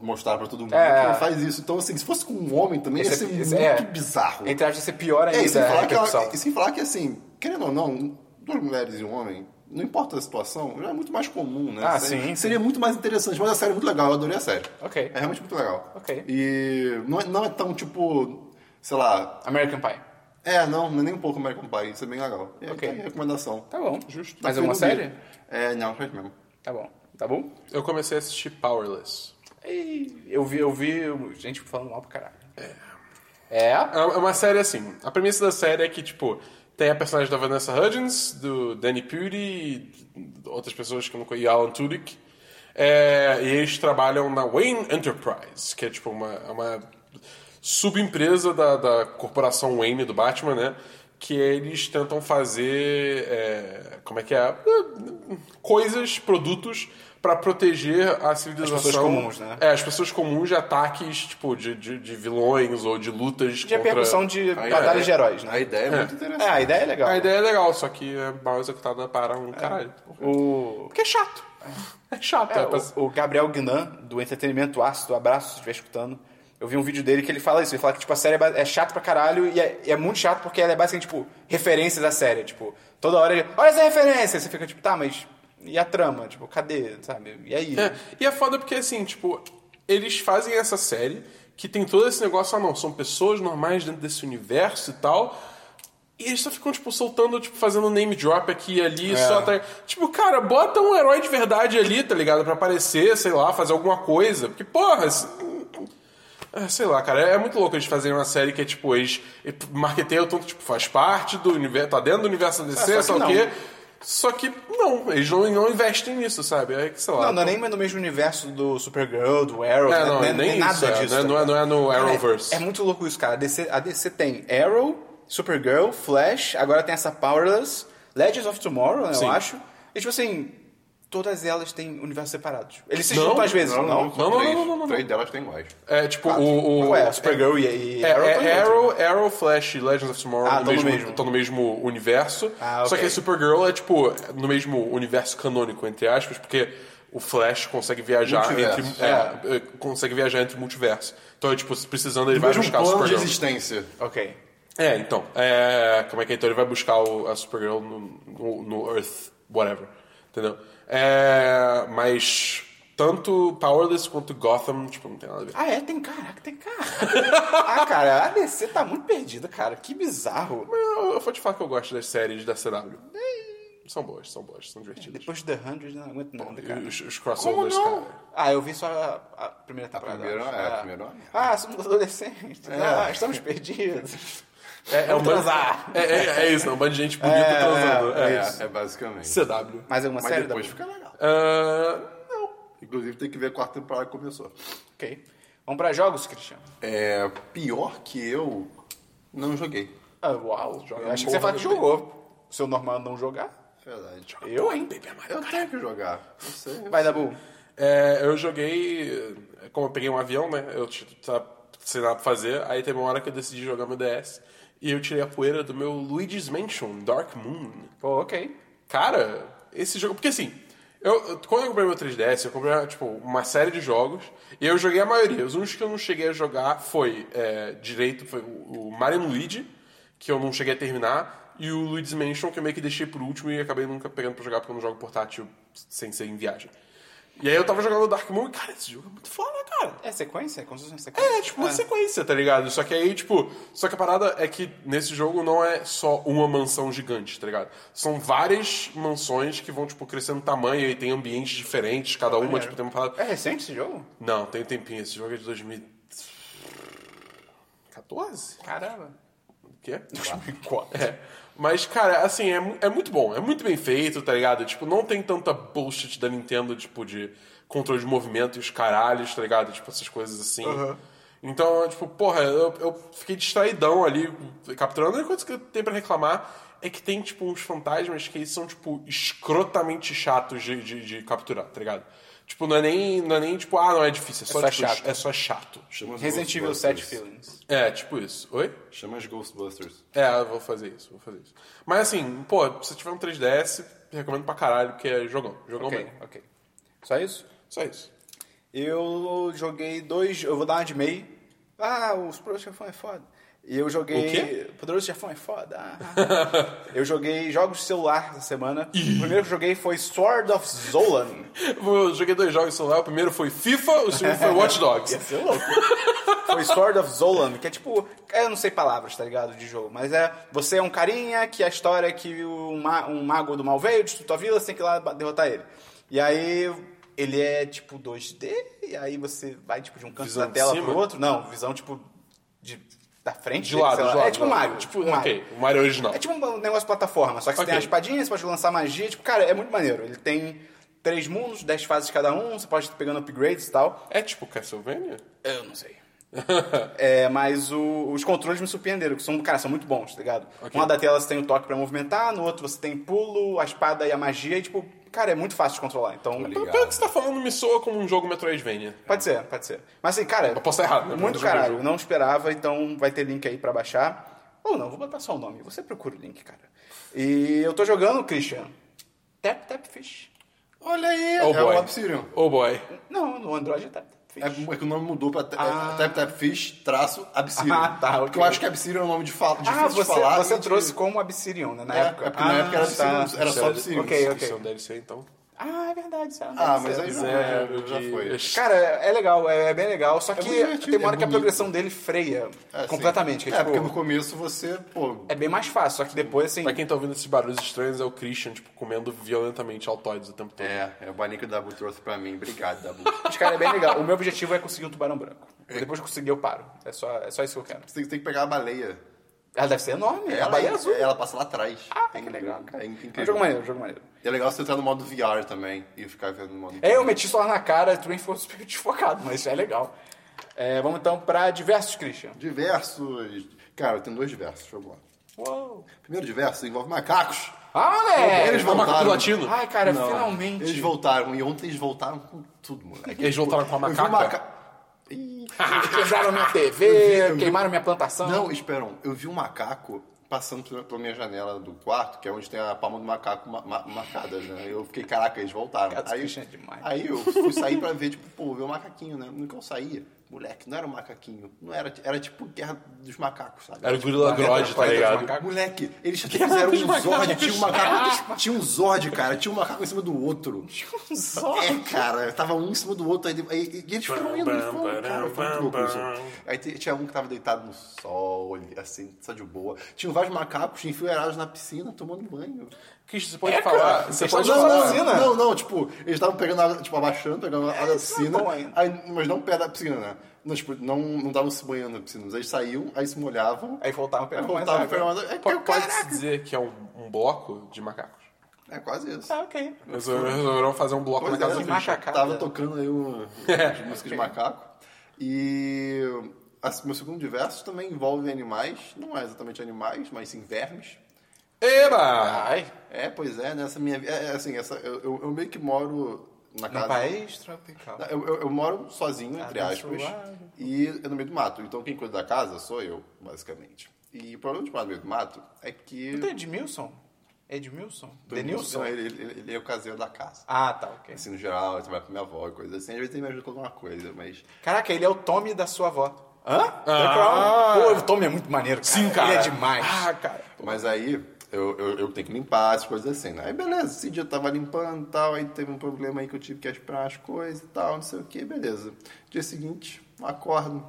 [SPEAKER 2] mostrar pra todo mundo
[SPEAKER 1] É.
[SPEAKER 2] que não faz isso. Então, assim, se fosse com um homem também
[SPEAKER 1] Esse é-
[SPEAKER 2] ia ser
[SPEAKER 1] esse é-
[SPEAKER 2] muito bizarro.
[SPEAKER 1] Entre aspas, ser pior ainda né,
[SPEAKER 2] É, e sem,
[SPEAKER 1] a
[SPEAKER 2] falar que ela-
[SPEAKER 1] repercussão.
[SPEAKER 2] e sem falar que, assim, querendo ou não, duas mulheres e um homem, não importa a situação, já é muito mais comum, né?
[SPEAKER 1] Ah,
[SPEAKER 2] Seria-
[SPEAKER 1] sim, sim.
[SPEAKER 2] Seria muito mais interessante, mas a série é muito legal, eu adorei a série.
[SPEAKER 1] Ok.
[SPEAKER 2] É realmente muito legal.
[SPEAKER 1] Ok.
[SPEAKER 2] E não é, não é tão, tipo, sei lá...
[SPEAKER 1] American Pie.
[SPEAKER 2] É, não, não é nem um pouco American Pie, isso é bem legal. É,
[SPEAKER 1] Ok.
[SPEAKER 2] tá aí a recomendação.
[SPEAKER 1] Tá bom.
[SPEAKER 3] Justo.
[SPEAKER 1] Mais
[SPEAKER 2] Tá
[SPEAKER 1] alguma
[SPEAKER 2] feio no
[SPEAKER 1] série?
[SPEAKER 2] vídeo. É, não, faz mesmo.
[SPEAKER 1] Tá bom. Tá bom?
[SPEAKER 3] Eu comecei a assistir Powerless.
[SPEAKER 1] E eu vi, eu vi gente falando mal pra caralho. É. É?
[SPEAKER 3] É uma série assim. A premissa da série é que, tipo, tem a personagem da Vanessa Hudgens, do Danny Pudi e outras pessoas que eu não conheço, e Alan Tudyk. É, e eles trabalham na Wayne Enterprise, que é tipo uma, é uma subempresa da, da corporação Wayne do Batman, né? Que eles tentam fazer. é, como é que é? Coisas, produtos para proteger a civilização.
[SPEAKER 1] comuns, né?
[SPEAKER 3] É, as pessoas comuns de ataques, tipo, de, de, de vilões ou de lutas
[SPEAKER 1] De repercussão de batalhas de heróis, né?
[SPEAKER 2] A ideia é, muito interessante.
[SPEAKER 1] É, a ideia é legal.
[SPEAKER 3] A ideia é legal, só que é mal executada para um caralho.
[SPEAKER 1] É, O,
[SPEAKER 3] Porque é chato. É chato.
[SPEAKER 1] é,
[SPEAKER 3] é pra-
[SPEAKER 1] o, o Gabriel Guinan, do Entretenimento Ácido, abraço se estiver escutando. Eu vi um vídeo dele que ele fala isso. Ele fala que tipo, a série é, ba- é chata pra caralho e é, e é muito chato porque ela é basicamente tipo, referências à série. Tipo, toda hora ele. Olha essa referência! Você fica tipo, tá, mas. E a trama? Tipo, cadê? Sabe? E aí? né?
[SPEAKER 3] É, e é foda porque, assim, tipo, eles fazem essa série que tem todo esse negócio, ah, não, são pessoas normais dentro desse universo e tal. E eles só ficam, tipo, soltando, tipo, fazendo name drop aqui e
[SPEAKER 1] É.
[SPEAKER 3] ali, só tá... Tipo, cara, bota um herói de verdade ali, tá ligado? Pra aparecer, sei lá, fazer alguma coisa. Porque, porra, assim, ah, sei lá, cara, é muito louco eles fazerem uma série que é tipo, eles marqueteiam tanto, tipo, faz parte do universo, tá dentro do universo da DC,
[SPEAKER 1] É, só
[SPEAKER 3] só
[SPEAKER 1] que
[SPEAKER 3] o quê. Só que não, eles não, não investem nisso, sabe? É que, sei lá.
[SPEAKER 1] Não, não é nem no mesmo universo do Supergirl, do Arrow,
[SPEAKER 3] É,
[SPEAKER 1] né?
[SPEAKER 3] não,
[SPEAKER 1] Não é-
[SPEAKER 3] nem
[SPEAKER 1] nem
[SPEAKER 3] isso,
[SPEAKER 1] nada
[SPEAKER 3] é,
[SPEAKER 1] disso.
[SPEAKER 3] né?
[SPEAKER 1] tá
[SPEAKER 3] Não é- não é no
[SPEAKER 1] ligado?
[SPEAKER 3] Arrowverse.
[SPEAKER 1] É, é muito louco isso, cara. A DC, a DC tem Arrow, Supergirl, Flash, agora tem essa Powerless, Legends of Tomorrow, né,
[SPEAKER 3] Sim.
[SPEAKER 1] eu acho. E tipo assim, todas elas têm universos separados. Eles se
[SPEAKER 3] Não,
[SPEAKER 1] juntam às vezes,
[SPEAKER 2] Não,
[SPEAKER 1] não?
[SPEAKER 2] não,
[SPEAKER 3] não,
[SPEAKER 2] não,
[SPEAKER 3] não,
[SPEAKER 2] três,
[SPEAKER 3] não, não, não.
[SPEAKER 2] três delas têm iguais.
[SPEAKER 3] É tipo o, o-
[SPEAKER 1] Ué, Supergirl e, e
[SPEAKER 3] É,
[SPEAKER 1] Arrow. também,
[SPEAKER 3] é,
[SPEAKER 1] né?
[SPEAKER 3] Arrow, Arrow, Flash e Legends of Tomorrow
[SPEAKER 1] Ah, tão
[SPEAKER 3] no
[SPEAKER 1] no
[SPEAKER 3] mesmo-
[SPEAKER 1] mesmo.
[SPEAKER 3] tão no mesmo universo.
[SPEAKER 1] Ah,
[SPEAKER 3] Só
[SPEAKER 1] ok.
[SPEAKER 3] que a Supergirl é, tipo, no mesmo universo canônico, entre aspas, porque o Flash consegue viajar
[SPEAKER 2] Multiverso.
[SPEAKER 3] entre... é, é, consegue viajar entre multiverso. Então, é, tipo, se precisando, ele vai
[SPEAKER 2] Veja um
[SPEAKER 3] buscar a
[SPEAKER 2] plano de
[SPEAKER 3] Supergirl.
[SPEAKER 2] existência.
[SPEAKER 1] Ok.
[SPEAKER 3] É, então. É, como é que é? Então ele vai buscar o- a Supergirl no, no, no Earth, whatever. Entendeu? É, mas tanto Powerless quanto Gotham, tipo, não tem nada a ver.
[SPEAKER 1] Ah, é? Tem caraca, tem cara. ah, cara, a DC tá muito perdida, cara. Que bizarro.
[SPEAKER 3] Mas eu, eu vou te falar que eu gosto das séries da CW. São boas, são boas, são divertidas.
[SPEAKER 1] Depois de The 100, não aguento nada,
[SPEAKER 3] E
[SPEAKER 1] cara.
[SPEAKER 3] Os, os crossovers,
[SPEAKER 1] Como não?
[SPEAKER 3] cara.
[SPEAKER 1] Ah, eu vi só a, a primeira temporada.
[SPEAKER 2] primeira,
[SPEAKER 1] acho.
[SPEAKER 2] é, a
[SPEAKER 1] Ah.
[SPEAKER 2] primeira.
[SPEAKER 1] Ah, somos adolescentes. Ah, estamos perdidos.
[SPEAKER 3] É, é um
[SPEAKER 1] Vamos
[SPEAKER 3] bando-
[SPEAKER 1] transar.
[SPEAKER 3] É, é- é isso, é um bando de gente bonita
[SPEAKER 1] É,
[SPEAKER 3] transando. É,
[SPEAKER 2] É, é basicamente.
[SPEAKER 3] CW.
[SPEAKER 1] Mais alguma
[SPEAKER 2] Mas
[SPEAKER 1] série?
[SPEAKER 2] depois
[SPEAKER 1] Dabu?
[SPEAKER 2] fica legal.
[SPEAKER 3] Ah, não.
[SPEAKER 2] Inclusive tem que ver a quarta temporada que começou.
[SPEAKER 1] Ok. Vamos pra jogos, Cristiano?
[SPEAKER 2] É, pior que eu não joguei.
[SPEAKER 1] Ah, uau.
[SPEAKER 3] Joga
[SPEAKER 1] Acho que você
[SPEAKER 3] porra
[SPEAKER 1] fala que
[SPEAKER 3] nenhuma.
[SPEAKER 1] jogou. Seu normal não jogar?
[SPEAKER 2] Verdade.
[SPEAKER 1] Eu, hein?
[SPEAKER 2] Eu tenho que jogar. Não sei.
[SPEAKER 1] Vai, Dabu.
[SPEAKER 3] É, eu joguei. Como eu peguei um avião, né? Eu t- tava sem nada pra fazer. Aí teve uma hora que eu decidi jogar meu DS. E eu tirei a poeira do meu Luigi's Mansion Dark Moon.
[SPEAKER 1] Pô, ok.
[SPEAKER 3] Cara, esse jogo. Porque assim, eu, eu- quando eu comprei meu 3DS, eu comprei tipo, uma série de jogos e eu joguei a maioria. Os únicos que eu não cheguei a jogar foi é, direito, foi o, o Mario Luigi, que eu não cheguei a terminar, e o Luigi's Mansion, que eu meio que deixei por último e acabei nunca pegando pra jogar porque eu não jogo portátil sem ser em viagem. E aí eu tava jogando Dark Moon e, cara, esse jogo é muito foda, cara.
[SPEAKER 1] É sequência? É como se fosse uma sequência? Ah.
[SPEAKER 3] É, tipo, uma sequência, tá ligado? Só que aí, tipo, só que a parada é que nesse jogo não é só uma mansão gigante, tá ligado? São várias mansões que vão, tipo, crescendo tamanho e tem ambientes diferentes, cada uma, tipo, tem uma parada.
[SPEAKER 1] É recente esse jogo?
[SPEAKER 3] Não, tem um tempinho, esse jogo é de 2014?
[SPEAKER 1] Caramba.
[SPEAKER 3] O quê? 2004. É. Mas, cara, assim, é, mu- é muito bom, é muito bem feito, tá ligado? Tipo, não tem tanta bullshit da Nintendo, tipo, de controle de movimento e os caralhos, tá ligado? Tipo, essas coisas assim. Então, tipo, porra, eu, eu fiquei distraidão ali, capturando. A única coisa que eu tenho pra reclamar é que tem, tipo, uns fantasmas que eles são, tipo, escrotamente chatos de, de, de capturar, tá ligado? Tipo, não é nem, não é nem tipo, ah, não é difícil, é só,
[SPEAKER 1] É só
[SPEAKER 3] tipo,
[SPEAKER 1] chato.
[SPEAKER 3] É só chato.
[SPEAKER 2] Chama os
[SPEAKER 1] Resident Evil
[SPEAKER 2] Ghostbusters.
[SPEAKER 1] 7 Feelings.
[SPEAKER 3] É, tipo isso. Oi?
[SPEAKER 2] Chama os Ghostbusters.
[SPEAKER 3] É, eu vou fazer isso, vou fazer isso. Mas assim, pô, se tiver um 3DS, recomendo pra caralho, porque é jogão, jogão
[SPEAKER 1] Ok,
[SPEAKER 3] mesmo.
[SPEAKER 1] ok. Só isso?
[SPEAKER 3] Só isso.
[SPEAKER 1] Eu joguei dois. Eu vou dar uma de meio. Ah, os Poderoso Chefão é foda. E eu joguei.
[SPEAKER 3] O quê?
[SPEAKER 1] Poderoso Chefão é foda. Ah, ah. eu joguei jogos de celular essa semana. O primeiro que eu joguei foi Sword of Zolan.
[SPEAKER 3] Eu joguei dois jogos no celular. O primeiro foi FIFA, o segundo foi Watch Dogs.
[SPEAKER 1] Ia ser louco. Foi Sword of Zolan, que é tipo. Eu não sei palavras, tá ligado? De jogo. Mas é. Você é um carinha que a história é que um, ma- um mago do mal veio, destruiu tua vila, você tem que ir lá ba- derrotar ele. E aí. Ele é tipo 2D, e aí você vai tipo de um canto
[SPEAKER 3] Visão
[SPEAKER 1] da
[SPEAKER 3] de
[SPEAKER 1] tela
[SPEAKER 3] cima?
[SPEAKER 1] pro outro. Não, visão tipo. De, da frente?
[SPEAKER 3] De
[SPEAKER 1] dele,
[SPEAKER 3] lado,
[SPEAKER 1] sei lá.
[SPEAKER 3] de lado.
[SPEAKER 1] É tipo
[SPEAKER 3] de lado.
[SPEAKER 1] Mario.
[SPEAKER 3] Tipo,
[SPEAKER 1] Mario.
[SPEAKER 3] ok, o Mario original.
[SPEAKER 1] É tipo um negócio de plataforma, só que você
[SPEAKER 3] Ok.
[SPEAKER 1] tem uma espadinha, você pode lançar magia. Tipo, cara, é muito maneiro. Ele tem três mundos, dez fases cada um, você pode ir pegando upgrades e tal.
[SPEAKER 3] É tipo Castlevania?
[SPEAKER 1] Eu não sei. é, mas o- os controles me surpreenderam, que são, cara, são muito bons, tá ligado? Uma da tela você tem o toque pra movimentar, no outro você tem pulo, a espada e a magia, e tipo, cara, é muito fácil de controlar. Então,
[SPEAKER 3] Pelo pelo que você tá falando, me soa como um jogo Metroidvania.
[SPEAKER 1] pode ser, pode ser. Mas assim, cara,
[SPEAKER 3] Eu posso estar errado, né?
[SPEAKER 1] muito
[SPEAKER 3] Mas eu joguei o
[SPEAKER 1] caralho,
[SPEAKER 3] jogo.
[SPEAKER 1] não esperava, então vai ter link aí pra baixar. Ou não, vou botar só o nome, você procura o link, cara. E eu tô jogando, Christian. Tap Tap Fish.
[SPEAKER 2] Olha aí,
[SPEAKER 3] Oh
[SPEAKER 2] é
[SPEAKER 3] boy.
[SPEAKER 2] o Obsidian.
[SPEAKER 3] Oh boy.
[SPEAKER 1] Não, no Android é Tap Tap Fish.
[SPEAKER 2] É, é que o nome mudou pra
[SPEAKER 1] Ah.
[SPEAKER 2] ah. Tap Tap Fish traço Obsidian.
[SPEAKER 1] Ah, tá, ok.
[SPEAKER 2] Porque eu acho que Obsidian é um nome de fato difícil
[SPEAKER 1] Ah,
[SPEAKER 2] de
[SPEAKER 1] você,
[SPEAKER 2] falar.
[SPEAKER 1] você
[SPEAKER 2] e de-
[SPEAKER 1] trouxe como Obsidian, né? Na
[SPEAKER 2] É,
[SPEAKER 1] época.
[SPEAKER 2] é porque na
[SPEAKER 1] Ah,
[SPEAKER 2] época era Obsidian, era
[SPEAKER 1] tá.
[SPEAKER 2] só Obsidian.
[SPEAKER 1] Ok, ok.
[SPEAKER 3] Isso é um DLC, então.
[SPEAKER 1] Ah, é verdade, será?
[SPEAKER 2] Ah, mas
[SPEAKER 1] né?
[SPEAKER 2] aí já,
[SPEAKER 3] É,
[SPEAKER 2] é, já
[SPEAKER 3] de-
[SPEAKER 2] foi.
[SPEAKER 1] Cara, é legal, é, é bem legal, só que
[SPEAKER 2] muito divertido,
[SPEAKER 1] tem uma hora
[SPEAKER 2] é
[SPEAKER 1] que a
[SPEAKER 2] bonito.
[SPEAKER 1] progressão dele freia
[SPEAKER 2] É, assim.
[SPEAKER 1] completamente. Que é,
[SPEAKER 2] É,
[SPEAKER 1] tipo,
[SPEAKER 2] porque no começo você, pô,
[SPEAKER 1] é bem mais fácil, só que depois, assim,
[SPEAKER 3] Pra quem tá ouvindo esses barulhos estranhos, é o Christian, tipo, comendo violentamente altoides o tempo todo.
[SPEAKER 2] É, é o balinho que o Dabu trouxe pra mim. Obrigado, Dabu.
[SPEAKER 1] os cara, é bem legal. O meu objetivo é conseguir um tubarão branco. Depois que conseguir, eu paro. É só, é só isso que eu quero.
[SPEAKER 2] Você tem, tem que pegar a baleia.
[SPEAKER 1] Ela deve ser enorme, ela, a baleia é azul.
[SPEAKER 2] Ela passa lá atrás.
[SPEAKER 1] Ah, que legal, cara.
[SPEAKER 2] É
[SPEAKER 1] É um
[SPEAKER 2] incrível.
[SPEAKER 1] jogo maneiro, um jogo maneiro.
[SPEAKER 2] E é legal você entrar no modo VR também e ficar vendo no modo
[SPEAKER 1] É, eu meti só na cara, tu nem foi super desfocado, mas é legal. É, vamos então pra diversos, Christian.
[SPEAKER 2] Diversos. Cara, tem dois diversos, vamos lá.
[SPEAKER 1] Uou!
[SPEAKER 2] Primeiro diverso envolve macacos.
[SPEAKER 1] Ah, moleque!
[SPEAKER 2] Eles
[SPEAKER 3] É uma
[SPEAKER 2] voltaram.
[SPEAKER 3] do latino.
[SPEAKER 1] Ai, cara,
[SPEAKER 2] Não,
[SPEAKER 1] finalmente.
[SPEAKER 2] Eles voltaram e ontem eles voltaram com tudo, moleque.
[SPEAKER 3] Eles voltaram com a
[SPEAKER 2] Eu vi um
[SPEAKER 3] macaca.
[SPEAKER 2] maca-
[SPEAKER 1] Queimaram Ah, minha
[SPEAKER 2] Eu
[SPEAKER 1] TV,
[SPEAKER 2] vi- eu vi-
[SPEAKER 1] queimaram minha plantação.
[SPEAKER 2] Não, esperam. Eu vi um macaco passando pela pela minha janela do quarto, que é onde tem a palma do macaco ma- ma- marcada, né? Eu fiquei, caraca, eles voltaram.
[SPEAKER 1] Cara,
[SPEAKER 2] aí,
[SPEAKER 1] isso é demais.
[SPEAKER 2] aí eu fui sair pra ver, tipo, pô, ver o macaquinho, né? Nunca eu saía. Moleque, não era um macaquinho. Não era, era tipo guerra dos macacos, sabe?
[SPEAKER 3] Era o
[SPEAKER 2] tipo,
[SPEAKER 3] Gorilla
[SPEAKER 2] uma guerra
[SPEAKER 3] Grodd,
[SPEAKER 2] dos
[SPEAKER 3] tá ligado?
[SPEAKER 2] macacos. Moleque, eles até fizeram
[SPEAKER 3] dos
[SPEAKER 2] um
[SPEAKER 3] macacos.
[SPEAKER 2] Zord, tinha um macaco. Tinha um Zord, cara, tinha um macaco em cima do outro.
[SPEAKER 1] um
[SPEAKER 2] É, cara, tava um em cima do outro, aí, aí- e eles foram indo, eles foram, cara, foi muito louco isso. Aí te- tinha um que tava deitado no sol, ali, assim, só de boa. Tinham vários macacos enfileirados na piscina, tomando banho.
[SPEAKER 3] Christian, você pode
[SPEAKER 1] É,
[SPEAKER 3] falar.
[SPEAKER 1] cara.
[SPEAKER 3] Você
[SPEAKER 1] Eles
[SPEAKER 3] pode
[SPEAKER 1] tão
[SPEAKER 2] Não,
[SPEAKER 1] na
[SPEAKER 3] falar.
[SPEAKER 2] não,
[SPEAKER 1] piscina?
[SPEAKER 2] não, não, não, tipo, eles estavam pegando água, tipo, abaixando, pegando água
[SPEAKER 1] isso não
[SPEAKER 2] da
[SPEAKER 1] é
[SPEAKER 2] piscina,
[SPEAKER 1] bom ainda.
[SPEAKER 2] aí, mas não perto da piscina, né? Não, tipo, não não estavam se banhando na piscina, mas eles saíam, aí se molhavam,
[SPEAKER 1] Aí voltavam pra
[SPEAKER 2] aí
[SPEAKER 1] pegar mais
[SPEAKER 2] voltavam,
[SPEAKER 1] água.
[SPEAKER 2] pegavam mais água. É,
[SPEAKER 3] Po-
[SPEAKER 2] que-
[SPEAKER 3] Pode-se
[SPEAKER 2] caraca.
[SPEAKER 3] dizer que é um, um bloco de macacos.
[SPEAKER 2] é quase isso.
[SPEAKER 1] Tá, ok.
[SPEAKER 3] Eles resolveram fazer um bloco
[SPEAKER 2] Pois
[SPEAKER 3] na
[SPEAKER 2] é,
[SPEAKER 3] casa
[SPEAKER 2] eu
[SPEAKER 3] do
[SPEAKER 1] de macaco. né?
[SPEAKER 3] Christian.
[SPEAKER 1] macacada.
[SPEAKER 2] Tava tocando aí uma, umas músicas de macaco. E assim, meu segundo diverso também envolve animais. Não é exatamente animais, mas sim vermes.
[SPEAKER 3] Eba!
[SPEAKER 1] Ai,
[SPEAKER 2] É, pois é, nessa minha vida. É, assim, essa, eu, eu- eu meio que moro na
[SPEAKER 1] no
[SPEAKER 2] casa.
[SPEAKER 1] país Ah, tropical.
[SPEAKER 2] Eu, eu- eu moro sozinho, entre aspas,
[SPEAKER 1] Abençoado.
[SPEAKER 2] e é no meio do mato. Então quem cuida da casa sou eu, basicamente. E o problema de morar no meio do mato é que.
[SPEAKER 1] Não tem então Edmilson? Edmilson? Denilson?
[SPEAKER 2] Ele, ele- ele é o caseiro da casa.
[SPEAKER 1] Ah, tá, ok.
[SPEAKER 2] Assim, no geral, ele trabalha com minha avó e coisa assim. Às vezes ele me ajuda com alguma coisa, mas
[SPEAKER 1] Caraca, ele é o Tommy da sua avó. Hã?
[SPEAKER 3] Ah.
[SPEAKER 1] Pô, o Tommy é muito maneiro, cara.
[SPEAKER 3] Sim, cara.
[SPEAKER 1] Ele é demais.
[SPEAKER 3] Ah, cara.
[SPEAKER 2] Mas aí eu, eu, eu tenho que limpar as coisas assim, né? Aí beleza, esse dia eu tava limpando e tal, aí teve um problema aí que eu tive que aspirar as coisas e tal, não sei o que, beleza. Dia seguinte, eu acordo,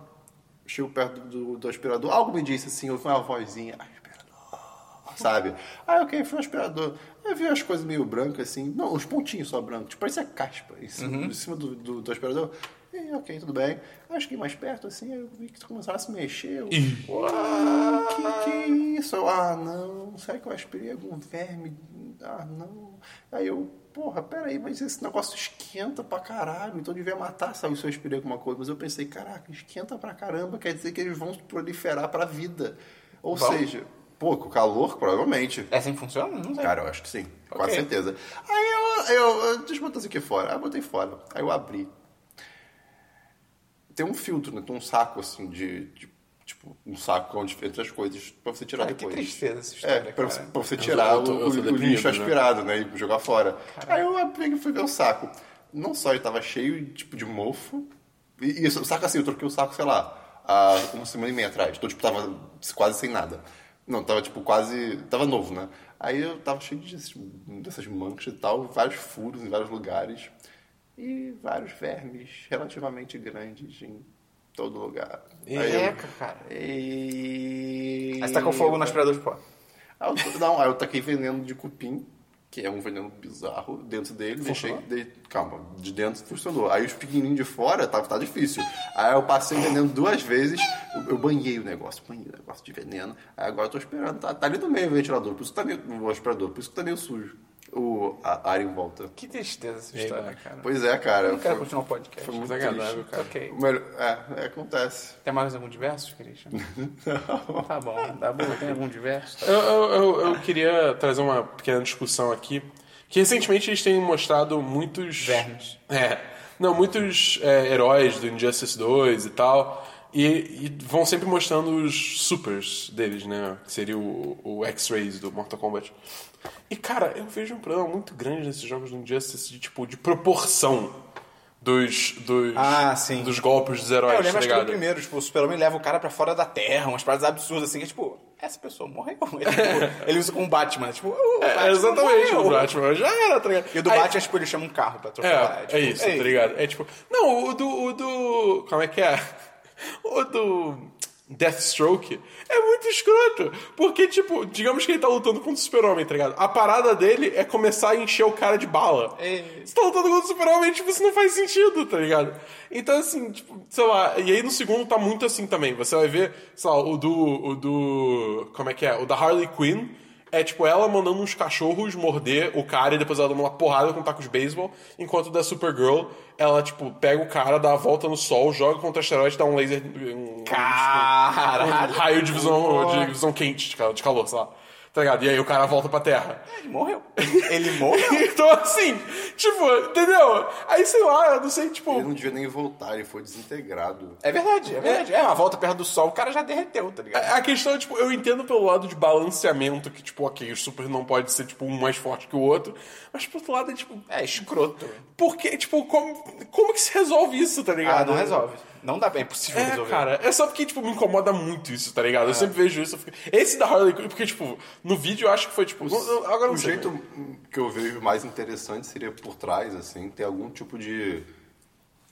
[SPEAKER 2] chego perto do, do aspirador, algo me disse assim, ouvi uma vozinha, aspirador, sabe? Aí ok, fui um aspirador. Aí eu vi as coisas meio brancas assim, não, os pontinhos só brancos, tipo, parecia caspa em cima, em cima do, do, do aspirador. E aí, ok, tudo bem. Aí cheguei mais perto, assim, aí eu vi que começaram a se mexer. Eu, ah, que, que é isso? Eu, ah, não. Será que eu aspirei algum verme? Ah, não. Aí eu, porra, peraí, mas esse negócio esquenta pra caralho. Então eu devia matar se eu se eu aspirei alguma coisa. Mas eu pensei, caraca, esquenta pra caramba. Quer dizer que eles vão proliferar pra vida. Ou
[SPEAKER 1] Vão?
[SPEAKER 2] seja, pô, com calor, provavelmente.
[SPEAKER 1] É assim que funciona? Não sei.
[SPEAKER 2] Cara, eu acho que sim. Com
[SPEAKER 1] Ok.
[SPEAKER 2] certeza. Aí eu, eu, eu desbotei isso aqui fora. Aí eu botei fora. Aí eu abri. Tem um filtro, né? Tem um saco assim de. de- tipo, um saco onde entra as coisas pra você tirar
[SPEAKER 1] Cara, que
[SPEAKER 2] depois.
[SPEAKER 1] tristeza essa
[SPEAKER 2] É,
[SPEAKER 1] história,
[SPEAKER 2] pra você,
[SPEAKER 1] cara.
[SPEAKER 2] pra você tirar
[SPEAKER 3] eu tô-
[SPEAKER 2] o,
[SPEAKER 3] eu tô
[SPEAKER 2] o- o
[SPEAKER 3] deprimido,
[SPEAKER 2] lixo
[SPEAKER 3] né?
[SPEAKER 2] aspirado, né? E jogar fora. Aí eu abri e fui ver o saco. não só ele tava cheio tipo, de mofo, e, e saca assim, eu troquei o saco, sei lá, há uma semana e meia atrás. Então, tipo, tava quase sem nada. Não, tava tipo quase. Tava novo, né? Aí eu tava cheio de, tipo, dessas manchas e tal, vários furos em vários lugares. E vários vermes relativamente grandes em todo lugar. Aí eu-
[SPEAKER 3] Eca, cara.
[SPEAKER 2] E...
[SPEAKER 1] Aí você tá com fogo no aspirador de pó.
[SPEAKER 2] Aí eu- Não, aí eu taquei veneno de cupim, que é um veneno bizarro, dentro dele, deixei. De... Calma, de dentro funcionou. Aí os pequenininhos de fora, tava, tá difícil. Aí eu passei o veneno duas vezes, eu, eu banhei o negócio, banhei o negócio de veneno. Aí agora eu tô esperando, tá, tá ali no meio o ventilador, por isso que tá meio. O aspirador, por isso que tá meio sujo. O, a, a área em volta.
[SPEAKER 1] Que tristeza essa história, cara.
[SPEAKER 2] Pois é, cara.
[SPEAKER 1] Eu quero
[SPEAKER 2] foi-
[SPEAKER 1] continuar o podcast.
[SPEAKER 2] foi muito
[SPEAKER 3] Desagradável,
[SPEAKER 2] triste.
[SPEAKER 3] cara.
[SPEAKER 1] Ok.
[SPEAKER 2] O melhor- é, é, acontece.
[SPEAKER 1] Tem mais algum diverso, Christian?
[SPEAKER 2] Não.
[SPEAKER 1] Tá bom. Tá bom. Tem algum diverso?
[SPEAKER 3] Eu, eu, eu, eu queria trazer uma pequena discussão aqui. Que recentemente eles têm mostrado muitos.
[SPEAKER 1] Vermes.
[SPEAKER 3] É. Não, muitos é, heróis do Injustice 2 e tal. E, e vão sempre mostrando os supers deles, né? Que seria o, o X-Rays do Mortal Kombat. E cara, eu vejo um problema muito grande nesses jogos do Injustice de tipo, de proporção dos. dos
[SPEAKER 1] Ah, sim.
[SPEAKER 3] Dos golpes dos
[SPEAKER 1] É,
[SPEAKER 3] heróis,
[SPEAKER 1] eu lembro
[SPEAKER 3] tá
[SPEAKER 1] acho que do
[SPEAKER 3] ligado?
[SPEAKER 1] primeiro, tipo, o Superman leva o cara pra fora da Terra, umas paradas absurdas assim, que é tipo, essa pessoa morreu. É, tipo, ele usa com o Batman, tipo, o Batman
[SPEAKER 3] É, exatamente,
[SPEAKER 1] morreu.
[SPEAKER 3] o Batman já era, tá ligado?
[SPEAKER 1] E o do
[SPEAKER 3] Aí-
[SPEAKER 1] Batman, tipo, ele chama um carro pra trocar.
[SPEAKER 3] É, é isso, tá ligado? É tipo. Não, o do. O do como é que é? O do. Deathstroke é muito escroto. Porque, tipo, digamos que ele tá lutando contra o super-homem, tá ligado? A parada dele é começar a encher o cara de bala.
[SPEAKER 1] É.
[SPEAKER 3] Você tá lutando contra o super-homem, tipo, isso não faz sentido, tá ligado? Então, assim, tipo, sei lá. E aí no segundo tá muito assim também. Você vai ver, sei lá, o do. O do. Como é que é? O da Harley Quinn. É tipo ela mandando uns cachorros morder o cara e depois ela dando uma porrada com um taco de beisebol, enquanto da Supergirl, ela, tipo, pega o cara, dá a volta no sol, joga contra asteroide, dá um laser. Um,
[SPEAKER 1] Caralho.
[SPEAKER 3] um raio de visão, de visão quente, de calor, de calor, sei lá. Tá ligado? E aí o cara volta pra terra.
[SPEAKER 1] Ele morreu. Ele morreu?
[SPEAKER 3] Então, assim, tipo, entendeu? Aí sei lá, eu não sei,
[SPEAKER 2] Ele
[SPEAKER 3] tipo.
[SPEAKER 2] não devia nem voltar, ele foi desintegrado.
[SPEAKER 1] É verdade, é verdade. É, uma volta perto do sol, o cara já derreteu, tá ligado?
[SPEAKER 3] A a questão é, tipo, eu entendo pelo lado de balanceamento, que, tipo, ok, o super não pode ser, tipo, um mais forte que o outro, mas por outro lado é, tipo,
[SPEAKER 1] É escroto.
[SPEAKER 3] Porque, tipo, como, como que se resolve isso, tá ligado?
[SPEAKER 1] Ah, não resolve. Não dá bem, é impossível
[SPEAKER 3] É,
[SPEAKER 1] resolver.
[SPEAKER 3] cara, é só porque, tipo, me incomoda muito isso, tá ligado? Eu sempre vejo isso. eu fico- Esse da Harley Quinn, porque, tipo, no vídeo eu acho que foi, tipo, não- não- agora não
[SPEAKER 2] O
[SPEAKER 3] sei.
[SPEAKER 2] jeito que eu vejo mais interessante seria por trás, assim, ter algum tipo de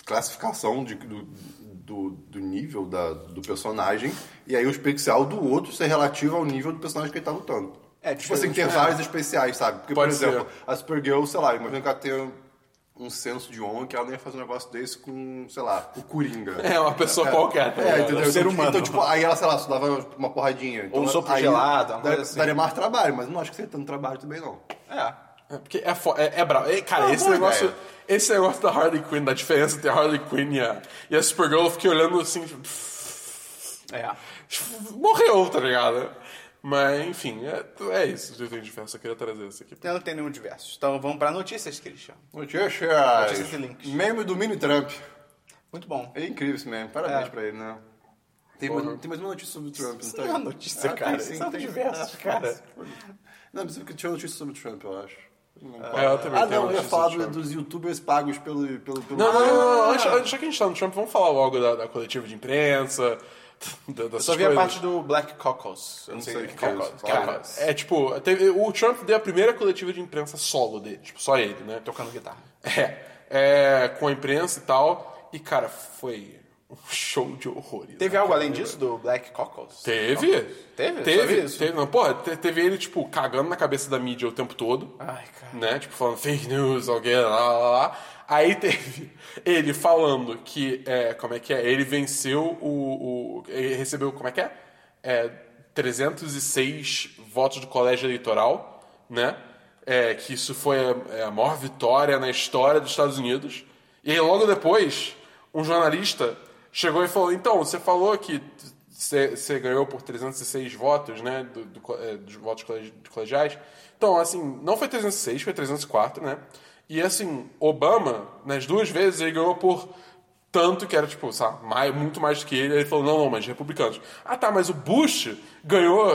[SPEAKER 2] classificação de- do, do, do nível da- do personagem e aí o especial do outro ser relativo ao nível do personagem que ele tá lutando.
[SPEAKER 1] É,
[SPEAKER 2] tipo assim, ter vários especiais, sabe? Porque,
[SPEAKER 3] né? Pode
[SPEAKER 2] por exemplo, a Supergirl, sei lá, imagina que ela tem um senso de honra que ela nem ia fazer um negócio desse com, sei lá, o Coringa.
[SPEAKER 3] É, uma pessoa qualquer, tá
[SPEAKER 2] É,
[SPEAKER 3] ligado?
[SPEAKER 2] entendeu?
[SPEAKER 1] É um ser
[SPEAKER 2] Então,
[SPEAKER 1] humano.
[SPEAKER 2] Então, tipo, aí ela, sei lá, só dava uma porradinha. Então,
[SPEAKER 1] um sopro
[SPEAKER 2] aí
[SPEAKER 1] gelado, uma coisa
[SPEAKER 2] daria,
[SPEAKER 1] assim.
[SPEAKER 2] daria mais trabalho, mas não acho que seria tanto trabalho também, não.
[SPEAKER 1] É.
[SPEAKER 3] É, porque é, fo- é, é brabo. É, cara,
[SPEAKER 2] Ah,
[SPEAKER 3] esse
[SPEAKER 2] boa
[SPEAKER 3] negócio.
[SPEAKER 2] ideia.
[SPEAKER 3] Esse negócio da Harley Quinn, da diferença entre a Harley Quinn e a, e a Supergirl, eu fiquei olhando assim, tipo,
[SPEAKER 1] É.
[SPEAKER 3] morreu, tá ligado? Mas, enfim, é, é isso. Eu tenho diferença, eu queria trazer isso aqui.
[SPEAKER 1] Eu não tenho nenhum diverso. Então vamos pra notícias, Christian.
[SPEAKER 2] Notícias
[SPEAKER 1] Notícias e links.
[SPEAKER 2] ah, Meme do Mini Trump.
[SPEAKER 1] Muito bom.
[SPEAKER 2] É incrível esse meme. Parabéns
[SPEAKER 1] É.
[SPEAKER 2] pra ele, né? Tem mais, tem mais uma notícia sobre o Trump,
[SPEAKER 1] Isso
[SPEAKER 2] não
[SPEAKER 1] não é
[SPEAKER 2] tem?
[SPEAKER 1] notícia,
[SPEAKER 2] Ah,
[SPEAKER 1] cara.
[SPEAKER 2] Tem, sim,
[SPEAKER 1] São
[SPEAKER 2] tem.
[SPEAKER 1] diversos,
[SPEAKER 2] Ah,
[SPEAKER 1] cara.
[SPEAKER 2] foi. Não, mas porque tinha notícia sobre o Trump, eu acho. Não lembro
[SPEAKER 3] É,
[SPEAKER 2] qual. ah,
[SPEAKER 3] eu também tenho
[SPEAKER 2] não, eu ia
[SPEAKER 3] notícia
[SPEAKER 2] falar
[SPEAKER 3] sobre o
[SPEAKER 2] do- Ah.
[SPEAKER 3] Trump.
[SPEAKER 2] dos youtubers pagos pelo... pelo, pelo
[SPEAKER 3] Não, não, não, não, não. Antes, antes já que a gente tá no Trump, vamos falar logo da, da coletiva de imprensa, da, dessas
[SPEAKER 1] Só vi a
[SPEAKER 3] coisas.
[SPEAKER 1] parte do Black Cocos. Eu não
[SPEAKER 2] Não
[SPEAKER 1] sei
[SPEAKER 2] sei
[SPEAKER 1] o
[SPEAKER 2] o
[SPEAKER 1] que
[SPEAKER 2] que é isso.
[SPEAKER 1] Cocos.
[SPEAKER 2] Fala.
[SPEAKER 1] Cara,
[SPEAKER 3] É tipo, teve- o Trump deu a primeira coletiva de imprensa solo dele, tipo, só ele, né?
[SPEAKER 1] tocando guitarra.
[SPEAKER 3] É, é, com a imprensa e tal. E, cara, foi um show de horrores.
[SPEAKER 1] Teve
[SPEAKER 3] né,
[SPEAKER 1] algo
[SPEAKER 3] cara?
[SPEAKER 1] além disso do Black Cocos?
[SPEAKER 3] Teve.
[SPEAKER 1] Teve? Só vi
[SPEAKER 3] Teve,
[SPEAKER 1] isso.
[SPEAKER 3] teve. Não, porra, te- teve ele, tipo, cagando na cabeça da mídia o tempo todo.
[SPEAKER 1] Ai, cara.
[SPEAKER 3] né? Tipo, falando fake news, alguém, lá, lá, lá. Aí teve ele falando que, é, como é que é? Ele venceu o, o- Ele recebeu, como é que é? É, 306 votos do colégio eleitoral, né? É, que isso foi a, é a maior vitória na história dos Estados Unidos. E aí, logo depois, um jornalista chegou e falou: Então, você falou que você ganhou por 306 votos, né? Do, do co- é, dos votos colegi- de colegiais. Então, assim, não foi 306, foi 304, né? E, assim, Obama, nas duas vezes, ele ganhou por tanto que era, tipo, sabe, mais, muito mais do que ele. Ele falou, não, não, mas republicanos. Ah, tá, mas o Bush ganhou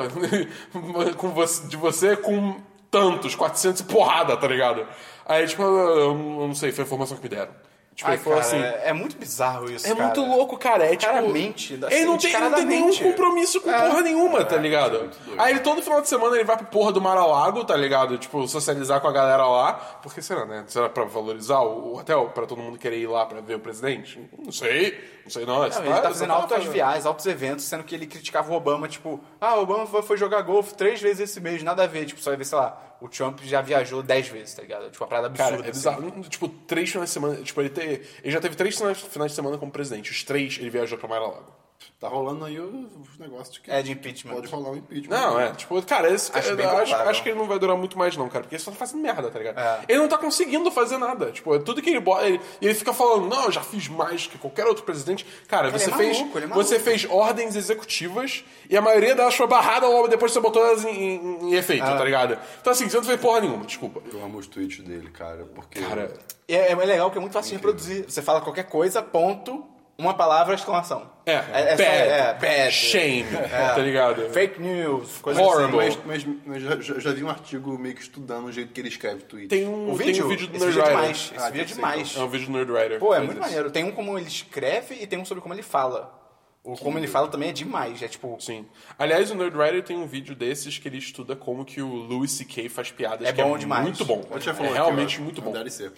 [SPEAKER 3] com você- de você com tantos, 400 e porrada, tá ligado? Aí, tipo, eu, eu não sei, foi a informação que me deram. Tipo,
[SPEAKER 1] Ai,
[SPEAKER 3] ele falou
[SPEAKER 1] cara,
[SPEAKER 3] assim.
[SPEAKER 1] é é muito bizarro isso,
[SPEAKER 3] É
[SPEAKER 1] cara.
[SPEAKER 3] muito louco, cara. É
[SPEAKER 1] cara
[SPEAKER 3] tipo.
[SPEAKER 1] mente, assim,
[SPEAKER 3] ele não tem, ele não tem nenhum
[SPEAKER 1] descaradamente.
[SPEAKER 3] compromisso com
[SPEAKER 1] É.
[SPEAKER 3] porra nenhuma, tá ligado? Aí ele todo final de semana ele vai pro porra do Mar-a-Lago, tá ligado? Tipo, socializar com a galera lá. Porque será, né? Será pra valorizar o o hotel? Pra todo mundo querer ir lá pra ver o presidente? Não sei. Não sei, não.
[SPEAKER 1] Não, ele tá fazendo altas viagens, altos eventos, sendo que ele criticava o Obama, tipo, ah, o Obama foi foi jogar golfe três vezes esse mês, nada a ver. Tipo, só vai ver, sei lá, o Trump já viajou dez vezes, tá ligado? Tipo, uma parada absurda.
[SPEAKER 3] Cara, é
[SPEAKER 1] assim.
[SPEAKER 3] bizarro. Um, Tipo, três finais de semana. Tipo, ele, te- ele já teve três finais finais de semana como presidente. Os três ele viajou pra Mar-a-Lago.
[SPEAKER 2] Tá rolando aí os negócios de que
[SPEAKER 1] É de impeachment.
[SPEAKER 2] pode rolar um impeachment.
[SPEAKER 3] Não, é. Tipo, cara, esse
[SPEAKER 1] Acho
[SPEAKER 3] eu
[SPEAKER 1] bem
[SPEAKER 3] acho,
[SPEAKER 1] provável.
[SPEAKER 3] acho que ele não vai durar muito mais, não, cara. Porque ele só tá fazendo merda, tá ligado?
[SPEAKER 1] É.
[SPEAKER 3] Ele não tá conseguindo fazer nada. Tipo, é tudo que ele bota. Ele, e ele fica falando, não, eu já fiz mais que qualquer outro presidente. Cara,
[SPEAKER 1] Ele
[SPEAKER 3] você
[SPEAKER 1] é
[SPEAKER 3] fez.
[SPEAKER 1] maluco, ele é maluco.
[SPEAKER 3] você fez ordens executivas e a maioria delas foi barrada logo depois que você botou elas em, em- em efeito,
[SPEAKER 1] Ah.
[SPEAKER 3] tá ligado? Então assim, você não fez porra nenhuma, desculpa.
[SPEAKER 2] Eu amo os tweets dele, cara, porque...
[SPEAKER 3] Cara,
[SPEAKER 1] E É, é legal que é muito fácil de reproduzir. Você fala qualquer coisa, ponto, uma palavra, exclamação.
[SPEAKER 3] é.
[SPEAKER 1] é,
[SPEAKER 3] bad,
[SPEAKER 1] só- é, bad.
[SPEAKER 3] Shame, tá ligado?
[SPEAKER 1] Fake news, coisa
[SPEAKER 3] Horrible.
[SPEAKER 1] assim.
[SPEAKER 2] Mas, mas, mas já, já- já vi um artigo meio que estudando o jeito que ele escreve tweets.
[SPEAKER 3] Tem um,
[SPEAKER 1] O
[SPEAKER 3] tem
[SPEAKER 1] vídeo,
[SPEAKER 3] um vídeo do
[SPEAKER 1] esse
[SPEAKER 3] Nerd
[SPEAKER 1] vídeo é
[SPEAKER 3] Rider.
[SPEAKER 1] demais. Esse vídeo
[SPEAKER 2] Ah,
[SPEAKER 1] é
[SPEAKER 2] tem que ser,
[SPEAKER 1] demais.
[SPEAKER 3] É um vídeo do Nerd Rider.
[SPEAKER 1] Pô, é
[SPEAKER 3] Faz
[SPEAKER 1] muito
[SPEAKER 3] isso.
[SPEAKER 1] maneiro. Tem um como ele escreve e tem um sobre como ele fala. O como ele fala também é demais. É tipo,
[SPEAKER 3] Sim. Aliás, o Nerd Rider tem um vídeo desses que ele estuda como que o Louis C.K. faz piadas.
[SPEAKER 1] É
[SPEAKER 3] que
[SPEAKER 1] bom
[SPEAKER 3] é
[SPEAKER 1] demais.
[SPEAKER 3] Muito bom.
[SPEAKER 2] Eu tinha
[SPEAKER 3] é
[SPEAKER 2] falado aqui,
[SPEAKER 3] realmente
[SPEAKER 2] ó,
[SPEAKER 3] muito
[SPEAKER 2] na
[SPEAKER 3] bom.
[SPEAKER 2] DLC.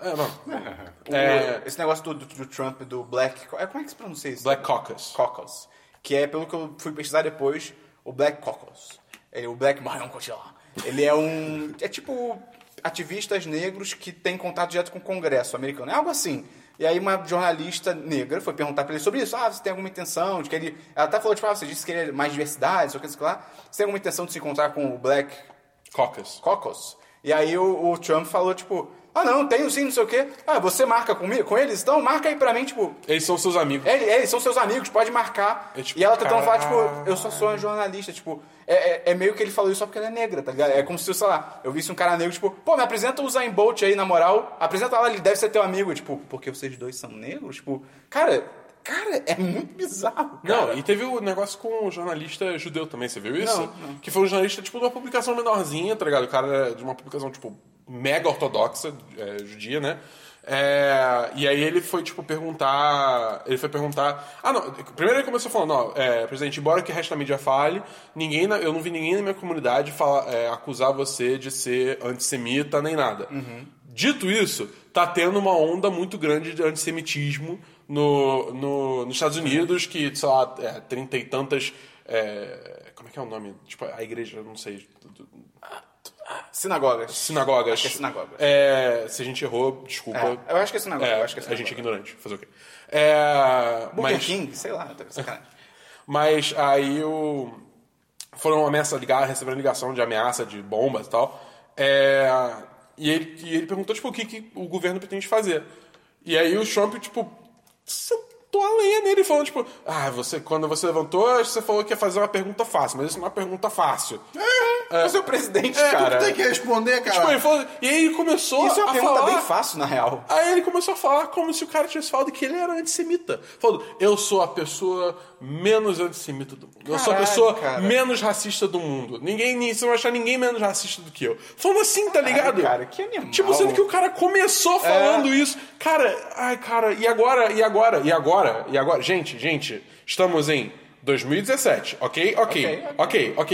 [SPEAKER 3] É, não.
[SPEAKER 1] o-
[SPEAKER 3] É.
[SPEAKER 1] esse negócio do, do, do Trump, do Black... é, Como é que se pronuncia isso?
[SPEAKER 3] Black Caucus.
[SPEAKER 1] Caucus. Que é, pelo que eu fui pesquisar depois, o Black Caucus. Ele, o Black Marion Cotillard. Ele é um... É tipo ativistas negros que têm contato direto com o Congresso americano. É algo assim. E aí uma jornalista negra foi perguntar pra ele sobre isso. Ah, você tem alguma intenção de que ele... Ela até falou, tipo, ah, você disse que ele é mais diversidade, sei o que, sei o que lá. Você tem alguma intenção de se encontrar com o Black
[SPEAKER 3] Caucus.
[SPEAKER 1] Cocos. E aí o, o Trump falou, tipo, ah não, tenho sim, não sei o quê. Ah, você marca comigo, com eles? Então marca aí pra mim, tipo,
[SPEAKER 3] Eles são seus amigos.
[SPEAKER 1] ele- eles são seus amigos, pode marcar.
[SPEAKER 3] É, tipo,
[SPEAKER 1] e ela tentando falar,
[SPEAKER 3] caralho.
[SPEAKER 1] tipo, eu só sou uma jornalista, tipo, é, é- é meio que ele falou isso só porque ela é negra, tá ligado? É como se, sei lá, eu visse um cara negro, tipo, pô, me apresenta o Zayn Bolt aí, na moral, apresenta ela, ele deve ser teu amigo, tipo, porque vocês dois são negros? Tipo, cara, cara, é muito bizarro, cara.
[SPEAKER 3] Não, e teve o negócio com o jornalista judeu também, você viu isso?
[SPEAKER 1] Não, não.
[SPEAKER 3] Que foi um jornalista, tipo, de uma publicação menorzinha, tá ligado? O cara era de uma publicação, tipo, mega ortodoxa, é, judia, né? É, e aí ele foi, tipo, perguntar... Ele foi perguntar... Ah, não. Primeiro ele começou falando, ó, é, presidente, embora que o resto da mídia fale, ninguém na- eu não vi ninguém na minha comunidade falar, é, acusar você de ser antissemita nem nada.
[SPEAKER 1] Uhum.
[SPEAKER 3] Dito isso, tá tendo uma onda muito grande de antissemitismo no, no, nos Estados Unidos, que, sei lá, é, trinta e tantas. é, como é que é o nome? Tipo, a igreja, não sei. do- do-
[SPEAKER 1] Sinagogas.
[SPEAKER 3] Sinagogas.
[SPEAKER 1] Acho que é sinagogas.
[SPEAKER 3] É, se a gente errou, desculpa.
[SPEAKER 1] É, eu acho que é sinagoga,
[SPEAKER 3] É,
[SPEAKER 1] eu acho que é
[SPEAKER 3] a
[SPEAKER 1] sinagoga.
[SPEAKER 3] gente é ignorante. Fazer o quê? É,
[SPEAKER 1] Burger
[SPEAKER 3] mas-
[SPEAKER 1] King, sei lá, tá sacanagem.
[SPEAKER 3] mas aí o. Foram ameaças ligadas, receberam ligação de ameaça de bombas e tal. É, E ele, e ele perguntou, tipo, o que, que o governo pretende fazer. E aí o Trump, tipo, sentou a lenha nele, falando, tipo, ah, você, quando você levantou, você falou que ia fazer uma pergunta fácil, mas isso não é uma pergunta fácil.
[SPEAKER 1] Você é o presidente,
[SPEAKER 3] É,
[SPEAKER 1] cara.
[SPEAKER 2] Tu tem que responder, cara.
[SPEAKER 3] Tipo, ele falou, e aí ele começou
[SPEAKER 1] Isso é uma
[SPEAKER 3] a
[SPEAKER 1] pergunta
[SPEAKER 3] falar...
[SPEAKER 1] bem fácil, na real.
[SPEAKER 3] Aí ele começou a falar como se o cara tivesse falado que ele era antissemita. Falando, eu sou a pessoa menos antissemita do mundo. eu sou a
[SPEAKER 1] Caralho,
[SPEAKER 3] pessoa
[SPEAKER 1] cara.
[SPEAKER 3] menos racista do mundo. Ninguém, ni- você não vai achar ninguém menos racista do que eu. Falando assim, tá ligado?
[SPEAKER 1] cara, que animal. É.
[SPEAKER 3] Tipo, sendo que o cara começou falando isso. Cara, ai, cara, e agora, e agora, e agora, e agora? Gente, gente, estamos em 2017, ok? Ok,
[SPEAKER 1] Ok,
[SPEAKER 3] ok, ok.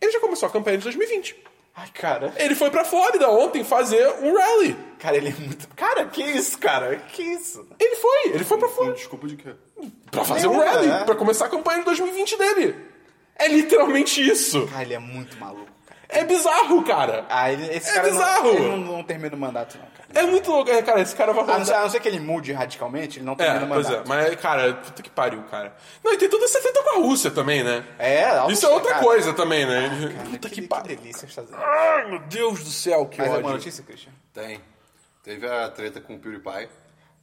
[SPEAKER 3] Ele já começou a campanha de 2020.
[SPEAKER 1] Ai, cara.
[SPEAKER 3] Ele foi pra Flórida ontem fazer um rally.
[SPEAKER 1] Cara, ele é muito. Cara, que isso, cara? Que isso?
[SPEAKER 3] Ele foi, ele foi pra Flórida.
[SPEAKER 2] Desculpa de quê?
[SPEAKER 3] Pra fazer um
[SPEAKER 1] Nenhuma,
[SPEAKER 3] rally,
[SPEAKER 1] né?
[SPEAKER 3] pra começar a campanha de 2020 dele. É literalmente isso.
[SPEAKER 1] Cara, ele é muito maluco, cara.
[SPEAKER 3] É bizarro, cara.
[SPEAKER 1] Ah, ele, esse
[SPEAKER 3] É
[SPEAKER 1] cara
[SPEAKER 3] bizarro!
[SPEAKER 1] Não, ele não, não termina o mandato, não, cara.
[SPEAKER 3] É muito louco, é, cara. Esse cara vai
[SPEAKER 1] A não, ser,
[SPEAKER 3] rodar.
[SPEAKER 1] a não ser que ele mude radicalmente, ele não termina
[SPEAKER 3] É,
[SPEAKER 1] o
[SPEAKER 3] pois é,
[SPEAKER 1] mandato.
[SPEAKER 3] mas, cara, puta que pariu, cara. Não, e tem toda essa treta com a Rússia também, né?
[SPEAKER 1] É, a
[SPEAKER 3] Isso
[SPEAKER 1] Rússia,
[SPEAKER 3] é outra
[SPEAKER 1] cara.
[SPEAKER 3] coisa também, né? puta
[SPEAKER 1] Puta que,
[SPEAKER 3] que,
[SPEAKER 1] que,
[SPEAKER 3] pariu.
[SPEAKER 1] delícia está fazendo.
[SPEAKER 3] Ai, meu Deus do céu, que
[SPEAKER 1] Mais alguma
[SPEAKER 3] ódio.
[SPEAKER 1] notícia, Christian?
[SPEAKER 2] Tem. Teve a treta com o PewDiePie.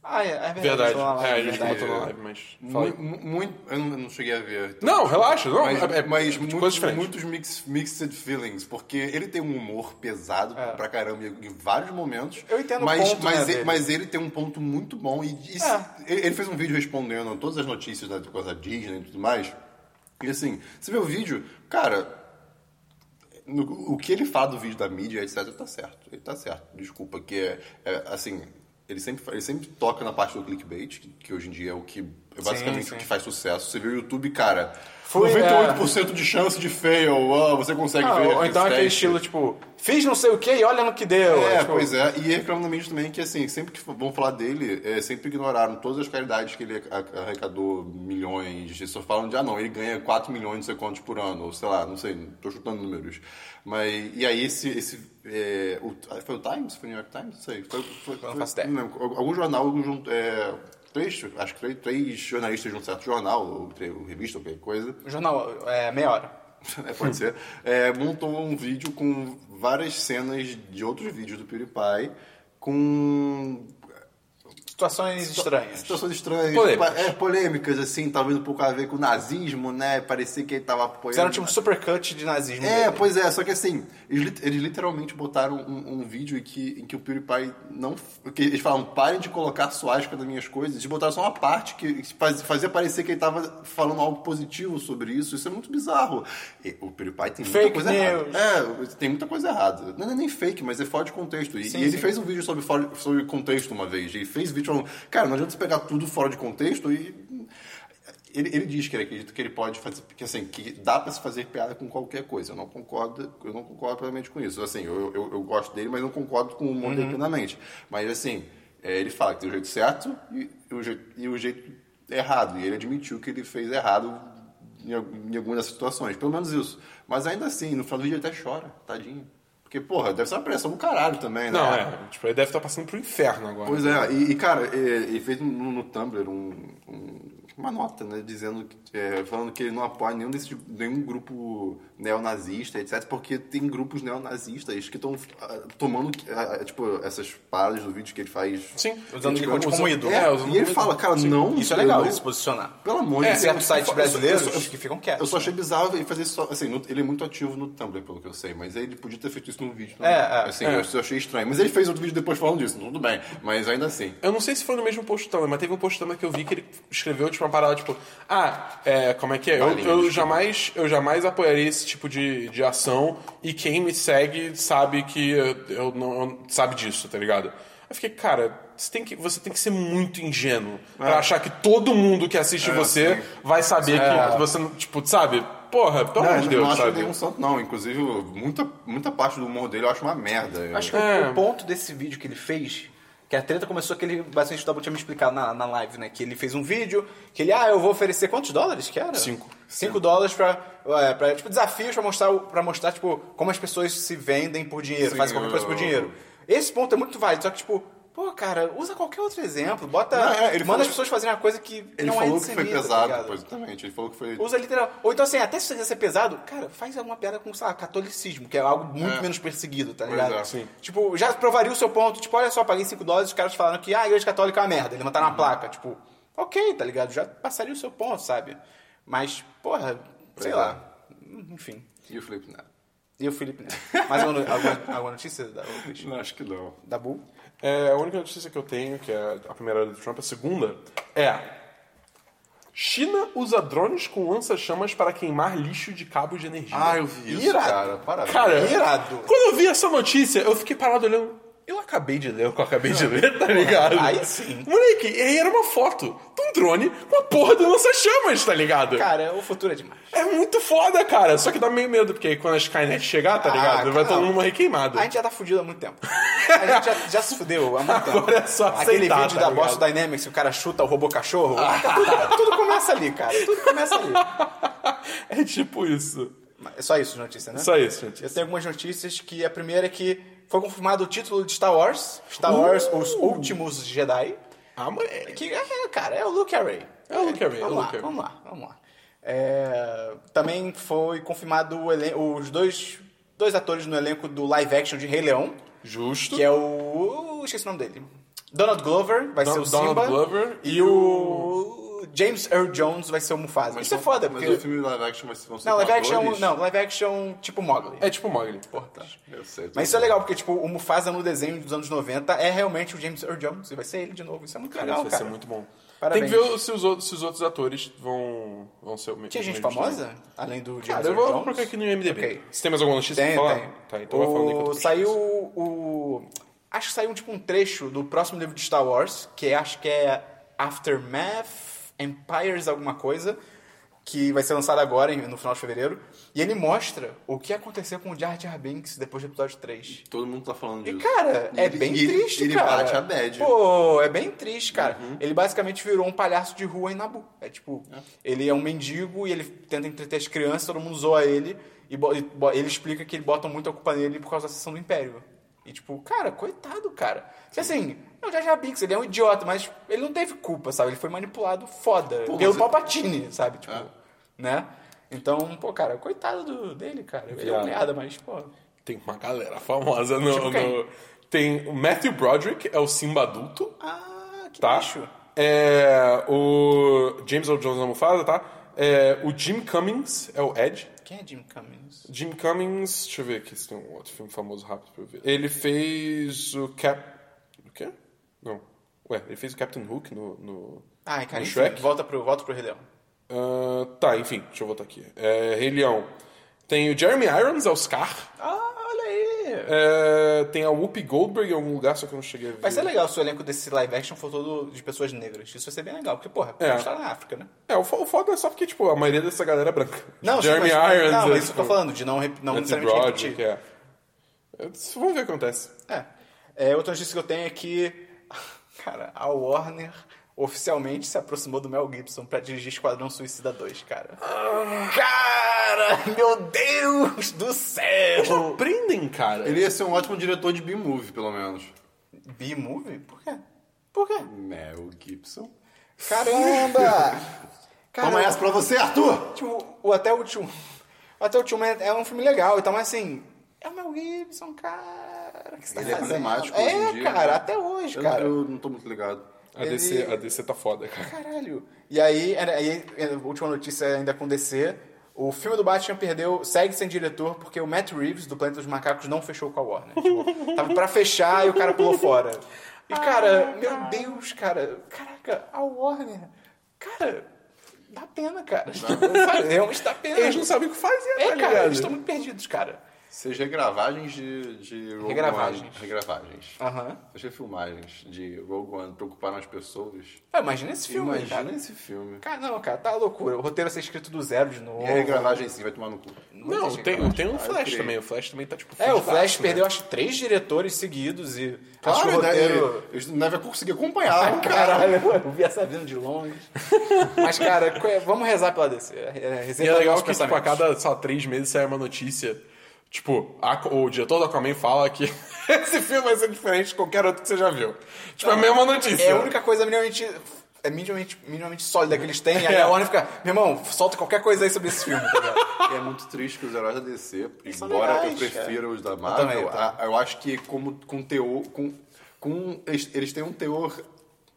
[SPEAKER 1] Ah, é, é verdade.
[SPEAKER 3] Verdade.
[SPEAKER 1] vamos lá,
[SPEAKER 3] É, a
[SPEAKER 1] verdade.
[SPEAKER 3] gente botou na live, mas. Fala aí.
[SPEAKER 2] Muito, muito, eu não eu não cheguei a ver. então.
[SPEAKER 3] Não, relaxa, não.
[SPEAKER 2] mas
[SPEAKER 3] é, é,
[SPEAKER 2] mas
[SPEAKER 3] tipo,
[SPEAKER 2] muito-
[SPEAKER 3] coisas diferentes.
[SPEAKER 2] muitos mix, mixed feelings, porque ele tem um humor pesado
[SPEAKER 3] É.
[SPEAKER 2] pra caramba em vários momentos.
[SPEAKER 1] Eu entendo o
[SPEAKER 2] mas,
[SPEAKER 1] ponto,
[SPEAKER 2] mas,
[SPEAKER 1] né,
[SPEAKER 2] ele,
[SPEAKER 1] dele.
[SPEAKER 2] mas ele tem um ponto muito bom. E, e se-
[SPEAKER 1] É.
[SPEAKER 2] ele ele fez um vídeo respondendo a todas as notícias né, da Disney e tudo mais. E assim, você vê o vídeo, cara, no- o que ele fala do vídeo da mídia, etc, tá certo. Ele tá certo. Desculpa, que é, é, assim, ele sempre, ele sempre toca na parte do clickbait, que, que hoje em dia é o que é basicamente
[SPEAKER 1] sim. é.
[SPEAKER 2] o que faz sucesso. Você vê o YouTube, cara,
[SPEAKER 3] Foi,
[SPEAKER 2] 98% de chance de fail, ah, você consegue
[SPEAKER 1] Ah,
[SPEAKER 2] ver.
[SPEAKER 1] ou então é aquele
[SPEAKER 2] teste.
[SPEAKER 1] estilo, tipo, fiz não sei o que e olha no que deu.
[SPEAKER 2] É,
[SPEAKER 1] tipo,
[SPEAKER 2] pois é. E reclamo no mídia também que, assim, sempre que vão falar dele, é, sempre ignoraram todas as caridades que ele a- arrecadou milhões. E só falam de, ah, não, ele ganha 4 milhões, não sei quantos por ano. Ou sei lá, não sei, tô chutando números. Mas, e aí esse... esse é, o- foi o Times? Foi o New York Times? Não sei. Foi, foi, foi,
[SPEAKER 1] não faço ideia.
[SPEAKER 2] não lembro. Algum jornal, algum, jun- é, três, acho que três, três jornalistas de um certo jornal, ou, tre- ou revista, ou qualquer coisa,
[SPEAKER 1] Jornal, é, meia hora.
[SPEAKER 2] é, pode ser, É, montou um vídeo com várias cenas de outros vídeos do PewDiePie com
[SPEAKER 1] Situações estranhas.
[SPEAKER 2] situações estranhas,
[SPEAKER 3] Polêmicas.
[SPEAKER 2] pa- é, polêmicas, assim, talvez um pouco a ver com o nazismo, né? Parecia que ele tava apoiando...
[SPEAKER 1] Fizeram tipo supercut de nazismo.
[SPEAKER 2] É,
[SPEAKER 1] dele.
[SPEAKER 2] pois é, só que assim, eles, lit- eles literalmente botaram um, um vídeo em que, em que o PewDiePie não. Que eles falam, parem de colocar suástica nas minhas coisas, e botaram só uma parte que faz- fazia parecer que ele tava falando algo positivo sobre isso, isso é muito bizarro. E o PewDiePie tem muita
[SPEAKER 1] Fake
[SPEAKER 2] coisa
[SPEAKER 1] news.
[SPEAKER 2] errada. É, tem muita coisa errada. Não é nem fake, mas é fora de contexto. E,
[SPEAKER 1] Sim,
[SPEAKER 2] e ele
[SPEAKER 1] sim.
[SPEAKER 2] fez um vídeo sobre, fora- sobre contexto uma vez, e fez vídeo falando, cara, não adianta você pegar tudo fora de contexto e. Ele, ele diz que ele acredita que ele pode fazer, que assim, que dá pra se fazer piada com qualquer coisa. Eu não concordo, eu não concordo plenamente com isso. Assim, eu, eu, eu gosto dele, mas não concordo com o humor
[SPEAKER 3] Uhum.
[SPEAKER 2] dele plenamente. Mas assim, é, ele fala que tem o jeito certo e, e o jeito, e o jeito errado. E ele admitiu que ele fez errado em, al- em algumas das situações, pelo menos isso. Mas ainda assim, no final do vídeo ele até chora, tadinho. Porque, porra, deve ser uma pressão do caralho também, né?
[SPEAKER 3] Não, é. Tipo, ele deve estar passando pro inferno agora.
[SPEAKER 2] Pois é, e, e, cara, e- ele fez no, no Tumblr um- um- uma nota, né, dizendo que, é, falando que ele não apoia nenhum, desse, nenhum grupo neonazista, etc, porque tem grupos neonazistas que estão tomando, ah, ah, tipo, essas paradas do vídeo que ele faz.
[SPEAKER 3] Sim.
[SPEAKER 1] Usando de
[SPEAKER 2] Tipo,
[SPEAKER 1] conte como
[SPEAKER 3] usando-
[SPEAKER 1] ídolo.
[SPEAKER 3] é,
[SPEAKER 1] né?
[SPEAKER 3] usando
[SPEAKER 2] E ele
[SPEAKER 3] como-
[SPEAKER 2] fala, cara, não...
[SPEAKER 1] Isso é
[SPEAKER 2] eu
[SPEAKER 1] legal,
[SPEAKER 2] não-
[SPEAKER 1] ele se posicionar.
[SPEAKER 2] Pelo amor
[SPEAKER 3] É,
[SPEAKER 2] de Deus.
[SPEAKER 1] certos sites
[SPEAKER 2] eu- eu-
[SPEAKER 1] brasileiros
[SPEAKER 2] eu- eu-
[SPEAKER 1] que ficam quietos,
[SPEAKER 2] Eu só achei bizarro ele fazer só. Assim, no- ele é muito ativo no Tumblr, pelo que eu sei, mas ele podia ter feito isso num vídeo. também.
[SPEAKER 1] É, é,
[SPEAKER 2] assim,
[SPEAKER 3] é.
[SPEAKER 2] Eu, só achei estranho. Mas ele fez outro vídeo depois falando disso, tudo bem. Mas ainda assim.
[SPEAKER 3] Eu não sei se foi no mesmo post Tumblr, mas teve um post Tumblr que eu vi que ele escreveu tipo uma parada tipo, ah, é, como é que é? Eu,
[SPEAKER 2] Balinha,
[SPEAKER 3] eu
[SPEAKER 2] desculpa.
[SPEAKER 3] jamais, eu jamais apoiaria esse tipo de, de ação e quem me segue sabe que eu, eu não eu- sabe disso, tá ligado? Eu fiquei, cara, você tem que, você tem que ser muito ingênuo pra achar que todo mundo que assiste você
[SPEAKER 2] É. sim.
[SPEAKER 3] vai saber
[SPEAKER 1] É.
[SPEAKER 3] que você, não- tipo, sabe? Porra, pelo
[SPEAKER 2] Não,
[SPEAKER 3] amor de
[SPEAKER 2] eu
[SPEAKER 3] Deus,
[SPEAKER 2] não acho
[SPEAKER 3] sabe?
[SPEAKER 2] nenhum santo, não. Inclusive, muita, muita parte do humor dele eu acho uma merda. Eu-
[SPEAKER 1] Acho que
[SPEAKER 3] É.
[SPEAKER 1] o, o ponto desse vídeo que ele fez, que a treta começou é que ele bastante double tinha me explicado na, na live, né? Que ele fez um vídeo, que ele, ah, eu vou oferecer quantos dólares que era?
[SPEAKER 3] Cinco.
[SPEAKER 1] Cinco dólares pra, é, pra, tipo, desafios pra mostrar, o- pra mostrar, tipo, como as pessoas se vendem por dinheiro,
[SPEAKER 2] Sim,
[SPEAKER 1] fazem qualquer coisa por
[SPEAKER 2] eu-
[SPEAKER 1] dinheiro. Esse ponto é muito válido, só que, tipo, pô, cara, usa qualquer outro exemplo, bota,
[SPEAKER 2] Não, é, ele
[SPEAKER 1] manda
[SPEAKER 2] falou-
[SPEAKER 1] as pessoas fazerem uma coisa que
[SPEAKER 2] Ele
[SPEAKER 1] não é
[SPEAKER 2] falou que foi
[SPEAKER 1] discernível, tá
[SPEAKER 2] pesado,
[SPEAKER 1] ligado?
[SPEAKER 2] pois, exatamente. Ele falou que foi.
[SPEAKER 1] Usa literal. Ou então, assim, até se você ser pesado, cara, faz alguma piada com, sei lá, catolicismo, que é algo muito
[SPEAKER 2] É.
[SPEAKER 1] menos perseguido, tá
[SPEAKER 2] Pois
[SPEAKER 1] ligado?
[SPEAKER 2] é, sim.
[SPEAKER 1] Tipo, já provaria o seu ponto. Tipo, olha só, paguei 5 dólares, os caras falaram que ah, a igreja católica é uma merda. Ele levantaram
[SPEAKER 2] Uhum.
[SPEAKER 1] uma placa. Tipo, ok, tá ligado? Já passaria o seu ponto, sabe? Mas, porra, sei
[SPEAKER 2] é.
[SPEAKER 1] lá. Enfim.
[SPEAKER 2] E o Felipe Neto.
[SPEAKER 1] E o Felipe, né? Mais alguma, alguma, alguma notícia da,
[SPEAKER 2] Não, acho que não.
[SPEAKER 1] da Bull?
[SPEAKER 3] É, a única notícia que eu tenho, que é a primeira era do Trump, a segunda é. China usa drones com lança-chamas para queimar lixo de cabo de energia.
[SPEAKER 2] Ah, eu vi isso,
[SPEAKER 3] Irado.
[SPEAKER 2] cara. Parabéns.
[SPEAKER 3] Cara,
[SPEAKER 1] Irado.
[SPEAKER 3] Quando eu vi essa notícia, eu fiquei parado olhando. Eu acabei de ler o que eu acabei de ler, tá ligado?
[SPEAKER 1] aí sim.
[SPEAKER 3] Moleque, e aí era uma foto de um drone com a porra do lança-chamas, tá ligado?
[SPEAKER 1] Cara, o futuro é demais.
[SPEAKER 3] É muito foda, cara. Só que dá meio medo, porque aí quando a Skynet chegar,
[SPEAKER 1] Ah,
[SPEAKER 3] tá ligado? vai
[SPEAKER 1] cara,
[SPEAKER 3] todo mundo morrer queimado.
[SPEAKER 1] A gente já tá fudido há muito tempo. A gente já, já se fudeu há muito tempo.
[SPEAKER 3] Agora é só
[SPEAKER 1] Aquele
[SPEAKER 3] aceitar,
[SPEAKER 1] vídeo
[SPEAKER 3] tá
[SPEAKER 1] da
[SPEAKER 3] ligado? Ah.
[SPEAKER 1] Boston Dynamics, que o cara chuta o robô cachorro. Tudo, tudo começa ali, cara. Tudo começa ali.
[SPEAKER 3] É tipo isso.
[SPEAKER 1] É só isso de notícia, né?
[SPEAKER 3] Só isso, gente.
[SPEAKER 1] Eu tenho algumas notícias que a primeira é que foi confirmado o título de Star Wars. Star Wars,
[SPEAKER 3] Uh!
[SPEAKER 1] Os Últimos Jedi.
[SPEAKER 3] Ah, moleque.
[SPEAKER 1] Que, é, cara, é o Luke Array.
[SPEAKER 3] É o Luke Array, é o
[SPEAKER 1] Vamos, lá,
[SPEAKER 3] Luke Array.
[SPEAKER 1] vamos lá, vamos lá. É, também foi confirmado o elen- os dois, dois atores no elenco do live action de Rei Leão.
[SPEAKER 3] Justo.
[SPEAKER 1] Que é o. Esqueci o nome dele. Donald Glover vai
[SPEAKER 3] Don-
[SPEAKER 1] ser o
[SPEAKER 3] Donald
[SPEAKER 1] Simba.
[SPEAKER 3] Glover
[SPEAKER 1] e,
[SPEAKER 3] e
[SPEAKER 1] o. James Earl Jones vai ser o Mufasa. Isso é foda,
[SPEAKER 2] mas
[SPEAKER 1] porque...
[SPEAKER 2] o filme live action vai ser um vão ser
[SPEAKER 1] Não, live
[SPEAKER 2] dubladores?
[SPEAKER 1] action, é um- não, live action tipo Mogli.
[SPEAKER 3] É tipo Mogli. Porra.
[SPEAKER 2] Tá, eu sei.
[SPEAKER 1] Mas isso é legal, porque tipo, o Mufasa no desenho dos anos 90 é realmente o James Earl Jones, e vai ser ele de novo. Isso é muito
[SPEAKER 3] Cara,
[SPEAKER 1] legal,
[SPEAKER 3] isso vai
[SPEAKER 1] cara.
[SPEAKER 3] ser muito bom.
[SPEAKER 1] Parabéns.
[SPEAKER 3] Tem que ver se os outros, se os outros atores vão, vão ser o mesmo.
[SPEAKER 1] Tinha gente famosa? Além do James
[SPEAKER 3] Cara, eu
[SPEAKER 1] Earl
[SPEAKER 3] vou
[SPEAKER 1] Jones?
[SPEAKER 3] colocar aqui no IMDB.
[SPEAKER 1] Ok.
[SPEAKER 3] Você tem mais alguma notícia
[SPEAKER 1] Tem,
[SPEAKER 3] pra falar?
[SPEAKER 1] tem.
[SPEAKER 3] Tá, então vai falando aí que eu tô
[SPEAKER 1] o...
[SPEAKER 3] pesquisando.
[SPEAKER 1] Saiu o... Acho que saiu tipo um trecho do próximo livro de Star Wars, que é- acho que é Aftermath, Empires alguma coisa, que vai ser lançado agora, em- no final de fevereiro. E ele mostra o que aconteceu com o Jar Jar Binks depois do episódio 3.
[SPEAKER 2] Todo mundo tá falando
[SPEAKER 1] E,
[SPEAKER 2] disso.
[SPEAKER 1] cara, é
[SPEAKER 2] Ele-
[SPEAKER 1] bem
[SPEAKER 2] ele-
[SPEAKER 1] triste,
[SPEAKER 2] ele
[SPEAKER 1] cara.
[SPEAKER 2] bate a Uhum. bad. né?
[SPEAKER 1] Pô, é bem triste, cara. Ele basicamente virou um palhaço de rua em Nabu. É tipo, ele é um mendigo e ele tenta entreter as crianças, todo mundo zoa ele. E bo- e bo- ele explica que ele botam muita culpa nele por causa da sessão do Império. E tipo, cara, coitado, cara. Porque assim, é o Jar Jar Binks, ele é um idiota, mas ele não teve culpa, sabe? Ele foi manipulado foda
[SPEAKER 2] Pô,
[SPEAKER 1] pelo
[SPEAKER 2] mas-
[SPEAKER 1] Palpatine, sabe? Tipo,
[SPEAKER 2] Ah.
[SPEAKER 1] né? Então, pô, cara, coitado do- dele, cara. Ele é um
[SPEAKER 3] Viado.
[SPEAKER 1] merda, mas, pô...
[SPEAKER 3] Tem uma galera famosa no.
[SPEAKER 1] Tipo quem?
[SPEAKER 3] no- Tem o Matthew Broderick, é o Simba adulto.
[SPEAKER 1] Ah, que
[SPEAKER 3] tá?
[SPEAKER 1] bicho.
[SPEAKER 3] É, o James Earl Jones é o Mufasa, tá? É, o Jim Cummings é o Ed.
[SPEAKER 1] Quem é Jim Cummings?
[SPEAKER 3] Jim Cummings, deixa eu ver aqui se tem um outro filme famoso rápido pra eu ver. Ele fez o Cap... O quê? Não. Ué, ele fez o Captain Hook no... no...
[SPEAKER 1] Ai, Ah, cara,
[SPEAKER 3] no
[SPEAKER 1] enfim,
[SPEAKER 3] Shrek.
[SPEAKER 1] volta pro, volta pro Rei Leão.
[SPEAKER 3] Ah, tá, enfim, deixa eu voltar aqui. É, Rei Leão. Tem o Jeremy Irons, é o Scar.
[SPEAKER 1] Ah, olha aí!
[SPEAKER 3] É, tem a Whoopi Goldberg em algum lugar, só que eu não cheguei a ver.
[SPEAKER 1] Vai ser legal se o elenco desse live action for todo de pessoas negras. Isso vai ser bem legal, porque, porra,
[SPEAKER 3] É.
[SPEAKER 1] é. está na África, né?
[SPEAKER 3] É, o fo- o foda é só porque, tipo, a maioria dessa galera é branca.
[SPEAKER 1] Não, sim,
[SPEAKER 3] Jeremy
[SPEAKER 1] mas-
[SPEAKER 3] Irons...
[SPEAKER 1] Não,
[SPEAKER 3] é,
[SPEAKER 1] mas isso que eu tô
[SPEAKER 3] tipo,
[SPEAKER 1] falando, de não, rep- não
[SPEAKER 3] Matthew
[SPEAKER 1] necessariamente
[SPEAKER 3] Broderick,
[SPEAKER 1] repetir.
[SPEAKER 3] é. É, Vamos ver o que acontece.
[SPEAKER 1] É. É, outra notícia que eu tenho é que, cara, a Warner oficialmente se aproximou do Mel Gibson pra dirigir Esquadrão Suicida 2, cara.
[SPEAKER 3] Ah.
[SPEAKER 1] Cara, meu Deus do céu!
[SPEAKER 3] Aprendem, cara.
[SPEAKER 2] Ele ia ser um ótimo diretor de B-movie, pelo menos.
[SPEAKER 1] B-Movie? Por quê? Por quê?
[SPEAKER 3] É
[SPEAKER 2] Mel Gibson.
[SPEAKER 1] Caramba!
[SPEAKER 2] Toma essa pra você, Arthur!
[SPEAKER 1] Tipo, o Até o Tio. O Até o Tio Man é um filme legal, então, mas assim. É o Mel Gibson, cara. O que você tá
[SPEAKER 2] Ele é
[SPEAKER 1] fazendo?
[SPEAKER 2] problemático hoje
[SPEAKER 1] É,
[SPEAKER 2] em dia,
[SPEAKER 1] cara,
[SPEAKER 2] né?
[SPEAKER 1] até hoje,
[SPEAKER 2] Eu,
[SPEAKER 1] cara.
[SPEAKER 2] eu não tô muito ligado.
[SPEAKER 3] A DC,
[SPEAKER 1] Ele-
[SPEAKER 3] a DC tá foda, cara.
[SPEAKER 1] Caralho. E aí, era- aí, a última notícia ainda com DC. O filme do Batman perdeu, segue sem diretor, porque o Matt Reeves, do Planeta dos Macacos, não fechou com a Warner. Tipo, tava pra fechar e o cara pulou fora. E, cara, meu Deus, cara. Caraca, a Warner. Cara, dá pena, cara. Sabe, Realmente dá pena.
[SPEAKER 3] Eles não sabem o que fazer,
[SPEAKER 1] É,
[SPEAKER 3] tá
[SPEAKER 1] cara,
[SPEAKER 3] ligado?
[SPEAKER 1] eles estão muito perdidos, cara.
[SPEAKER 2] Seja regravagens de, de Rogue
[SPEAKER 1] Regravagens.
[SPEAKER 2] One. Regravagens.
[SPEAKER 1] Aham.
[SPEAKER 2] Seja filmagens de Rogue One preocuparam as pessoas.
[SPEAKER 1] Ah, imagina esse filme, aí,
[SPEAKER 2] Imagina
[SPEAKER 1] cara.
[SPEAKER 2] esse filme.
[SPEAKER 1] Cara, não, cara, tá loucura. O roteiro vai ser escrito do zero de novo.
[SPEAKER 2] E a
[SPEAKER 3] É,
[SPEAKER 2] regravagem É, sim, vai tomar no cu.
[SPEAKER 3] Não,
[SPEAKER 1] gente
[SPEAKER 3] tem, tem um
[SPEAKER 2] cara, eu
[SPEAKER 3] Flash
[SPEAKER 2] creio.
[SPEAKER 3] também. O Flash também tá, tipo,
[SPEAKER 1] É, o
[SPEAKER 3] fudidaço,
[SPEAKER 1] Flash
[SPEAKER 3] né?
[SPEAKER 1] perdeu, acho, três diretores seguidos e... acho
[SPEAKER 2] Claro,
[SPEAKER 1] que o roteiro...
[SPEAKER 2] né? Eu não ia conseguir acompanhar, né? cara.
[SPEAKER 1] Caralho, eu vi essa vindo de longe. Mas, cara, co- é, vamos rezar pela DC. É, é,
[SPEAKER 3] E é legal que, tipo, a cada, sei lá, três meses sai uma notícia. Tipo, a- o diretor do Aquaman fala que esse filme vai ser diferente de qualquer outro que você já viu. Tipo, é a mesma notícia.
[SPEAKER 1] É a única coisa minimamente... É minimamente, minimamente sólida que eles têm. E aí
[SPEAKER 3] É.
[SPEAKER 1] a Warner fica... Meu irmão, solta qualquer coisa aí sobre esse filme, tá ligado?
[SPEAKER 2] E é muito triste que os heróis da DC,
[SPEAKER 1] são
[SPEAKER 2] embora eu
[SPEAKER 1] legais,
[SPEAKER 2] prefira os da
[SPEAKER 1] também,
[SPEAKER 2] Marvel,
[SPEAKER 1] eu
[SPEAKER 2] a- eu, acho que como com teor, com, com eles, eles têm um teor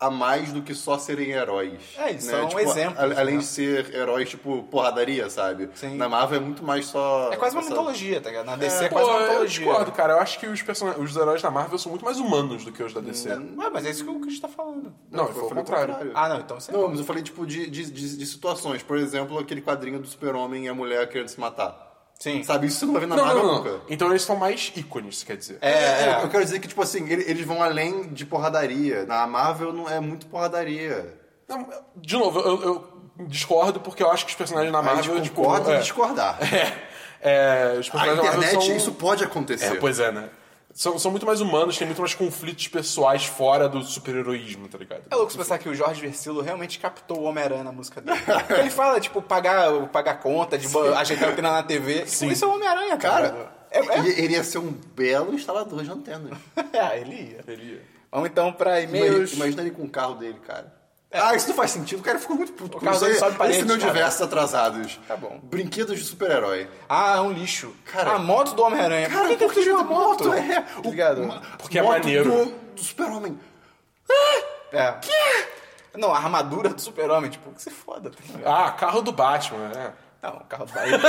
[SPEAKER 2] a mais do que só serem heróis.
[SPEAKER 1] É, eles são
[SPEAKER 2] tipo,
[SPEAKER 1] exemplos,
[SPEAKER 2] a- além
[SPEAKER 1] né?
[SPEAKER 2] de ser heróis tipo porradaria, sabe?
[SPEAKER 1] Sim.
[SPEAKER 2] Na Marvel é muito mais só
[SPEAKER 1] É quase uma
[SPEAKER 2] essa-
[SPEAKER 1] mitologia, tá ligado? Na DC é,
[SPEAKER 3] Pô,
[SPEAKER 1] quase uma
[SPEAKER 3] eu
[SPEAKER 1] mitologia.
[SPEAKER 3] discordo, cara. Eu acho que os, person... os heróis da Marvel são muito mais humanos do que os da DC.
[SPEAKER 1] Ah, mas é isso que o Chris tá falando.
[SPEAKER 3] Hum, Não,
[SPEAKER 2] eu
[SPEAKER 3] foi o
[SPEAKER 2] falei o
[SPEAKER 3] contrário.
[SPEAKER 2] contrário.
[SPEAKER 1] Ah, não, então você
[SPEAKER 2] Não, mas eu falei tipo de, de, de- de situações, por exemplo, aquele quadrinho do Super-Homem e a mulher querendo se matar.
[SPEAKER 1] Sim.
[SPEAKER 2] Sabe, isso você não vai ver na
[SPEAKER 3] Não,
[SPEAKER 2] Marvel
[SPEAKER 3] não, não,
[SPEAKER 2] nunca.
[SPEAKER 3] Então eles são mais ícones, isso quer dizer.
[SPEAKER 1] É, é.
[SPEAKER 2] Eu quero dizer que, tipo assim, ele- eles vão além de porradaria. Na Marvel não é muito porradaria.
[SPEAKER 3] Não, de novo, eu, eu discordo porque eu acho que os personagens da
[SPEAKER 2] A
[SPEAKER 3] Marvel...
[SPEAKER 2] gente
[SPEAKER 3] tipo,
[SPEAKER 2] concorda
[SPEAKER 3] é,
[SPEAKER 2] e discordar.
[SPEAKER 3] é, os
[SPEAKER 2] A
[SPEAKER 3] personagens da Marvel
[SPEAKER 2] internet,
[SPEAKER 1] um-
[SPEAKER 3] são...
[SPEAKER 2] isso pode acontecer.
[SPEAKER 3] É, pois é, né? São, são muito mais humanos, tem muito mais conflitos pessoais fora do super-heroísmo, tá ligado?
[SPEAKER 1] É louco você pensar que o Jorge Versilo realmente captou o Homem-Aranha na música dele. Ele fala, tipo, pagar, pagar conta, de bo- ajeitar o pneu na TV. Sim. Isso é o Homem-Aranha, cara.
[SPEAKER 2] Cara,
[SPEAKER 1] É- é-
[SPEAKER 2] ele- ele ia ser um belo instalador de antenas.
[SPEAKER 1] Ah, ele ia.
[SPEAKER 3] Seria.
[SPEAKER 1] Vamos então pra
[SPEAKER 2] Imagina,
[SPEAKER 1] e-mails.
[SPEAKER 2] imagina ele com o carro dele, cara. Ah, isso não faz sentido. O cara ficou muito puto.
[SPEAKER 1] É. O carro dele sobe parede,
[SPEAKER 2] Esse meu
[SPEAKER 1] cara.
[SPEAKER 2] diversos atrasados.
[SPEAKER 1] Tá bom.
[SPEAKER 2] Brinquedos de super-herói.
[SPEAKER 1] Ah, é um lixo.
[SPEAKER 2] Cara-
[SPEAKER 1] a moto do Homem-Aranha.
[SPEAKER 2] Cara,
[SPEAKER 1] por que, que ele
[SPEAKER 2] a
[SPEAKER 1] uma moto?
[SPEAKER 2] É,
[SPEAKER 1] Tá
[SPEAKER 2] o-
[SPEAKER 1] ligado?
[SPEAKER 2] ma-
[SPEAKER 3] Porque é
[SPEAKER 2] moto
[SPEAKER 3] maneiro.
[SPEAKER 2] Do, do super-homem.
[SPEAKER 1] É. Não, a armadura do super-homem, tipo, que se foda. Tá ligado?
[SPEAKER 3] Ah, carro do Batman, é.
[SPEAKER 1] não, o carro vai. Ele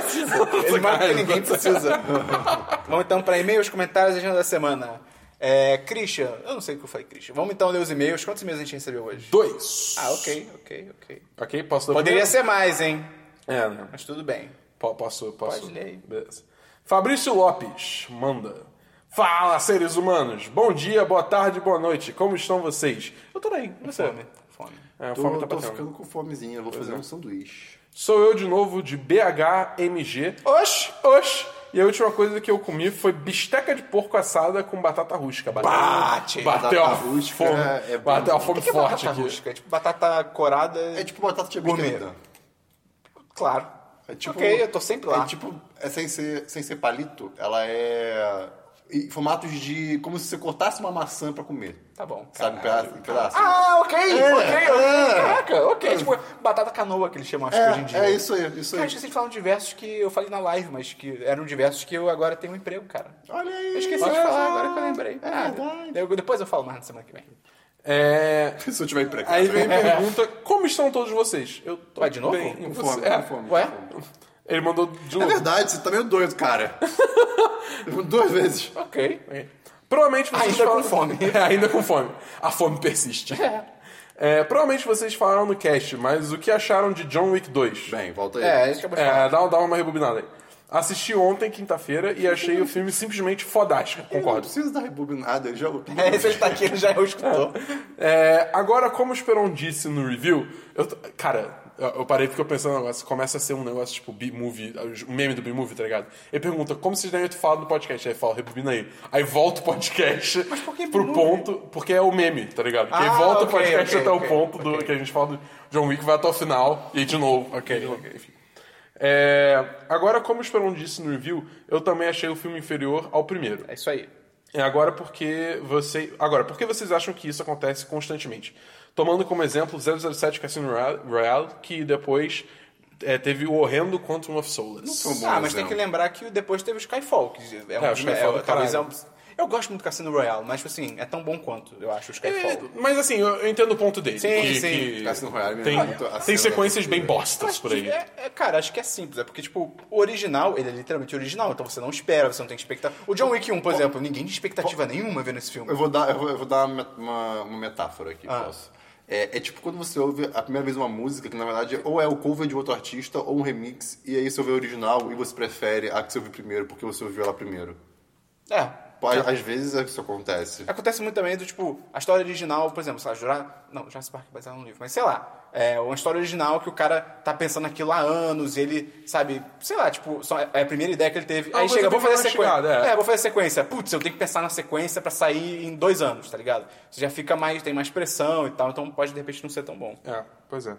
[SPEAKER 1] precisa. Ele mais do que ninguém precisa. Vamos então para e-mails, comentários e agenda da semana. É, Christian, eu não sei o que eu falei, Christian. Vamos então ler os e-mails. Quantos e-mails a gente recebeu hoje?
[SPEAKER 3] Dois.
[SPEAKER 1] Ah, ok, ok, ok.
[SPEAKER 3] Ok, posso dar o
[SPEAKER 1] Poderia
[SPEAKER 3] primeiro?
[SPEAKER 1] ser mais, hein?
[SPEAKER 3] É, né?
[SPEAKER 1] Mas tudo bem.
[SPEAKER 3] Po- Posso, posso.
[SPEAKER 1] Pode ler aí.
[SPEAKER 3] Beleza. Fabrício Lopes manda. Fala, seres humanos! Bom dia, boa tarde, boa noite. Como estão vocês? Eu tô bem, e você?
[SPEAKER 1] Fome, fome.
[SPEAKER 3] É, a fome
[SPEAKER 2] Tô,
[SPEAKER 3] tá
[SPEAKER 2] tô
[SPEAKER 3] batendo.
[SPEAKER 2] ficando com fomezinha, vou
[SPEAKER 1] é.
[SPEAKER 2] fazer um sanduíche.
[SPEAKER 3] Sou eu de novo de BHMG. Oxi, oxi! E a última coisa que eu comi foi bisteca de porco assada com batata rústica. Bateu,
[SPEAKER 1] Bate!
[SPEAKER 3] bateu a
[SPEAKER 2] Batata rústica
[SPEAKER 3] fome,
[SPEAKER 2] é- é bom.
[SPEAKER 3] bateu a
[SPEAKER 2] O
[SPEAKER 3] fome
[SPEAKER 1] O que é
[SPEAKER 3] forte
[SPEAKER 1] batata
[SPEAKER 3] aqui.
[SPEAKER 1] rústica? É tipo batata corada.
[SPEAKER 2] É tipo batata de
[SPEAKER 1] Gourmet.
[SPEAKER 2] abisqueta.
[SPEAKER 1] Claro.
[SPEAKER 2] É tipo,
[SPEAKER 1] ok, eu tô sempre lá.
[SPEAKER 2] É tipo, é sem ser, sem ser palito, ela é em formatos de como se você cortasse uma maçã pra comer.
[SPEAKER 1] Tá bom.
[SPEAKER 2] Sabe, um
[SPEAKER 1] caralho.
[SPEAKER 2] pedaço, em pedaço.
[SPEAKER 1] Ah, ok,
[SPEAKER 2] É,
[SPEAKER 1] ok, ok.
[SPEAKER 2] é.
[SPEAKER 1] Caraca, ok. Tipo, batata canoa que eles chamam, acho que hoje em dia.
[SPEAKER 2] é, é isso aí, isso
[SPEAKER 1] Cara,
[SPEAKER 2] aí.
[SPEAKER 1] acho que vocês falam um diversos que eu falei na live, mas que eram diversos que eu agora tenho um emprego, cara.
[SPEAKER 2] Olha aí.
[SPEAKER 1] Eu esqueci de falar agora que eu lembrei. É
[SPEAKER 2] verdade.
[SPEAKER 1] depois eu falo mais na semana que vem.
[SPEAKER 3] É,
[SPEAKER 2] Se eu tiver empregado.
[SPEAKER 3] Aí vem a pergunta, como estão todos vocês? Eu tô
[SPEAKER 1] Vai de novo?
[SPEAKER 3] bem, e
[SPEAKER 2] Com
[SPEAKER 3] você?
[SPEAKER 2] fome,
[SPEAKER 3] É,
[SPEAKER 2] com fome.
[SPEAKER 1] Ué?
[SPEAKER 3] Ele mandou de
[SPEAKER 2] É
[SPEAKER 3] novo.
[SPEAKER 2] verdade, você tá meio doido, cara. Duas vezes.
[SPEAKER 1] Ok.
[SPEAKER 3] É. Provavelmente vocês
[SPEAKER 1] Ainda
[SPEAKER 3] falam-
[SPEAKER 1] com fome.
[SPEAKER 3] É, ainda com fome. A fome persiste. É, provavelmente vocês falaram no cast, mas o que acharam de John Wick 2?
[SPEAKER 2] Bem, volta aí.
[SPEAKER 1] É, a gente acabou de falar.
[SPEAKER 3] É, dá, dá uma rebobinada aí. Assisti ontem, quinta-feira, e achei o filme simplesmente fodástico,
[SPEAKER 2] Eu Não
[SPEAKER 3] concordo.
[SPEAKER 2] precisa dar rebobinada, ele já ouviu.
[SPEAKER 1] É, você está aqui, ele já escutou.
[SPEAKER 3] É, agora, como o Esperon disse no review, eu t- cara, eu eu parei porque eu pensei no negócio, começa a ser um negócio tipo B-movie, o meme do B-movie, tá ligado? Ele pergunta, como vocês devem ter falado no podcast? Aí fala, rebobina aí. Aí volta o podcast
[SPEAKER 1] Mas por que
[SPEAKER 3] pro
[SPEAKER 1] B-movie?
[SPEAKER 3] ponto, porque é o meme, tá ligado? Que aí
[SPEAKER 1] Ah,
[SPEAKER 3] volta
[SPEAKER 1] ok,
[SPEAKER 3] o podcast
[SPEAKER 1] ok,
[SPEAKER 3] até
[SPEAKER 1] ok,
[SPEAKER 3] o ponto do,
[SPEAKER 1] ok.
[SPEAKER 3] que a gente fala do John Wick, vai até o final, e aí de novo. Ok, enfim. É, agora, como o Esperon disse no review, eu também achei o filme inferior ao primeiro.
[SPEAKER 1] É isso aí.
[SPEAKER 3] É agora porque você. Agora, por que vocês acham que isso acontece constantemente? Tomando como exemplo 007 Casino Royale- Royale, que depois é, teve o horrendo Quantum of Solace.
[SPEAKER 2] foi um bom
[SPEAKER 1] ah, mas tem
[SPEAKER 2] exemplo.
[SPEAKER 1] que lembrar que depois teve o Skyfall, que é um
[SPEAKER 3] É, o
[SPEAKER 1] dos-
[SPEAKER 3] Skyfall
[SPEAKER 1] é,
[SPEAKER 3] do
[SPEAKER 1] talvez é um,
[SPEAKER 3] caralho.
[SPEAKER 1] Eu gosto muito do Cassino Royale, mas assim, é tão bom quanto, eu acho, o Skyfall.
[SPEAKER 3] É, mas assim, eu, eu entendo o ponto dele.
[SPEAKER 1] Sim,
[SPEAKER 3] que,
[SPEAKER 1] sim.
[SPEAKER 3] que
[SPEAKER 2] Casino Royale
[SPEAKER 3] tem,
[SPEAKER 2] é muito a
[SPEAKER 3] tem
[SPEAKER 2] cena
[SPEAKER 3] sequências
[SPEAKER 2] da-
[SPEAKER 3] bem bostas
[SPEAKER 1] Mas,
[SPEAKER 3] por aí.
[SPEAKER 1] É, é, cara, acho que é simples. É porque, tipo, o original, ele é literalmente original. Então você não espera, você não tem expectativa. O John Wick 1, por exemplo, ninguém tinha expectativa nenhuma vendo esse filme.
[SPEAKER 2] Eu vou dar, eu vou, eu vou dar uma, uma- uma metáfora aqui,
[SPEAKER 1] Ah.
[SPEAKER 2] posso? É, é tipo quando você ouve a primeira vez uma música que, na verdade, ou é o cover de outro artista ou um remix, e aí você ouve a original e você prefere a que você ouviu primeiro porque você ouviu ela primeiro.
[SPEAKER 1] É.
[SPEAKER 2] Pô, às- Às vezes é que isso acontece.
[SPEAKER 1] Acontece muito também do, tipo, a história original, por exemplo, sei lá, Jura... Não, Jurassic Park é baseado num livro, mas sei lá. É uma história original que o cara tá pensando aquilo há anos e ele, sabe, sei lá, tipo, só é a primeira ideia que ele teve.
[SPEAKER 3] Ah,
[SPEAKER 1] aí
[SPEAKER 3] mas
[SPEAKER 1] chega,
[SPEAKER 3] eu
[SPEAKER 1] vou
[SPEAKER 3] tenho
[SPEAKER 1] fazer
[SPEAKER 3] que dar uma
[SPEAKER 1] sequência.
[SPEAKER 3] chegada, é.
[SPEAKER 1] É, vou fazer sequência. Putz, eu tenho que pensar na sequência pra sair em dois anos, tá ligado? Você já fica mais, tem mais pressão e tal, então pode de repente não ser tão bom.
[SPEAKER 3] É, pois é.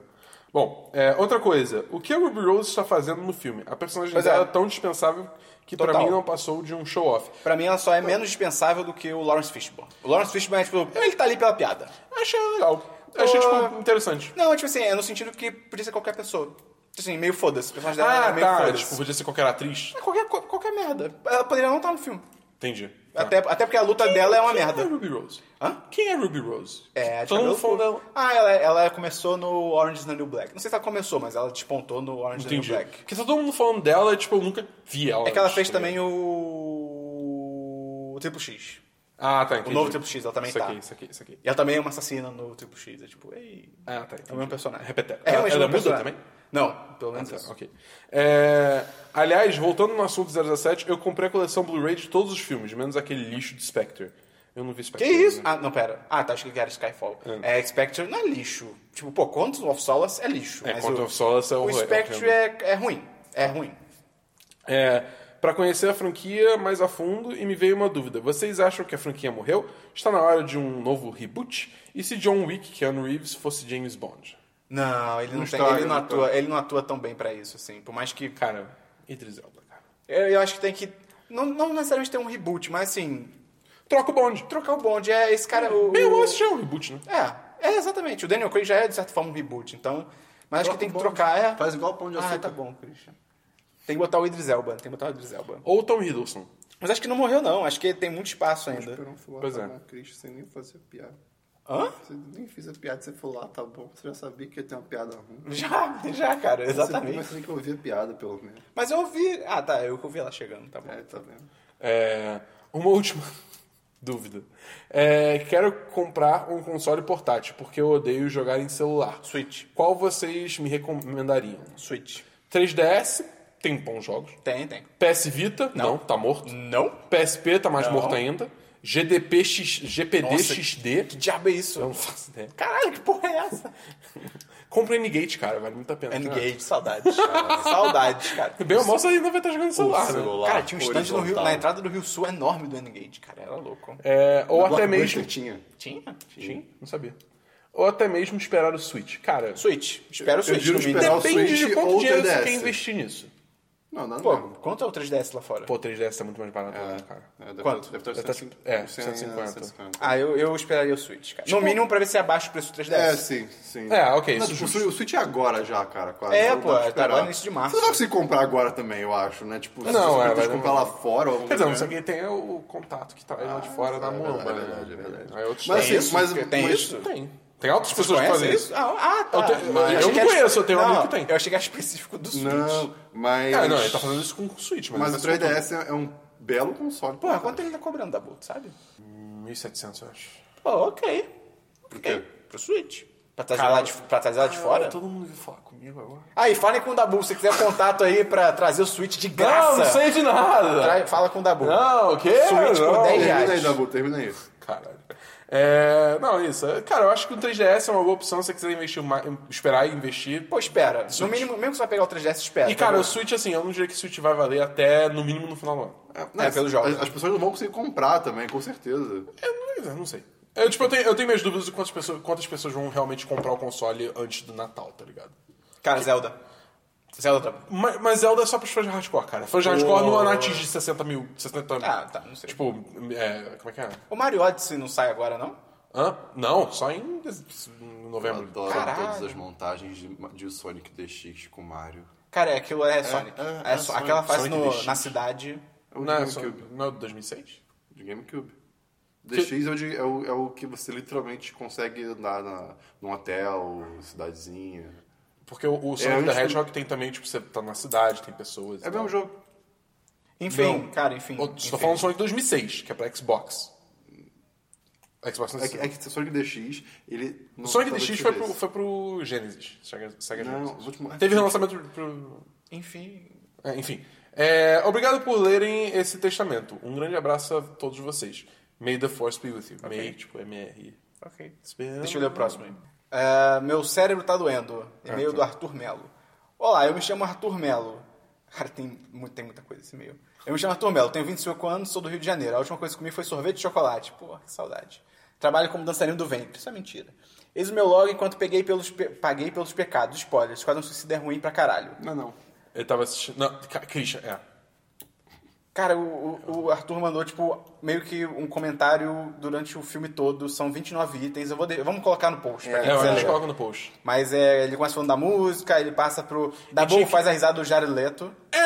[SPEAKER 3] Bom, é, outra coisa. O que a Ruby Rose está fazendo no filme? A personagem
[SPEAKER 1] Pois
[SPEAKER 3] dela
[SPEAKER 1] é.
[SPEAKER 3] é tão dispensável que pra
[SPEAKER 1] Total.
[SPEAKER 3] mim não passou de um show-off.
[SPEAKER 1] Pra mim, ela só é menos dispensável do que o Lawrence Fishburne. O Lawrence Fishburne é tipo, ele tá ali pela piada.
[SPEAKER 3] Achei legal. Achei,
[SPEAKER 1] Pô.
[SPEAKER 3] tipo, interessante.
[SPEAKER 1] Não, é tipo assim, é no sentido que podia ser qualquer pessoa. Assim, meio foda-se. O personagem dela
[SPEAKER 3] Ah,
[SPEAKER 1] era meio
[SPEAKER 3] tá.
[SPEAKER 1] foda-se.
[SPEAKER 3] Tipo, podia ser qualquer atriz.
[SPEAKER 1] É Qualquer, co- qualquer merda. Ela poderia não estar no filme.
[SPEAKER 3] Entendi.
[SPEAKER 1] Tá. Até, até porque a luta dela é uma
[SPEAKER 3] Quem é
[SPEAKER 1] merda.
[SPEAKER 3] Ruby Rose?
[SPEAKER 1] Hã?
[SPEAKER 3] Quem é Ruby Rose?
[SPEAKER 1] É, de
[SPEAKER 3] Todo mundo
[SPEAKER 1] cabelo
[SPEAKER 3] falou
[SPEAKER 1] curto.
[SPEAKER 3] dela.
[SPEAKER 1] Ah, ela, ela começou no Orange is the New Black. Não sei se ela começou, mas ela despontou no Orange is the New
[SPEAKER 3] Entendi.
[SPEAKER 1] Black.
[SPEAKER 3] Porque tá todo mundo falando dela, e, tipo, eu nunca vi ela.
[SPEAKER 1] É que ela
[SPEAKER 3] antes,
[SPEAKER 1] fez
[SPEAKER 3] tá
[SPEAKER 1] também
[SPEAKER 3] ligado?
[SPEAKER 1] o... o Triple X.
[SPEAKER 3] Ah, tá, entendi.
[SPEAKER 1] novo Triple X, ela também
[SPEAKER 3] isso
[SPEAKER 1] tá.
[SPEAKER 3] Aqui, isso aqui, isso aqui.
[SPEAKER 1] E ela também é uma assassina no Triple X. É tipo, ei...
[SPEAKER 3] Ah, tá, entendi.
[SPEAKER 1] É o mesmo personagem.
[SPEAKER 3] Repeteco.
[SPEAKER 1] É,
[SPEAKER 3] Ela-
[SPEAKER 1] realmente
[SPEAKER 3] ela
[SPEAKER 1] o mesmo
[SPEAKER 3] muda
[SPEAKER 1] personagem.
[SPEAKER 3] também?
[SPEAKER 1] Não, pelo menos
[SPEAKER 3] Tá,
[SPEAKER 1] isso.
[SPEAKER 3] ok. É, aliás, voltando no assunto 017, eu comprei a coleção Blu-ray de todos os filmes, menos aquele lixo de Spectre. Eu não vi
[SPEAKER 1] Que
[SPEAKER 3] Spectre.
[SPEAKER 1] isso?
[SPEAKER 3] né?
[SPEAKER 1] Ah, não, pera. Ah, tá, acho que era Skyfall. É, Spectre não é lixo. Tipo, pô, Quantum of Solace é lixo.
[SPEAKER 3] É,
[SPEAKER 1] mas
[SPEAKER 3] Quantum
[SPEAKER 1] o,
[SPEAKER 3] of Solace é
[SPEAKER 1] O
[SPEAKER 3] horror- é
[SPEAKER 1] Spectre é, é ruim. É ruim.
[SPEAKER 3] É, para conhecer a franquia mais a fundo e me veio uma dúvida. Vocês acham que a franquia morreu? Está na hora de um novo reboot? E se John Wick, Keanu Reeves, fosse James Bond?
[SPEAKER 1] Não, ele não,
[SPEAKER 2] Não
[SPEAKER 1] tem,
[SPEAKER 2] está,
[SPEAKER 1] ele não
[SPEAKER 2] não
[SPEAKER 1] atua,
[SPEAKER 2] está.
[SPEAKER 1] ele não atua tão bem pra isso, assim. Por mais que
[SPEAKER 3] Cara, Idris Elba, cara.
[SPEAKER 1] eu, eu acho que tem que não, não necessariamente ter um reboot, mas assim,
[SPEAKER 3] Troca o Bond.
[SPEAKER 1] trocar o bonde é esse cara o,
[SPEAKER 3] Bem,
[SPEAKER 1] o-
[SPEAKER 3] eu acho que já é um reboot, né?
[SPEAKER 1] É, é exatamente. O Daniel Craig já é de certa forma um reboot, então, mas acho que
[SPEAKER 2] Troca
[SPEAKER 1] tem
[SPEAKER 2] o
[SPEAKER 1] que
[SPEAKER 2] bonde.
[SPEAKER 1] trocar é
[SPEAKER 2] Faz igual o Pão de
[SPEAKER 1] Ah,
[SPEAKER 2] Açúcar.
[SPEAKER 1] tá bom, Christian. Tem que botar o Idris Elba, tem que botar o Idris Elba.
[SPEAKER 3] Ou Tom Hiddleston.
[SPEAKER 2] Tipo,
[SPEAKER 1] Mas acho que não morreu não, acho que tem muito espaço ainda.
[SPEAKER 2] Esperão falou
[SPEAKER 3] Pois é.
[SPEAKER 2] Cristo sem nem fazer piada.
[SPEAKER 1] Hã?
[SPEAKER 2] Você nem fiz a piada, você falou, ah, tá bom. Você já sabia que ia ter uma piada ruim.
[SPEAKER 1] Já, já, cara,
[SPEAKER 2] Mas
[SPEAKER 1] exatamente.
[SPEAKER 2] você tem que ouvir a piada, pelo menos.
[SPEAKER 1] Mas eu ouvi. Ah, tá, eu que ouvi ela chegando, tá bom.
[SPEAKER 2] É, tá vendo?
[SPEAKER 3] É, uma última dúvida. É, quero comprar um console portátil, porque eu odeio jogar em celular.
[SPEAKER 1] Switch.
[SPEAKER 3] Qual vocês me recomendariam?
[SPEAKER 1] Switch.
[SPEAKER 3] 3DS tem bons jogos.
[SPEAKER 1] Tem, tem.
[SPEAKER 3] PS Vita, não, tá morto.
[SPEAKER 1] Não?
[SPEAKER 3] PSP tá mais
[SPEAKER 1] Não.
[SPEAKER 3] morto ainda. GDP X, GPD
[SPEAKER 1] Nossa,
[SPEAKER 3] XD.
[SPEAKER 1] Que diabo é isso?
[SPEAKER 3] Eu não faço ideia.
[SPEAKER 1] Caralho, que porra é essa?
[SPEAKER 3] Compra N-Gate, cara, vale muito a pena.
[SPEAKER 1] Engage, saudades. saudades, cara.
[SPEAKER 3] Bem ou mal, você ainda vai estar jogando em celular, né?
[SPEAKER 1] Cara, tinha um stand no Rio, na entrada do Rio Sul enorme do Engage, cara. Era louco.
[SPEAKER 3] É, ou até mesmo.
[SPEAKER 2] Tinha.
[SPEAKER 1] Tinha?
[SPEAKER 3] Sim, não sabia. Ou até mesmo esperar o Switch. Cara,
[SPEAKER 1] Switch. Espera o Switch.
[SPEAKER 2] juro
[SPEAKER 1] no mínimo.
[SPEAKER 2] esperar o
[SPEAKER 3] depende
[SPEAKER 2] Switch
[SPEAKER 3] de quanto
[SPEAKER 2] ou
[SPEAKER 3] dinheiro você
[SPEAKER 2] 3DS.
[SPEAKER 3] quer investir nisso.
[SPEAKER 2] Não, nada
[SPEAKER 1] Pô,
[SPEAKER 2] mesmo.
[SPEAKER 1] quanto é o 3DS lá fora?
[SPEAKER 3] Pô, 3DS tá muito mais barato, né, cara.
[SPEAKER 2] É, deve
[SPEAKER 1] Quanto?
[SPEAKER 2] ter- Deve
[SPEAKER 3] Deve tá
[SPEAKER 2] estar 150.
[SPEAKER 3] é, 150.
[SPEAKER 1] Ah, eu, eu esperaria o Switch, cara. No mínimo pra ver se abaixa o preço do 3DS.
[SPEAKER 2] É, sim, sim.
[SPEAKER 3] É, ok,
[SPEAKER 2] Não,
[SPEAKER 3] isso
[SPEAKER 2] tipo,
[SPEAKER 3] justo.
[SPEAKER 2] o Switch é agora já, cara, quase.
[SPEAKER 1] É,
[SPEAKER 2] Não
[SPEAKER 1] pô,
[SPEAKER 2] dá pra
[SPEAKER 1] tá
[SPEAKER 2] esperar.
[SPEAKER 1] agora no início de março.
[SPEAKER 2] Você não vai conseguir comprar agora também, eu acho, né? Tipo, se
[SPEAKER 3] Não,
[SPEAKER 2] você
[SPEAKER 3] é,
[SPEAKER 2] for
[SPEAKER 3] vai
[SPEAKER 2] comprar
[SPEAKER 3] demorar.
[SPEAKER 2] lá fora... ou-
[SPEAKER 3] Quer dizer, isso aqui tem o contato que traz lá de fora da mamba,
[SPEAKER 2] é
[SPEAKER 3] né?
[SPEAKER 2] verdade, é verdade.
[SPEAKER 3] Aí outros
[SPEAKER 2] Mas
[SPEAKER 3] tem.
[SPEAKER 2] assim, mas...
[SPEAKER 1] tem
[SPEAKER 2] mas-
[SPEAKER 1] isso?
[SPEAKER 3] Tem. Tem outras pessoas que fazem isso.
[SPEAKER 1] Ah, ah, tá.
[SPEAKER 3] Eu tenho-
[SPEAKER 1] Mas-
[SPEAKER 3] eu
[SPEAKER 1] achei
[SPEAKER 3] não
[SPEAKER 1] que era-
[SPEAKER 3] conheço, eu tenho um
[SPEAKER 1] Não,
[SPEAKER 3] amigo que tem.
[SPEAKER 1] Eu achei que era específico do Switch.
[SPEAKER 2] Não, mas...
[SPEAKER 3] Ah, não, ele tá fazendo isso com o Switch, mas... assim,
[SPEAKER 2] Mas
[SPEAKER 3] ele
[SPEAKER 2] o
[SPEAKER 3] faz com
[SPEAKER 2] 3DS é- é um belo console.
[SPEAKER 1] Porra, quanto ele tá cobrando da Bolt, sabe?
[SPEAKER 3] tudo. 1.700, eu acho.
[SPEAKER 1] Pô, ok. Por
[SPEAKER 2] quê?
[SPEAKER 3] é?
[SPEAKER 1] Pro Switch. Pra trazer lá de, pra trazer lá de fora?
[SPEAKER 3] Todo mundo veio falar comigo agora.
[SPEAKER 1] Aí, falem com o Dabu. Se quiser contato aí pra trazer o Switch de graça.
[SPEAKER 3] Não, não sei de nada.
[SPEAKER 1] Tra- Fala com o Dabu.
[SPEAKER 3] Não, o quê?
[SPEAKER 1] Switch por
[SPEAKER 3] Não.
[SPEAKER 1] 10
[SPEAKER 2] Termina aí,
[SPEAKER 1] reais.
[SPEAKER 2] Dabu, termina aí.
[SPEAKER 3] Caralho. É, não, isso. Cara, eu acho que o 3DS é uma boa opção se você quiser investir mais, esperar e investir.
[SPEAKER 1] Pô, espera. No mínimo, mesmo que você vai pegar o 3DS, espera.
[SPEAKER 3] E,
[SPEAKER 1] tá
[SPEAKER 3] cara,
[SPEAKER 1] bom?
[SPEAKER 3] o Switch, assim, eu não diria que o Switch vai valer até, no mínimo, no final do ano.
[SPEAKER 2] Não,
[SPEAKER 1] É, pelos jogos.
[SPEAKER 2] As, as pessoas não vão conseguir comprar também, com certeza.
[SPEAKER 3] Eu não, eu não sei. Eu, tipo, eu tenho, eu tenho minhas dúvidas de quantas pessoas, quantas pessoas vão realmente comprar o console antes do Natal, tá ligado?
[SPEAKER 1] Cara, Zelda. Zelda tá...
[SPEAKER 3] Mas, mas Zelda é só pros fãs de hardcore, cara. Fãs de hardcore não, não atinge 60 mil, 60 mil.
[SPEAKER 1] Ah, tá, não sei.
[SPEAKER 3] Tipo, é, como é que é?
[SPEAKER 1] O Mario Odyssey não sai agora, não?
[SPEAKER 3] Hã? Não, só em des- novembro.
[SPEAKER 2] Adoro
[SPEAKER 1] Caralho.
[SPEAKER 2] todas as montagens de, de Sonic DX com Mario.
[SPEAKER 1] Cara, é, aquilo é, Sonic.
[SPEAKER 2] é,
[SPEAKER 1] É,
[SPEAKER 2] é
[SPEAKER 1] só-
[SPEAKER 2] Sonic.
[SPEAKER 1] Aquela fase
[SPEAKER 3] Sonic
[SPEAKER 1] no,
[SPEAKER 3] DX.
[SPEAKER 1] na cidade.
[SPEAKER 2] É o
[SPEAKER 3] não, é
[SPEAKER 2] de
[SPEAKER 3] só-
[SPEAKER 2] GameCube.
[SPEAKER 3] não é do 2006?
[SPEAKER 2] De GameCube. DX é, o de- é o, é o que você literalmente consegue andar na, num hotel, cidadezinha.
[SPEAKER 3] Porque o, o
[SPEAKER 2] É,
[SPEAKER 3] Sonic
[SPEAKER 2] antes
[SPEAKER 3] the
[SPEAKER 2] do-
[SPEAKER 3] Hedgehog tem também, tipo, você tá na cidade, tem pessoas.
[SPEAKER 2] É o mesmo jogo.
[SPEAKER 1] Enfim,
[SPEAKER 3] Não.
[SPEAKER 1] cara, enfim.
[SPEAKER 3] Estou
[SPEAKER 1] enfim.
[SPEAKER 3] falando do Sonic 2006, que é pra Xbox. Xbox não
[SPEAKER 2] É que, é que Sonic DX, ele...
[SPEAKER 3] O
[SPEAKER 2] Não tá
[SPEAKER 3] Sonic
[SPEAKER 2] talvez
[SPEAKER 3] DX foi
[SPEAKER 2] tivesse.
[SPEAKER 3] pro, foi pro Genesis. Sega, Sega
[SPEAKER 2] é Não,
[SPEAKER 3] Genesis.
[SPEAKER 2] vou te mostrar.
[SPEAKER 3] Teve relançamento pro...
[SPEAKER 1] Enfim.
[SPEAKER 3] é, enfim. É, obrigado por lerem esse testamento. Um grande abraço a todos vocês. May the force be with you. May, tipo, MR.
[SPEAKER 1] Ok.
[SPEAKER 3] Espera-
[SPEAKER 1] Deixa eu ler o próximo aí. É, meu cérebro tá doendo. E-mail do Arthur Melo. Olá, eu me chamo Arthur Melo. Cara, tem, mu- tem muita coisa esse e-mail. Eu me chamo Arthur Melo, tenho 25 anos, sou do Rio de Janeiro. A última coisa que comi foi sorvete de chocolate. Porra, que saudade. Trabalho como dançarino do ventre. Isso é mentira. Eis o meu log enquanto peguei pelos pe- paguei pelos pecados. Spoiler, Esquadrão Suicida é ruim pra caralho.
[SPEAKER 2] Não, não.
[SPEAKER 3] Ele tava assistindo... Não, Ca- Christian, é.
[SPEAKER 1] Cara, o, o- o Arthur mandou, tipo, meio que um comentário durante o filme todo. São 29 itens. Eu vou de- Vamos colocar no post. pra
[SPEAKER 3] É,
[SPEAKER 1] quem
[SPEAKER 3] eu
[SPEAKER 1] quiser
[SPEAKER 3] acho
[SPEAKER 1] ler.
[SPEAKER 3] que coloca no post.
[SPEAKER 1] Mas é, ele começa falando da música, ele passa pro. Da
[SPEAKER 3] tinha
[SPEAKER 1] Dabu
[SPEAKER 3] que-
[SPEAKER 1] faz a risada do Jared Leto.
[SPEAKER 2] É,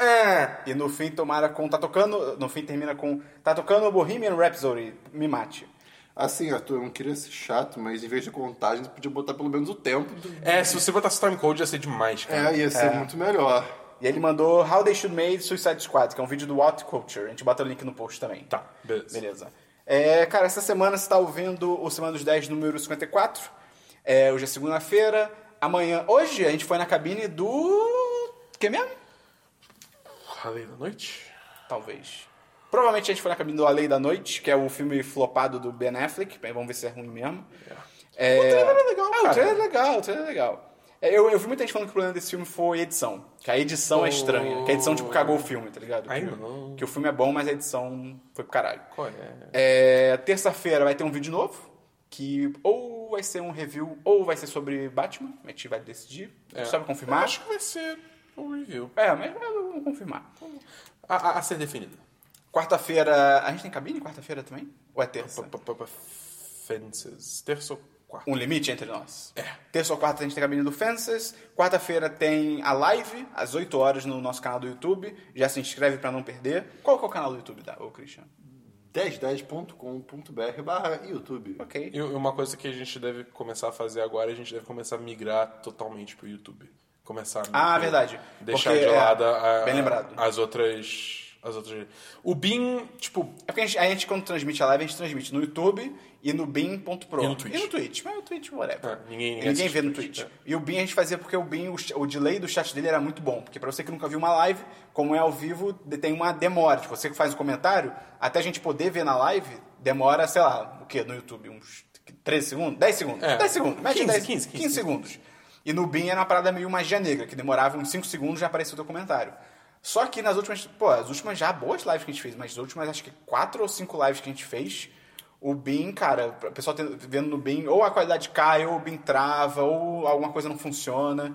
[SPEAKER 2] é.
[SPEAKER 1] E no fim tomara com. Tá tocando. No fim termina com. Tá tocando Bohemian Rhapsody, me mate.
[SPEAKER 2] Assim, Arthur, eu não queria ser chato, mas em vez de contagem, você podia botar pelo menos o tempo. do-
[SPEAKER 3] É, se você botasse time code ia ser demais, cara.
[SPEAKER 2] É, ia ser muito melhor.
[SPEAKER 1] E ele mandou How They Should Made Suicide Squad, que é um vídeo do Out Culture. A gente bota o link no post também.
[SPEAKER 3] Tá, beleza.
[SPEAKER 1] Beleza. É, cara, essa semana você está ouvindo o Semana dos 10, número 54. É, hoje é segunda-feira. Amanhã, hoje, a gente foi na cabine do. Que mesmo?
[SPEAKER 3] Ralei da noite?
[SPEAKER 1] Talvez. Provavelmente a gente foi na cabine do A Lei da Noite, que é o filme flopado do Ben Affleck. Bem, vamos ver se é ruim mesmo. É... O trailer é legal, O
[SPEAKER 3] cara.
[SPEAKER 1] trailer é legal, o trailer é legal. É, Eu, eu vi muita gente falando que o problema desse filme foi a edição. Que a edição é estranha. Que a edição, tipo, cagou o filme, tá ligado?
[SPEAKER 3] Ai,
[SPEAKER 1] que,
[SPEAKER 3] não.
[SPEAKER 1] que o filme é bom, mas a edição foi pro caralho.
[SPEAKER 3] Qual é?
[SPEAKER 1] É, Terça-feira vai ter um vídeo novo, que ou vai ser um review, ou vai ser sobre Batman. A gente vai decidir. A gente só vai confirmar.
[SPEAKER 3] Eu acho que vai ser um review.
[SPEAKER 1] É, mas é, vamos confirmar.
[SPEAKER 3] A, a- a ser definida.
[SPEAKER 1] Quarta-feira. A gente tem cabine quarta-feira também? Ou é terça?
[SPEAKER 3] Fences. Terça ou quarta?
[SPEAKER 1] Um limite entre nós.
[SPEAKER 3] É.
[SPEAKER 1] Terça ou quarta a gente tem cabine do Fences. Quarta-feira tem a live, às 8 horas, no nosso canal do YouTube. Já se inscreve pra não perder. Qual que é o canal do YouTube, da, ô Christian?
[SPEAKER 2] 1010.com.br barra YouTube.
[SPEAKER 1] Ok.
[SPEAKER 3] E uma coisa que a gente deve começar a fazer agora, a gente deve começar a migrar totalmente pro YouTube. Começar a
[SPEAKER 1] Ah, verdade.
[SPEAKER 3] deixar
[SPEAKER 1] Porque,
[SPEAKER 3] de
[SPEAKER 1] é,
[SPEAKER 3] lado a-
[SPEAKER 1] bem lembrado.
[SPEAKER 3] as outras. As outras. O Bin, tipo,
[SPEAKER 1] É porque a gente, a gente, quando transmite a live, a gente transmite no YouTube e no Beam.pro.
[SPEAKER 3] E no Twitch.
[SPEAKER 1] E no Twitch, mas o Twitch, whatever.
[SPEAKER 3] É, ninguém- ninguém
[SPEAKER 1] E ninguém
[SPEAKER 3] assiste
[SPEAKER 1] vê no
[SPEAKER 3] Twitch,
[SPEAKER 1] Twitch.
[SPEAKER 3] é.
[SPEAKER 1] E o Beam a gente fazia porque o Beam, o, ch- o delay do chat dele era muito bom. Porque pra você que nunca viu uma live, como é ao vivo, de- tem uma demora. Tipo, você que faz um comentário, até a gente poder ver na live, demora, sei lá, o quê? No YouTube? Uns 13 segundos? 10 segundos?
[SPEAKER 3] É.
[SPEAKER 1] 10 segundos. Mete
[SPEAKER 3] 15,
[SPEAKER 1] 10,
[SPEAKER 3] 15, 15.
[SPEAKER 1] 15 segundos. E no Beam era uma parada meio magia negra, que demorava uns 5 segundos e já aparecia o teu comentário. Só que nas últimas, pô, as últimas já boas lives que a gente fez, mas as últimas acho que 4 ou 5 lives que a gente fez, o Beam, cara, o pessoal tendo- vendo no Beam, ou a qualidade cai, ou o Beam trava, ou alguma coisa não funciona.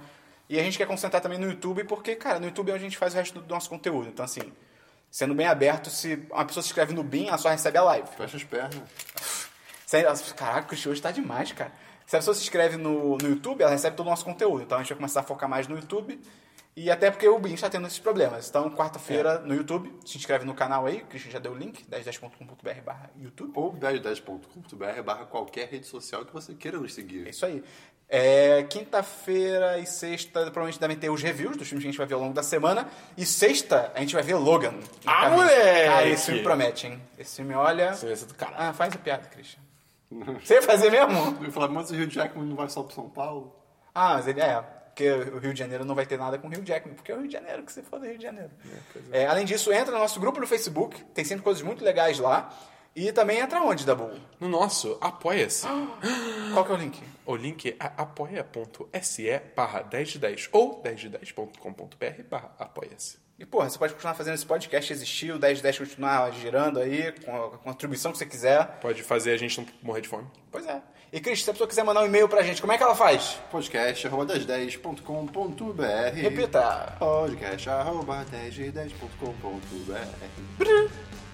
[SPEAKER 1] E a gente quer concentrar também no YouTube, porque, cara, no YouTube é onde a gente faz o resto do nosso conteúdo. Então, assim, sendo bem aberto, se uma pessoa se inscreve no Beam, ela só recebe a live.
[SPEAKER 2] Fecha as pernas.
[SPEAKER 1] Sério, ela- Caraca, o Cristian hoje tá demais, cara. Se a pessoa se inscreve no, no YouTube, ela recebe todo o nosso conteúdo. Então a gente vai começar a focar mais no YouTube. E até porque o Bin está tendo esses problemas. Então, quarta-feira
[SPEAKER 3] É.
[SPEAKER 1] no YouTube, se inscreve no canal aí, o Cristian já deu o link, 1010.com.br barra YouTube.
[SPEAKER 2] Ou 1010.com.br barra qualquer rede social que você queira nos
[SPEAKER 1] É
[SPEAKER 2] seguir.
[SPEAKER 1] isso aí. É, Quinta-feira e sexta, provavelmente devem ter os reviews dos filmes que a gente vai ver ao longo da semana. E sexta, a gente vai ver Logan. no
[SPEAKER 3] Ah,
[SPEAKER 1] caminho.
[SPEAKER 3] moleque!
[SPEAKER 1] Cara, esse filme promete, hein? Esse filme, olha...
[SPEAKER 3] Esse vai ser do caralho.
[SPEAKER 1] Ah, faz a piada, Cristian. Você ia fazer mesmo?
[SPEAKER 2] Eu ia falar, mas o Rio Jackman não vai só pro São Paulo?
[SPEAKER 1] Ah, mas ele é. Porque o Rio de Janeiro não vai ter nada com o Rio de Janeiro, porque é o Rio de Janeiro, que você foda o Rio de Janeiro. É, além disso, entra no nosso grupo no Facebook, tem sempre coisas muito legais lá. E também entra onde, Dabu?
[SPEAKER 3] no nosso, apoia-se.
[SPEAKER 1] Qual que é o link?
[SPEAKER 3] O link é apoia.se barra 1010 ou 1010.com.br barra apoia-se.
[SPEAKER 1] E, porra, você pode continuar fazendo esse podcast existir, o 1010 continuar girando aí, com a contribuição que você quiser.
[SPEAKER 3] Pode fazer a gente não morrer de fome.
[SPEAKER 1] Pois é. E, Cris, se a pessoa quiser mandar um e-mail pra gente, como é que ela faz?
[SPEAKER 2] podcast arroba 1010.com.br
[SPEAKER 1] Repita.
[SPEAKER 2] podcast arroba 1010.com.br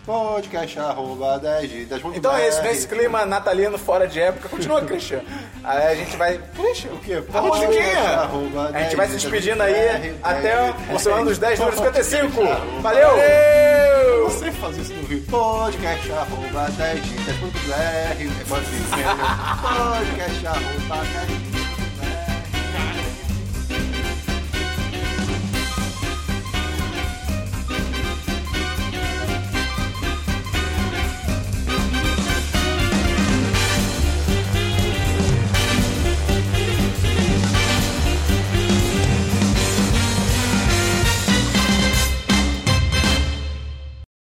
[SPEAKER 2] podcast arroba 1010.com.br
[SPEAKER 1] Então é isso, nesse clima natalino fora de época. Continua, Christian. Aí a gente vai. Christian, o quê? Tá
[SPEAKER 2] Arroba,
[SPEAKER 1] musiquinha!
[SPEAKER 2] arroba,
[SPEAKER 1] A gente vai se
[SPEAKER 2] dez,
[SPEAKER 1] despedindo
[SPEAKER 2] dez,
[SPEAKER 1] aí
[SPEAKER 2] dez,
[SPEAKER 1] até
[SPEAKER 2] dez,
[SPEAKER 1] o semana dos 10, número 55.
[SPEAKER 2] Arroba.
[SPEAKER 1] Valeu!
[SPEAKER 2] Eu sei fazer isso no Rio. Podcast né? arroba 1010.com.br É quase isso, né? Podcast arroba 1010.com.br